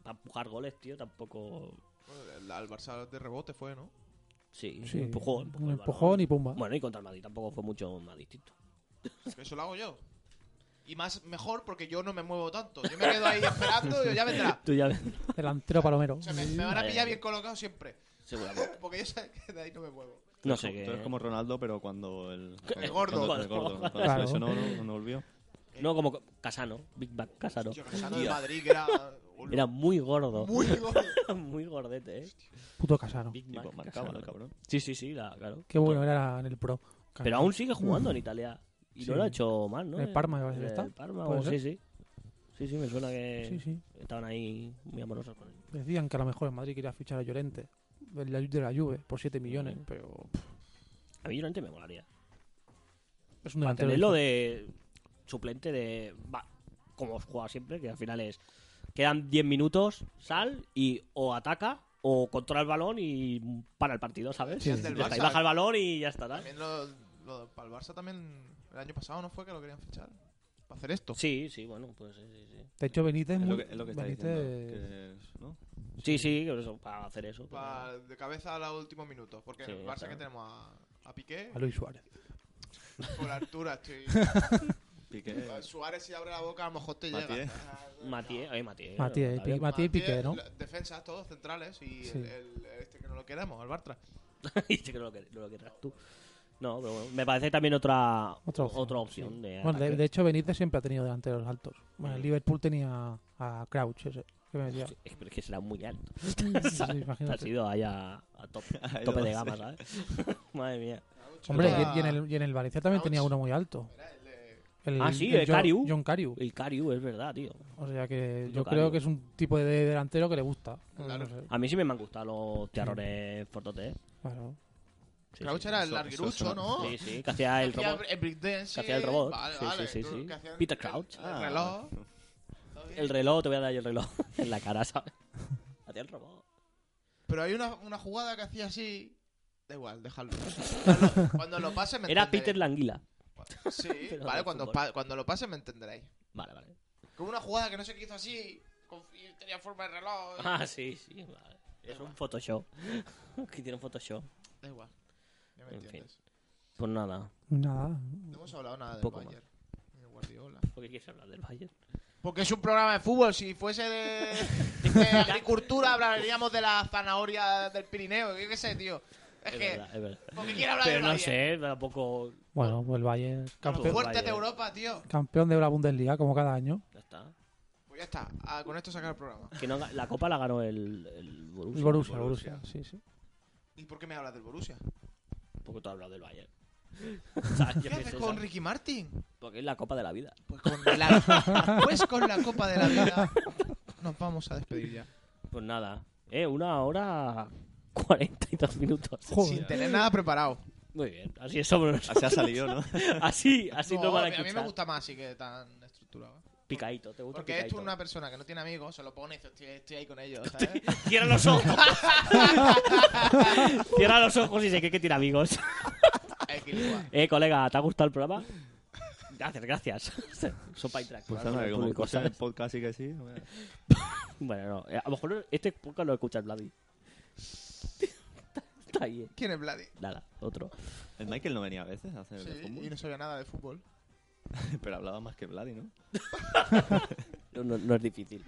[SPEAKER 3] Para empujar goles, tío, tampoco.
[SPEAKER 1] Bueno, el- Al Barça de rebote fue, ¿no?
[SPEAKER 3] Sí,
[SPEAKER 4] Sí,
[SPEAKER 3] un empujón. empujó
[SPEAKER 4] Un
[SPEAKER 3] el
[SPEAKER 4] empujón
[SPEAKER 3] balón.
[SPEAKER 4] y pumba.
[SPEAKER 3] Bueno, y contra el Madrid tampoco fue mucho más distinto.
[SPEAKER 1] Que Eso lo hago yo. Y más mejor porque yo no me muevo tanto. Yo me quedo ahí esperando y ya vendrá.
[SPEAKER 3] Tú ya ves.
[SPEAKER 4] Delantero palomero.
[SPEAKER 1] O sea, me, me van a
[SPEAKER 3] Vaya,
[SPEAKER 1] pillar
[SPEAKER 3] ya.
[SPEAKER 1] bien colocado siempre.
[SPEAKER 3] Seguramente.
[SPEAKER 1] Porque yo sé que de ahí no me muevo.
[SPEAKER 3] No sé
[SPEAKER 2] Tú
[SPEAKER 3] qué.
[SPEAKER 2] eres como Ronaldo, pero cuando el... cuando-
[SPEAKER 1] gordo.
[SPEAKER 2] cuando El gordo. Cuando se
[SPEAKER 4] Claro.
[SPEAKER 2] lesionó, no, no, volvió.
[SPEAKER 3] No, como Casano. Big Bang Casano.
[SPEAKER 1] Yo Casano de Madrid, que era. un-
[SPEAKER 3] Era muy gordo.
[SPEAKER 1] muy gordo.
[SPEAKER 3] Muy gordete, eh.
[SPEAKER 4] Puto Casano.
[SPEAKER 3] Big
[SPEAKER 2] Y
[SPEAKER 3] Mac
[SPEAKER 2] pues marcaba,
[SPEAKER 3] Casano.
[SPEAKER 2] ¿no, cabrón.
[SPEAKER 3] Sí, sí, sí, la- claro.
[SPEAKER 4] Qué bueno era en el pro. Casano.
[SPEAKER 3] Pero aún sigue jugando en Italia. Y no
[SPEAKER 4] Sí.
[SPEAKER 3] lo ha hecho mal, ¿no? Eh,
[SPEAKER 4] En el Parma, me parece que
[SPEAKER 3] En
[SPEAKER 4] está.
[SPEAKER 3] el Parma,
[SPEAKER 4] ¿Puede
[SPEAKER 3] o- sí,
[SPEAKER 4] ser?
[SPEAKER 3] sí. Sí, sí, me suena que
[SPEAKER 4] Sí, sí.
[SPEAKER 3] estaban ahí muy amorosos con él.
[SPEAKER 4] Decían que a lo mejor en Madrid quería fichar a Llorente. De la, de la Juve, por 7 millones.
[SPEAKER 3] Ujú.
[SPEAKER 4] Pero pff,
[SPEAKER 3] A mí Llorente me molaría.
[SPEAKER 4] es un delantero.
[SPEAKER 3] Tener lo de suplente de... Va, como os jugaba siempre, que al final es... Quedan 10 minutos, sal y o ataca o controla el balón y para el partido, ¿sabes?
[SPEAKER 1] Sí,
[SPEAKER 3] Ya
[SPEAKER 1] es del
[SPEAKER 3] está, y
[SPEAKER 1] Barça. eh.
[SPEAKER 3] baja el balón y ya está. ¿no?
[SPEAKER 1] También lo, lo- para el Barça también el año pasado no fue que lo querían fichar para hacer esto.
[SPEAKER 3] Sí, sí, bueno, pues sí, sí. Sí,
[SPEAKER 4] De hecho, Benítez.
[SPEAKER 2] Es lo
[SPEAKER 4] muy-
[SPEAKER 2] que, es lo que está
[SPEAKER 4] Benítez-
[SPEAKER 2] diciendo. que es- ¿no?
[SPEAKER 3] sí, sí por eso, para hacer eso. pero-
[SPEAKER 1] Pa- de cabeza a los últimos minutos, porque
[SPEAKER 3] Sí,
[SPEAKER 1] en el
[SPEAKER 3] ya
[SPEAKER 1] Barça
[SPEAKER 3] está.
[SPEAKER 1] que tenemos a, a Piqué
[SPEAKER 4] A Luis Suárez.
[SPEAKER 1] por altura, estoy
[SPEAKER 2] Piqué.
[SPEAKER 1] Suárez si abre la boca a lo mejor te
[SPEAKER 2] Matié.
[SPEAKER 1] llega. Ah, no.
[SPEAKER 3] Matié, oye, Matié.
[SPEAKER 4] Matié,
[SPEAKER 3] bueno, está bien.
[SPEAKER 4] Matié y Piqué, ¿no?
[SPEAKER 1] la- Defensas todos centrales y
[SPEAKER 4] Sí.
[SPEAKER 1] el, el- este que no lo queremos, el Bartra.
[SPEAKER 3] Dice que no lo, quer- no lo querrás tú. No, pero bueno, me parece también otra,
[SPEAKER 4] Otra
[SPEAKER 3] otra
[SPEAKER 4] opción,
[SPEAKER 3] opción.
[SPEAKER 4] sí.
[SPEAKER 3] de
[SPEAKER 4] Bueno, de,
[SPEAKER 3] ataque.
[SPEAKER 4] de hecho, Benítez siempre ha tenido delanteros altos. Bueno, el
[SPEAKER 3] Mm.
[SPEAKER 4] Liverpool tenía a Crouch, ese. Que me decía.
[SPEAKER 3] Sí, es que- es que será muy alto.
[SPEAKER 4] Sí, sí,
[SPEAKER 3] Ha
[SPEAKER 4] imagínate.
[SPEAKER 3] sido allá a tope,
[SPEAKER 2] Ha ido
[SPEAKER 3] tope de
[SPEAKER 2] a
[SPEAKER 3] gama,
[SPEAKER 2] ser-
[SPEAKER 3] ¿sabes? Madre mía.
[SPEAKER 4] Hombre,
[SPEAKER 1] Era-
[SPEAKER 4] y, y en el, y en el Valencia también
[SPEAKER 1] Crouch.
[SPEAKER 4] tenía uno muy alto.
[SPEAKER 1] era el de-
[SPEAKER 4] El-
[SPEAKER 3] Ah, sí,
[SPEAKER 4] el
[SPEAKER 3] el
[SPEAKER 4] Jo-
[SPEAKER 3] Kariu.
[SPEAKER 4] John Cariu.
[SPEAKER 3] El Cariu, es verdad, tío.
[SPEAKER 4] O sea que
[SPEAKER 3] El
[SPEAKER 4] yo
[SPEAKER 3] Jo
[SPEAKER 4] creo
[SPEAKER 3] Kariu.
[SPEAKER 4] que es un tipo de delantero que le gusta. No
[SPEAKER 1] Claro.
[SPEAKER 4] sé,
[SPEAKER 3] A mí sí me han gustado los terrores fortotes. ¿eh?
[SPEAKER 4] claro.
[SPEAKER 3] Sí,
[SPEAKER 1] Crouch
[SPEAKER 3] sí.
[SPEAKER 1] era el
[SPEAKER 2] Eso- eso
[SPEAKER 1] larguirucho,
[SPEAKER 2] suena-
[SPEAKER 1] ¿no?
[SPEAKER 3] Sí, sí, que hacía el
[SPEAKER 1] Que hacía
[SPEAKER 3] robot.
[SPEAKER 1] br- breakdance,
[SPEAKER 3] que hacía el robot.
[SPEAKER 1] Vale,
[SPEAKER 3] Sí,
[SPEAKER 1] vale,
[SPEAKER 3] sí, sí,
[SPEAKER 1] tú-
[SPEAKER 3] sí.
[SPEAKER 1] que hacían
[SPEAKER 3] Peter
[SPEAKER 1] el-
[SPEAKER 3] Crouch. Ah.
[SPEAKER 1] El reloj.
[SPEAKER 3] El reloj, te voy a dar yo el reloj en la cara, ¿sabes? Hacía el robot.
[SPEAKER 1] Pero hay una, una jugada que hacía así. Da igual, déjalo. Cuando, cuando lo pase, me
[SPEAKER 3] Era
[SPEAKER 1] entenderéis.
[SPEAKER 3] Peter Languila.
[SPEAKER 1] Sí,
[SPEAKER 3] Pero
[SPEAKER 1] vale,
[SPEAKER 3] de
[SPEAKER 1] cuando,
[SPEAKER 3] fútbol.
[SPEAKER 1] pa- cuando lo pase, me entenderéis.
[SPEAKER 3] Vale, vale.
[SPEAKER 1] Como una jugada que no se quiso así. con- y tenía forma de reloj. y-
[SPEAKER 3] Ah, sí, sí, vale. Es un Photoshop. que tiene un Photoshop.
[SPEAKER 1] Da igual. Ya me
[SPEAKER 3] En
[SPEAKER 1] entiendes.
[SPEAKER 3] Pues nada.
[SPEAKER 4] Nada.
[SPEAKER 1] No hemos hablado nada del
[SPEAKER 3] Poco
[SPEAKER 1] Bayern. ni de Guardiola.
[SPEAKER 3] ¿Por qué quieres hablar del Bayern?
[SPEAKER 1] Porque es un programa de fútbol. Si fuese de, de agricultura, hablaríamos de la zanahoria del Pirineo. Yo qué sé, tío. Es,
[SPEAKER 3] Es
[SPEAKER 1] que.
[SPEAKER 3] verdad, es verdad.
[SPEAKER 1] ¿Por qué quiere hablar
[SPEAKER 3] Pero
[SPEAKER 1] del
[SPEAKER 3] no
[SPEAKER 1] Bayern?
[SPEAKER 3] sé, tampoco.
[SPEAKER 4] Bueno, pues el Bayern.
[SPEAKER 1] Con los
[SPEAKER 3] Campeón.
[SPEAKER 4] Campeón,
[SPEAKER 1] fuertes de
[SPEAKER 3] Bayern.
[SPEAKER 1] Europa, tío.
[SPEAKER 4] campeón de la Bundesliga, como cada año.
[SPEAKER 3] Ya está.
[SPEAKER 1] Pues ya está. Ah, con esto sacar el programa.
[SPEAKER 3] Que no, la copa la ganó el, el Borussia.
[SPEAKER 4] El Borussia, el
[SPEAKER 2] Borussia.
[SPEAKER 4] Borussia. Sí, sí.
[SPEAKER 1] ¿Y por qué me hablas del Borussia?
[SPEAKER 3] Porque tú has hablado del Bayern. ¿Sabes? Yo
[SPEAKER 1] ¿Qué
[SPEAKER 3] qué
[SPEAKER 1] haces
[SPEAKER 3] sé,
[SPEAKER 1] con
[SPEAKER 3] ¿sabes?
[SPEAKER 1] Ricky Martin?
[SPEAKER 3] Porque es la copa de la vida.
[SPEAKER 1] Pues con la, pues con la copa de la vida nos vamos a despedir ya.
[SPEAKER 3] Pues nada. Eh, una hora 42 minutos.
[SPEAKER 1] Sin tener nada preparado.
[SPEAKER 3] Muy bien. Así es sobre nosotros.
[SPEAKER 2] Así ha salido, ¿no?
[SPEAKER 3] Así, así
[SPEAKER 1] No,
[SPEAKER 3] nos van
[SPEAKER 1] a,
[SPEAKER 3] a
[SPEAKER 1] mí- a mí
[SPEAKER 3] escuchar.
[SPEAKER 1] me gusta más así que tan estructurado. ¿eh?
[SPEAKER 3] Picadito, te gusta
[SPEAKER 1] Porque esto
[SPEAKER 3] picadito.
[SPEAKER 1] es una persona que no tiene amigos, se lo pone y dice, estoy, estoy ahí con ellos, ¿sabes?
[SPEAKER 3] Cierra los ojos. Cierra los ojos y se cree que tiene amigos.
[SPEAKER 1] Equilibra.
[SPEAKER 3] Eh, colega, ¿te ha gustado el programa? Gracias, gracias. Sopa y track.
[SPEAKER 2] Pues anda, que como
[SPEAKER 3] Público,
[SPEAKER 2] escuchan el
[SPEAKER 3] ¿sabes?
[SPEAKER 2] podcast y que sí. bueno.
[SPEAKER 3] Bueno, no. eh, A lo mejor este podcast lo escucha el Vladi. Está bien.
[SPEAKER 1] ¿Quién es Vladi?
[SPEAKER 3] Nada, otro.
[SPEAKER 2] El Michael no venía a veces a hacer el
[SPEAKER 1] Sí,
[SPEAKER 2] fútbol,
[SPEAKER 1] y no sabía nada de fútbol.
[SPEAKER 2] pero hablaba más que Vladi, ¿no?
[SPEAKER 3] No, no- no es difícil.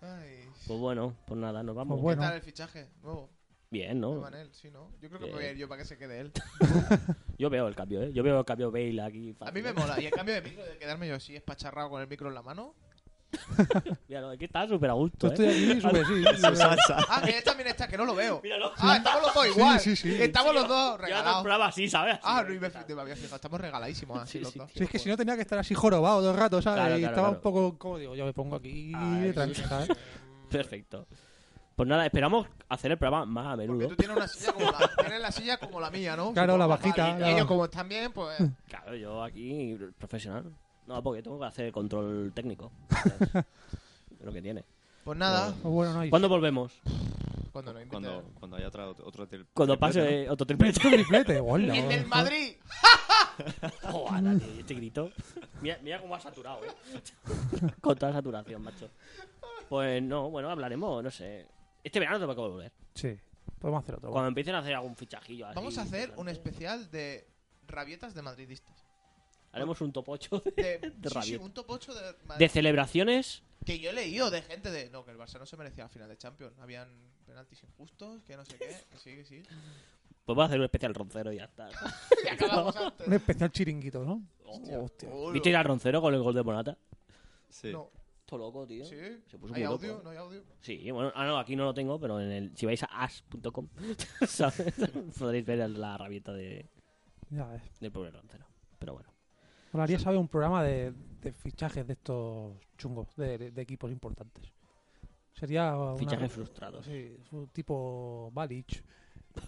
[SPEAKER 1] Ay.
[SPEAKER 3] Pues bueno, pues nada, nos vamos.
[SPEAKER 4] Pues bueno.
[SPEAKER 1] ¿Qué tal el fichaje nuevo?
[SPEAKER 3] Bien,
[SPEAKER 1] de
[SPEAKER 3] ¿no?
[SPEAKER 1] Manel, sí, ¿no? Yo creo que me voy a ir yo para que se quede él.
[SPEAKER 3] Yo veo el cambio, ¿eh? Yo veo el cambio Bale aquí.
[SPEAKER 1] A
[SPEAKER 3] fácil. ¿eh?
[SPEAKER 1] mí me mola. Y en cambio de micro, de quedarme yo así, espacharrado con el micro en la mano.
[SPEAKER 3] Mira, no, aquí está súper a
[SPEAKER 4] Yo
[SPEAKER 3] gusto,
[SPEAKER 4] estoy
[SPEAKER 3] ¿eh?
[SPEAKER 4] aquí, sube, sí.
[SPEAKER 2] Su salsa.
[SPEAKER 1] Ah, que él también está, que no lo veo.
[SPEAKER 3] Míralo.
[SPEAKER 1] Ah, estamos los dos igual.
[SPEAKER 4] Sí, sí, sí.
[SPEAKER 1] Estamos
[SPEAKER 3] Sí,
[SPEAKER 1] los dos
[SPEAKER 3] Yo hago el
[SPEAKER 1] regalados.
[SPEAKER 3] programa así, ¿sabes? Así,
[SPEAKER 1] Ah,
[SPEAKER 3] ¿eh?
[SPEAKER 1] no, y me, me había fijado, estamos regaladísimos así
[SPEAKER 3] Sí,
[SPEAKER 1] los
[SPEAKER 3] sí,
[SPEAKER 1] dos.
[SPEAKER 4] Si es que si no tenía que estar así jorobado todo el rato, ¿sabes?
[SPEAKER 3] Claro,
[SPEAKER 4] y
[SPEAKER 3] claro,
[SPEAKER 4] estaba
[SPEAKER 3] claro.
[SPEAKER 4] un poco, como digo, yo me pongo aquí
[SPEAKER 3] Ay,
[SPEAKER 4] tranquila, ¿sabes?
[SPEAKER 3] Perfecto. Pues nada, esperamos hacer el programa más a
[SPEAKER 1] Porque
[SPEAKER 3] menudo.
[SPEAKER 1] tú tienes una silla como la, tienes la silla como la mía, ¿no?
[SPEAKER 4] Claro, la
[SPEAKER 1] Supongo,
[SPEAKER 4] bajita,
[SPEAKER 1] vale, y
[SPEAKER 4] la-
[SPEAKER 1] ellos como están bien, pues...
[SPEAKER 3] Claro, yo aquí, profesional. No, porque tengo que hacer el control técnico. De lo que tiene.
[SPEAKER 1] Pues nada,
[SPEAKER 4] O bueno, no hay.
[SPEAKER 3] ¿Cuándo volvemos?
[SPEAKER 1] cuando nos inviten.
[SPEAKER 2] Cuando, cuando haya otra, otro tri-
[SPEAKER 3] Cuando
[SPEAKER 2] triplete,
[SPEAKER 3] pase otro triplete.
[SPEAKER 4] triplete, hola.
[SPEAKER 1] ¡El del Madrid!
[SPEAKER 3] Oh, ala, tío, este grito. Mira, mira cómo ha saturado, eh. Con toda saturación, macho. Pues no, bueno, hablaremos, no sé. Este verano tengo que volver.
[SPEAKER 4] Sí, podemos hacer otro.
[SPEAKER 3] Cuando empiecen a hacer algún fichajillo. así
[SPEAKER 1] Vamos a hacer un
[SPEAKER 3] interesante.
[SPEAKER 1] especial de rabietas de madridistas.
[SPEAKER 3] Haremos un top 8 de,
[SPEAKER 1] De, sí, sí,
[SPEAKER 3] rabietas.
[SPEAKER 1] un top 8 de
[SPEAKER 3] de
[SPEAKER 1] Madrid.
[SPEAKER 3] celebraciones.
[SPEAKER 1] Que yo he leído de gente de... No, que el Barça no se merecía la final de Champions. Habían penaltis injustos, que no sé qué. Que sí, que sí.
[SPEAKER 3] Pues vamos a hacer un especial roncero y ya está.
[SPEAKER 1] Y acabamos antes.
[SPEAKER 4] Un especial chiringuito, ¿no?
[SPEAKER 3] Hostia.
[SPEAKER 4] Hostia.
[SPEAKER 1] Olo.
[SPEAKER 3] ¿Viste ir al roncero con el gol de Morata?
[SPEAKER 2] Sí.
[SPEAKER 1] No,
[SPEAKER 3] Todo loco, tío.
[SPEAKER 1] sí.
[SPEAKER 3] Se puso
[SPEAKER 1] ¿Hay
[SPEAKER 3] muy
[SPEAKER 1] audio?
[SPEAKER 3] loco,
[SPEAKER 1] ¿No hay audio?
[SPEAKER 3] Sí, bueno, ah, no, aquí no lo tengo, pero en el, si vais a as.com, ¿sabes? podréis ver la rabieta de,
[SPEAKER 4] Ya ves.
[SPEAKER 3] del pobre roncero. Pero bueno,
[SPEAKER 4] Molaría saber un programa de, de fichajes de estos chungos, de, de equipos importantes. Sería una-
[SPEAKER 3] fichajes frustrados.
[SPEAKER 4] Sí, un tipo Balic,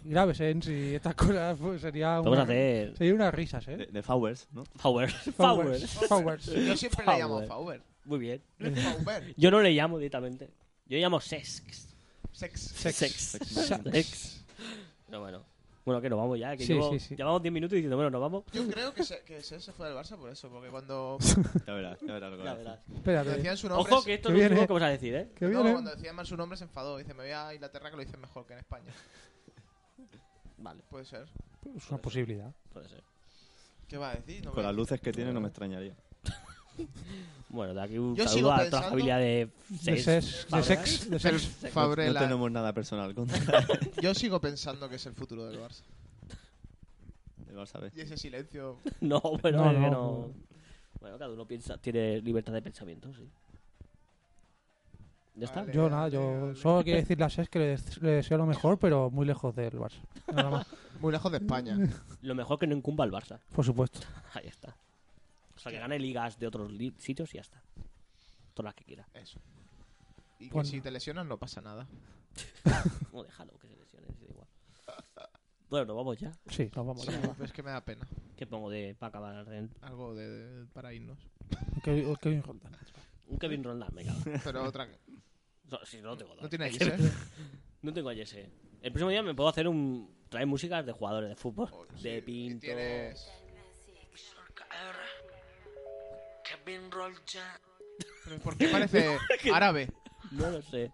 [SPEAKER 4] Gravesens y estas cosas pues, sería
[SPEAKER 3] Vamos
[SPEAKER 4] una,
[SPEAKER 3] a hacer
[SPEAKER 4] sería unas risas,
[SPEAKER 2] De,
[SPEAKER 4] ¿eh?
[SPEAKER 2] de Fowers, ¿no?
[SPEAKER 3] Powers. Powers.
[SPEAKER 4] Powers.
[SPEAKER 1] Yo siempre le llamo Fauber.
[SPEAKER 3] Muy bien.
[SPEAKER 1] Fauber.
[SPEAKER 3] Yo no le llamo directamente. Yo le llamo Sesks.
[SPEAKER 1] Sex.
[SPEAKER 4] Sex.
[SPEAKER 3] Sex.
[SPEAKER 2] Sex.
[SPEAKER 3] Sex. Pero bueno. Bueno, que nos vamos ya. Que
[SPEAKER 4] Sí,
[SPEAKER 3] llevo-
[SPEAKER 4] sí, sí.
[SPEAKER 3] Llevamos 10 minutos diciendo, bueno, nos vamos.
[SPEAKER 1] Yo creo que, se, que se, se fue del Barça por eso, porque cuando
[SPEAKER 2] Ya verás, ya verás lo que
[SPEAKER 3] Ya
[SPEAKER 2] va a decir.
[SPEAKER 3] verás.
[SPEAKER 1] decían su nombre.
[SPEAKER 3] Ojo,
[SPEAKER 1] se-
[SPEAKER 3] que esto
[SPEAKER 4] que
[SPEAKER 3] es lo último
[SPEAKER 4] viene.
[SPEAKER 3] que vas a decir, ¿eh?
[SPEAKER 4] Que
[SPEAKER 1] no,
[SPEAKER 4] viene.
[SPEAKER 1] cuando decían mal su nombre se enfadó. Dice, me voy a Inglaterra que lo dicen mejor que en España.
[SPEAKER 3] Vale,
[SPEAKER 1] Puede ser.
[SPEAKER 4] Es una posibilidad.
[SPEAKER 3] puede ser.
[SPEAKER 1] ¿Qué va a decir? No
[SPEAKER 2] Con
[SPEAKER 1] voy a-
[SPEAKER 2] las luces que tiene no me extrañaría.
[SPEAKER 3] Bueno, de aquí un
[SPEAKER 1] Yo sigo
[SPEAKER 3] saludo a toda la
[SPEAKER 1] pensando-
[SPEAKER 3] familia de
[SPEAKER 4] De
[SPEAKER 3] Sex.
[SPEAKER 4] sex. De
[SPEAKER 3] Fabregas.
[SPEAKER 4] sex. De sex.
[SPEAKER 2] No
[SPEAKER 1] Fabrela.
[SPEAKER 2] tenemos nada personal contra
[SPEAKER 1] Yo sigo pensando que es el futuro del Barça.
[SPEAKER 2] el Barça B.
[SPEAKER 1] Y ese silencio.
[SPEAKER 3] No, bueno,
[SPEAKER 4] No,
[SPEAKER 3] es que
[SPEAKER 4] no.
[SPEAKER 3] no. Bueno, cada uno piensa, tiene libertad de pensamiento, sí. ¿Ya está?
[SPEAKER 1] Vale.
[SPEAKER 4] Yo nada, yo solo quiero decirle a Ses que le, des- le deseo lo mejor, pero muy lejos del Barça. Nada más,
[SPEAKER 1] Muy lejos de España.
[SPEAKER 3] Lo mejor que no incumba el Barça.
[SPEAKER 4] por supuesto.
[SPEAKER 3] Ahí está. O sea, que gane ligas de otros li- sitios y ya está. Todas las que quiera.
[SPEAKER 1] Eso. Y que
[SPEAKER 4] Bueno.
[SPEAKER 1] si te lesionas no pasa nada.
[SPEAKER 3] No, déjalo que se lesione, sí, da igual. Bueno, nos vamos ya.
[SPEAKER 4] Sí, nos vamos. ya, va.
[SPEAKER 1] Pero es que me da pena.
[SPEAKER 3] ¿Qué pongo de para acabar? El-
[SPEAKER 1] Algo de, de- para irnos.
[SPEAKER 4] Qué- qué bien contado.
[SPEAKER 3] Un Kevin Roldán, venga. va.
[SPEAKER 1] Pero otra.
[SPEAKER 3] No, si no lo tengo.
[SPEAKER 1] No tiene
[SPEAKER 3] Es
[SPEAKER 1] ahí,
[SPEAKER 3] que
[SPEAKER 1] ¿eh?
[SPEAKER 3] No tengo a Jesse. El próximo día me puedo hacer un. traer músicas de jugadores de fútbol.
[SPEAKER 1] Oh, sí,
[SPEAKER 3] de
[SPEAKER 1] y
[SPEAKER 3] Pinto.
[SPEAKER 1] Tienes...
[SPEAKER 5] Ahora, Kevin Roldán.
[SPEAKER 1] Pero ¿Por qué parece árabe?
[SPEAKER 3] No lo sé.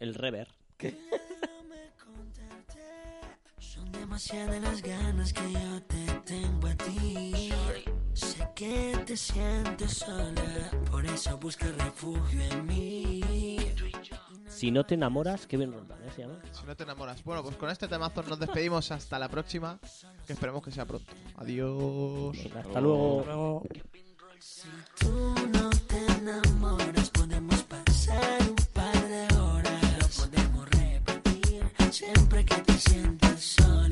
[SPEAKER 3] El rever.
[SPEAKER 5] Déjame contarte. Son demasiadas las ganas que yo te tengo a ti. Sé que te sientes sola, por eso busca refugio en mí.
[SPEAKER 3] Si no te enamoras, Kevin Roldán, ¿eh? Se llama.
[SPEAKER 1] Si no te enamoras. Bueno, pues con este temazo nos despedimos hasta la próxima. Que esperemos que sea pronto. Adiós.
[SPEAKER 3] Venga, hasta luego.
[SPEAKER 4] Luego,
[SPEAKER 5] Si tú no te enamoras, podemos pasar un par de horas. Lo podemos repetir siempre que te sientas sola.